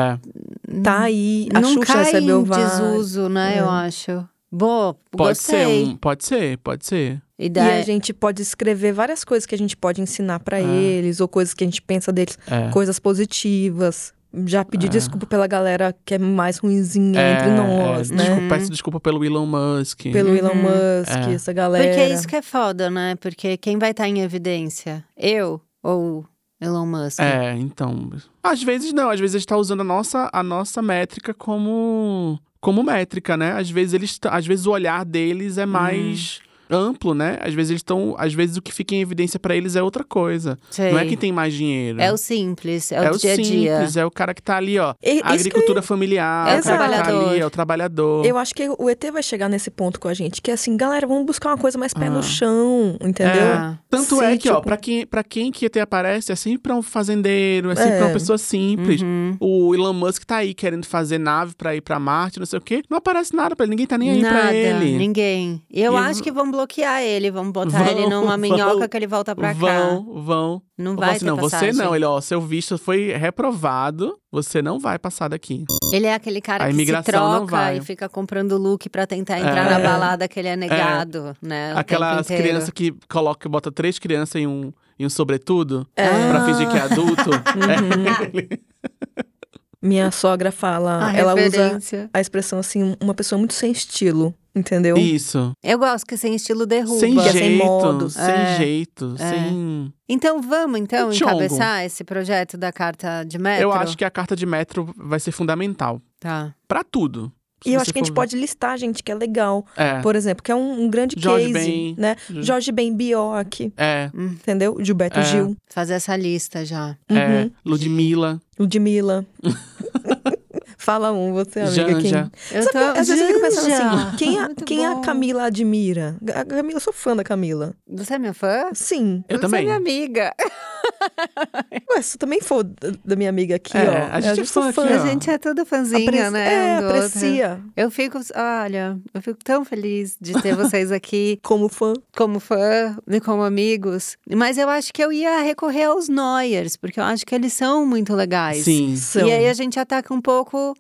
[SPEAKER 2] É.
[SPEAKER 3] Tá aí, a
[SPEAKER 1] não
[SPEAKER 3] Xuxa
[SPEAKER 1] cai
[SPEAKER 3] recebeu
[SPEAKER 1] em
[SPEAKER 3] vários.
[SPEAKER 1] desuso, né?
[SPEAKER 3] É.
[SPEAKER 1] Eu acho. Boa,
[SPEAKER 2] Pode
[SPEAKER 1] gostei.
[SPEAKER 2] ser, um, pode ser, pode ser.
[SPEAKER 1] E
[SPEAKER 3] E
[SPEAKER 1] daí,
[SPEAKER 3] a gente pode escrever várias coisas que a gente pode ensinar pra
[SPEAKER 2] É.
[SPEAKER 3] eles, ou coisas que a gente pensa deles,
[SPEAKER 2] É.
[SPEAKER 3] coisas positivas. Já pedi
[SPEAKER 2] É.
[SPEAKER 3] desculpa pela galera que é mais ruinzinha entre
[SPEAKER 2] É,
[SPEAKER 3] nós,
[SPEAKER 2] é,
[SPEAKER 3] né?
[SPEAKER 2] desculpa- peço desculpa pelo Elon Musk.
[SPEAKER 3] Pelo
[SPEAKER 1] Uhum.
[SPEAKER 3] Elon Musk,
[SPEAKER 2] É.
[SPEAKER 3] essa galera.
[SPEAKER 1] Porque é isso que é foda, né? Porque quem vai estar em evidência? Eu ou Elon Musk?
[SPEAKER 2] É, então. Às vezes não, às vezes a gente tá usando a nossa, a nossa métrica como, como métrica, né? Às vezes eles t- às vezes o olhar deles é mais
[SPEAKER 1] Hum.
[SPEAKER 2] amplo, né? Às vezes eles estão, às vezes o que fica em evidência pra eles é outra coisa.
[SPEAKER 1] Sei.
[SPEAKER 2] Não é quem tem mais dinheiro.
[SPEAKER 1] É o simples, é,
[SPEAKER 2] É
[SPEAKER 1] o dia a dia.
[SPEAKER 2] simples, é o cara que tá ali, ó.
[SPEAKER 3] E-
[SPEAKER 2] A
[SPEAKER 3] isso que
[SPEAKER 2] agricultura familiar,
[SPEAKER 1] É
[SPEAKER 3] o
[SPEAKER 2] o cara que tá
[SPEAKER 1] trabalhador.
[SPEAKER 2] ali, é o trabalhador.
[SPEAKER 3] eu acho que o ET vai chegar nesse ponto com a gente, que é assim, galera, vamos buscar uma coisa mais pé
[SPEAKER 2] Ah.
[SPEAKER 3] no chão, entendeu?
[SPEAKER 1] Ah,
[SPEAKER 2] Tanto
[SPEAKER 3] Sim,
[SPEAKER 2] é que, ó,
[SPEAKER 3] tipo-
[SPEAKER 2] pra quem, pra quem que até aparece, é sempre pra um fazendeiro, é sempre
[SPEAKER 3] É.
[SPEAKER 2] pra uma pessoa simples.
[SPEAKER 1] uhum.
[SPEAKER 2] O Elon Musk tá aí querendo fazer nave pra ir pra Marte, não sei o quê. Não aparece nada pra ele, ninguém tá nem aí
[SPEAKER 1] Nada,
[SPEAKER 2] pra ele.
[SPEAKER 1] ninguém. E eu
[SPEAKER 2] E
[SPEAKER 1] acho que vão bloquear ele, vão botar
[SPEAKER 2] Vão,
[SPEAKER 1] ele numa
[SPEAKER 2] vão,
[SPEAKER 1] minhoca que ele volta pra cá.
[SPEAKER 2] Vão, vão.
[SPEAKER 1] Não
[SPEAKER 2] Eu
[SPEAKER 1] vai
[SPEAKER 2] falo
[SPEAKER 1] ter
[SPEAKER 2] assim, não, você
[SPEAKER 1] passagem.
[SPEAKER 2] não. Ele, ó, seu visto foi reprovado, você não vai passar daqui.
[SPEAKER 1] Ele é aquele cara
[SPEAKER 2] A
[SPEAKER 1] que se
[SPEAKER 2] imigração não
[SPEAKER 1] troca
[SPEAKER 2] vai.
[SPEAKER 1] e fica comprando look pra tentar entrar
[SPEAKER 2] É.
[SPEAKER 1] na balada que ele é negado, né? o
[SPEAKER 2] Aquelas
[SPEAKER 1] tempo inteiro.
[SPEAKER 2] crianças que coloca, bota três crianças em um, em um sobretudo
[SPEAKER 3] É.
[SPEAKER 2] pra fingir que é
[SPEAKER 1] <laughs>
[SPEAKER 2] adulto.
[SPEAKER 3] Uhum. Minha sogra fala,
[SPEAKER 1] A
[SPEAKER 3] ela usa
[SPEAKER 1] Ah, referência.
[SPEAKER 3] a expressão assim, uma pessoa muito sem estilo, entendeu?
[SPEAKER 2] Isso.
[SPEAKER 1] Eu gosto que é sem estilo derruba.
[SPEAKER 2] Sem
[SPEAKER 3] Que é
[SPEAKER 2] jeito, sem,
[SPEAKER 3] sem modos.
[SPEAKER 1] É.
[SPEAKER 2] jeito,
[SPEAKER 1] É.
[SPEAKER 2] sem...
[SPEAKER 1] Então vamos então
[SPEAKER 2] O Django.
[SPEAKER 1] encabeçar esse projeto da carta de metro?
[SPEAKER 2] Eu acho que a carta de metro vai ser fundamental.
[SPEAKER 1] Tá.
[SPEAKER 2] Pra tudo. Se
[SPEAKER 3] E eu
[SPEAKER 2] você
[SPEAKER 3] acho que a
[SPEAKER 2] for
[SPEAKER 3] gente
[SPEAKER 2] ver.
[SPEAKER 3] pode listar, gente, que é legal.
[SPEAKER 2] É,
[SPEAKER 3] Por exemplo, que é um, um grande
[SPEAKER 2] Jorge
[SPEAKER 3] case,
[SPEAKER 2] Ben.
[SPEAKER 3] né?
[SPEAKER 2] Ju-
[SPEAKER 3] Jorge Ben Bjork,
[SPEAKER 2] é,
[SPEAKER 3] entendeu? Gilberto
[SPEAKER 2] É.
[SPEAKER 3] Gil,
[SPEAKER 1] Fazer essa lista já.
[SPEAKER 2] é.
[SPEAKER 3] uhum.
[SPEAKER 2] Ludmilla,
[SPEAKER 1] <laughs>
[SPEAKER 3] Ludmilla. Fala um, você, amiga. Quem...
[SPEAKER 2] Janja.
[SPEAKER 1] Eu
[SPEAKER 3] Sabe, às vezes eu fico pensando assim,
[SPEAKER 1] Janja!
[SPEAKER 3] quem,
[SPEAKER 2] é,
[SPEAKER 3] a,
[SPEAKER 1] Muito
[SPEAKER 3] quem a
[SPEAKER 1] bom.
[SPEAKER 3] Camila admira? A Camila, eu sou fã da Camila.
[SPEAKER 1] Você é minha fã?
[SPEAKER 3] Sim.
[SPEAKER 2] Eu
[SPEAKER 1] você
[SPEAKER 2] também.
[SPEAKER 1] é minha amiga.
[SPEAKER 3] Ué, se eu também for da da minha amiga aqui,
[SPEAKER 2] É,
[SPEAKER 3] ó.
[SPEAKER 2] a gente é
[SPEAKER 3] eu sou
[SPEAKER 2] fã aqui,
[SPEAKER 3] fã.
[SPEAKER 2] ó.
[SPEAKER 1] A gente é toda fãzinha,
[SPEAKER 3] Apre-
[SPEAKER 1] né?
[SPEAKER 3] É,
[SPEAKER 1] um do outro.
[SPEAKER 3] aprecia
[SPEAKER 1] Eu fico, olha, eu fico tão feliz de ter vocês aqui
[SPEAKER 3] como fã.
[SPEAKER 1] como fã e como amigos. Mas eu acho que eu ia recorrer aos Noyers, porque eu acho que eles são muito legais.
[SPEAKER 2] Sim.
[SPEAKER 3] São.
[SPEAKER 1] E aí a gente ataca um pouco.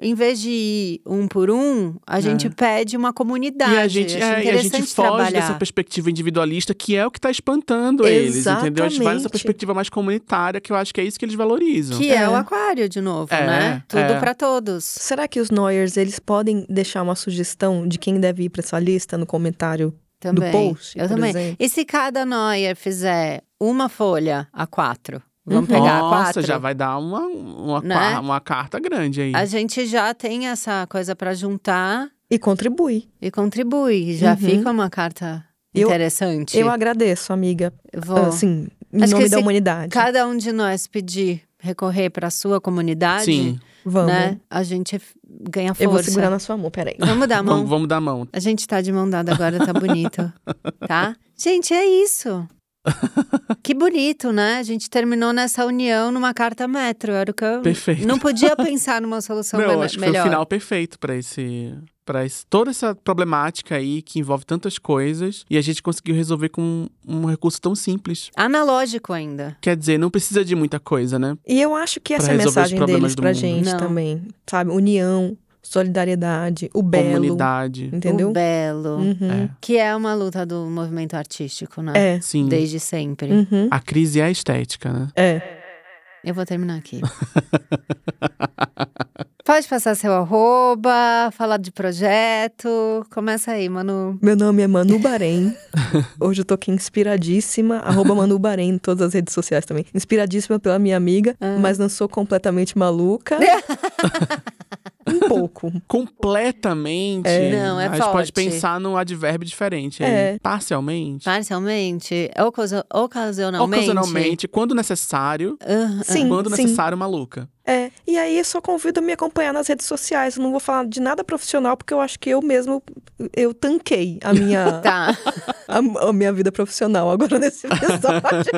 [SPEAKER 1] Em vez de ir um por um, a gente pede uma comunidade.
[SPEAKER 2] É. E a gente,
[SPEAKER 1] Acho
[SPEAKER 2] é, e a gente
[SPEAKER 1] interessante
[SPEAKER 2] foge
[SPEAKER 1] trabalhar.
[SPEAKER 2] dessa perspectiva individualista, que é o que tá espantando eles, entendeu? A gente vai nessa
[SPEAKER 3] Exatamente.
[SPEAKER 2] perspectiva mais comunitária, que eu acho que é isso que eles valorizam.
[SPEAKER 1] Que é o aquário, de novo,
[SPEAKER 2] É,
[SPEAKER 1] né? Tudo
[SPEAKER 2] é.
[SPEAKER 1] pra todos.
[SPEAKER 3] Será que os Noyers, eles podem deixar uma sugestão de quem deve ir pra essa lista no comentário
[SPEAKER 1] Também.
[SPEAKER 3] do post?
[SPEAKER 1] eu
[SPEAKER 3] por
[SPEAKER 1] também.
[SPEAKER 3] exemplo?
[SPEAKER 1] E se cada Neuer fizer uma folha a quatro? Vamos
[SPEAKER 3] Uhum.
[SPEAKER 1] pegar a
[SPEAKER 2] Nossa,
[SPEAKER 1] quatro?
[SPEAKER 2] já vai dar uma, uma,
[SPEAKER 1] Né?
[SPEAKER 2] qua- uma carta grande aí.
[SPEAKER 1] A gente já tem essa coisa pra juntar
[SPEAKER 3] E contribui.
[SPEAKER 1] e contribui. Já
[SPEAKER 3] Uhum.
[SPEAKER 1] fica uma carta
[SPEAKER 3] Eu-
[SPEAKER 1] interessante.
[SPEAKER 3] Eu agradeço, amiga.
[SPEAKER 1] Eu Vou.
[SPEAKER 3] Assim, em
[SPEAKER 1] Acho que
[SPEAKER 3] nome da
[SPEAKER 1] se
[SPEAKER 3] humanidade.
[SPEAKER 1] Cada um de nós pedir recorrer pra sua comunidade,
[SPEAKER 2] Sim,
[SPEAKER 3] Vamos.
[SPEAKER 1] né? A gente f- ganha força.
[SPEAKER 3] Eu vou segurar na sua mão, peraí.
[SPEAKER 1] Vamos
[SPEAKER 2] <laughs>
[SPEAKER 1] dar a mão.
[SPEAKER 2] vamos, vamos dar a mão.
[SPEAKER 1] A gente tá de mão dada agora, tá
[SPEAKER 2] <laughs>
[SPEAKER 1] bonito. tá? Gente, é isso. Que bonito, né? A gente terminou nessa união numa carta metro. Era o que eu
[SPEAKER 2] Perfeito.
[SPEAKER 1] não podia pensar numa solução
[SPEAKER 2] Não,
[SPEAKER 1] me-
[SPEAKER 2] acho que foi o
[SPEAKER 1] melhor.
[SPEAKER 2] final perfeito pra esse. Pra esse, toda essa problemática aí que envolve tantas coisas e a gente conseguiu resolver com um recurso tão simples.
[SPEAKER 1] Analógico ainda.
[SPEAKER 2] Quer dizer, não precisa de muita coisa, né?
[SPEAKER 3] E eu
[SPEAKER 2] <laughs>
[SPEAKER 3] acho que essa é a
[SPEAKER 2] resolver os
[SPEAKER 3] mensagem
[SPEAKER 2] problemas
[SPEAKER 3] deles
[SPEAKER 2] do
[SPEAKER 3] pra
[SPEAKER 2] mundo.
[SPEAKER 3] gente
[SPEAKER 1] Não.
[SPEAKER 3] também. Sabe? União, solidariedade, o belo.
[SPEAKER 2] Comunidade.
[SPEAKER 3] Entendeu?
[SPEAKER 1] O belo.
[SPEAKER 3] Uhum.
[SPEAKER 1] Que é uma luta do movimento artístico, né?
[SPEAKER 3] É.
[SPEAKER 2] Sim.
[SPEAKER 1] Desde sempre.
[SPEAKER 3] Uhum.
[SPEAKER 2] A crise é a estética, né?
[SPEAKER 3] É.
[SPEAKER 1] Eu vou terminar
[SPEAKER 2] <laughs>
[SPEAKER 1] aqui. Pode passar seu arroba, falar de projeto. Começa aí, Manu.
[SPEAKER 3] Meu nome é Manu
[SPEAKER 2] <laughs>
[SPEAKER 3] Bahrein. Hoje eu tô aqui inspiradíssima. Arroba Manu Bahrein em todas as redes sociais também. Inspiradíssima pela minha amiga,
[SPEAKER 1] Ah.
[SPEAKER 3] mas não sou
[SPEAKER 1] <laughs>
[SPEAKER 3] completamente maluca. um pouco.
[SPEAKER 2] É. Completamente.
[SPEAKER 1] É. Não, é
[SPEAKER 2] A gente pode
[SPEAKER 1] forte.
[SPEAKER 2] pensar num advérbio diferente. aí.
[SPEAKER 3] É.
[SPEAKER 2] Parcialmente.
[SPEAKER 1] Parcialmente, ocasio- ocasionalmente.
[SPEAKER 2] Ocasionalmente, quando necessário.
[SPEAKER 1] Aham.
[SPEAKER 3] Sim,
[SPEAKER 2] quando
[SPEAKER 3] sim.
[SPEAKER 2] necessário, maluca.
[SPEAKER 3] É. E aí eu só convido a me acompanhar nas redes sociais. Eu não vou falar de nada profissional, porque eu acho que eu mesmo eu tanquei
[SPEAKER 1] <laughs>
[SPEAKER 3] a minha,
[SPEAKER 1] Tá,
[SPEAKER 3] a, a minha vida profissional
[SPEAKER 1] <laughs>
[SPEAKER 3] agora nesse episódio.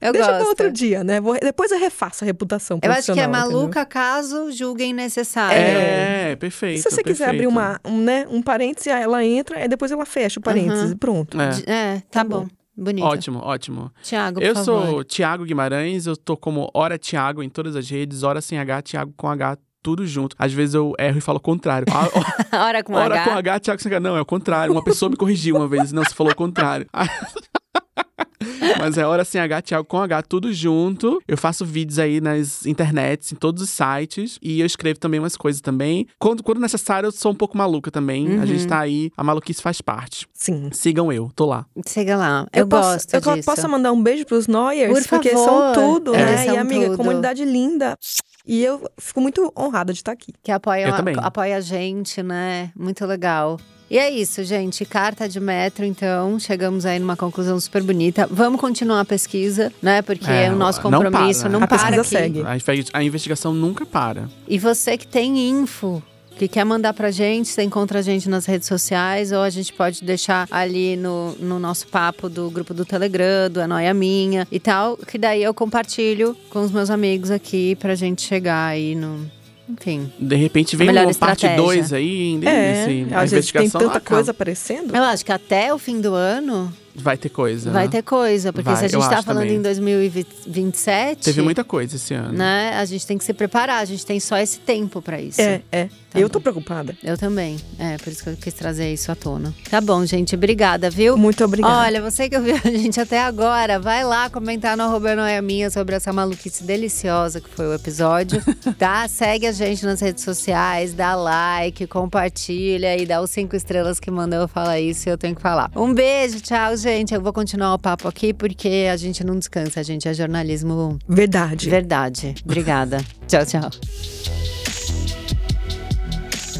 [SPEAKER 1] eu
[SPEAKER 3] Deixa pra
[SPEAKER 1] gosto.
[SPEAKER 3] outro dia, né? Vou- depois eu refaço a reputação
[SPEAKER 1] Eu acho que é
[SPEAKER 3] profissional, entendeu?
[SPEAKER 1] maluca caso julguem necessário.
[SPEAKER 2] É, perfeito.
[SPEAKER 3] Se você quiser abrir
[SPEAKER 2] perfeito.
[SPEAKER 3] uma, um, né, um parêntese, aí ela entra, aí depois ela fecha o parêntese
[SPEAKER 1] Aham.
[SPEAKER 3] e pronto.
[SPEAKER 2] É.
[SPEAKER 1] De- É, tá bom. Bonito.
[SPEAKER 2] Ótimo, ótimo.
[SPEAKER 1] Tiago, por
[SPEAKER 2] Eu
[SPEAKER 1] favor.
[SPEAKER 2] <laughs> sou Tiago Guimarães, eu tô como Hora Tiago em todas as redes, Hora Sem H, Tiago com H, tudo junto. Às vezes eu erro e falo o contrário. A-
[SPEAKER 1] Hora com
[SPEAKER 2] Hora
[SPEAKER 1] H.
[SPEAKER 2] com H, Tiago sem H. Não, é o contrário. Uma pessoa me corrigiu uma vez, não, você falou o contrário. <laughs> Mas é hora sem H, Thiago com H, tudo junto. Eu faço vídeos aí nas internets, em todos os sites. E eu escrevo também umas coisas também. Quando, quando necessário, eu sou um pouco maluca também. A gente tá aí, a maluquice faz parte.
[SPEAKER 3] Sim.
[SPEAKER 2] Sigam eu, tô lá.
[SPEAKER 1] Chega lá. Eu,
[SPEAKER 3] posso,
[SPEAKER 1] gosto
[SPEAKER 3] eu co-
[SPEAKER 1] disso.
[SPEAKER 3] posso mandar um beijo pros Noyers,
[SPEAKER 1] Por
[SPEAKER 3] porque
[SPEAKER 1] favor.
[SPEAKER 3] são tudo,
[SPEAKER 1] É.
[SPEAKER 3] né?
[SPEAKER 1] São
[SPEAKER 3] e amiga,
[SPEAKER 1] tudo.
[SPEAKER 3] comunidade linda. E eu fico muito honrada de estar aqui.
[SPEAKER 1] Que apoia,
[SPEAKER 2] Eu também.
[SPEAKER 1] apoia a gente, né? Muito legal. E é isso, gente. Carta de metro, então. Chegamos aí numa conclusão super bonita. Vamos continuar a pesquisa, né? Porque
[SPEAKER 2] É,
[SPEAKER 1] o nosso
[SPEAKER 2] não para,
[SPEAKER 1] compromisso
[SPEAKER 2] né?
[SPEAKER 1] não
[SPEAKER 3] A
[SPEAKER 1] para,
[SPEAKER 3] pesquisa
[SPEAKER 1] aqui.
[SPEAKER 3] segue.
[SPEAKER 2] A, inve- a investigação nunca para.
[SPEAKER 1] E você que tem info, que quer mandar pra gente, você encontra a gente nas redes sociais, ou a gente pode deixar ali no, no nosso papo do grupo do Telegram, do É Noia Minha e tal, que daí eu compartilho com os meus amigos aqui pra gente chegar aí no. Enfim.
[SPEAKER 2] De repente vem
[SPEAKER 1] Melhor
[SPEAKER 2] uma parte
[SPEAKER 1] estratégia.
[SPEAKER 2] 2 aí,
[SPEAKER 3] É,
[SPEAKER 2] desse- assim, a
[SPEAKER 3] às vezes tem
[SPEAKER 2] investigação
[SPEAKER 3] tanta
[SPEAKER 2] acaba.
[SPEAKER 3] coisa aparecendo.
[SPEAKER 1] Eu acho que até o fim do ano
[SPEAKER 2] Vai ter coisa.
[SPEAKER 1] vai
[SPEAKER 2] né?
[SPEAKER 1] ter coisa, porque
[SPEAKER 2] Vai,
[SPEAKER 1] se a
[SPEAKER 2] eu
[SPEAKER 1] gente tá
[SPEAKER 2] acho
[SPEAKER 1] falando
[SPEAKER 2] também.
[SPEAKER 1] em 2027.
[SPEAKER 2] Teve muita coisa esse ano.
[SPEAKER 1] Né? A gente tem que se preparar, a gente tem só esse tempo pra isso.
[SPEAKER 3] É, é.
[SPEAKER 1] Tá
[SPEAKER 3] eu
[SPEAKER 1] bom.
[SPEAKER 3] tô preocupada.
[SPEAKER 1] Eu também. É, por isso que eu quis trazer isso à tona. Tá bom, gente. Obrigada, viu?
[SPEAKER 3] Muito obrigada.
[SPEAKER 1] Olha, você que ouviu <laughs> a gente até agora, vai lá comentar no arroba Noia Minha sobre essa maluquice deliciosa que foi o episódio, tá? Segue a gente nas redes sociais, dá like, compartilha e dá os cinco estrelas que mandou eu falar isso e eu tenho que falar. Um beijo, tchau, gente. Eu vou continuar o papo aqui porque a gente não descansa, a gente é jornalismo
[SPEAKER 3] Verdade.
[SPEAKER 1] de verdade. Obrigada. <laughs> tchau, tchau.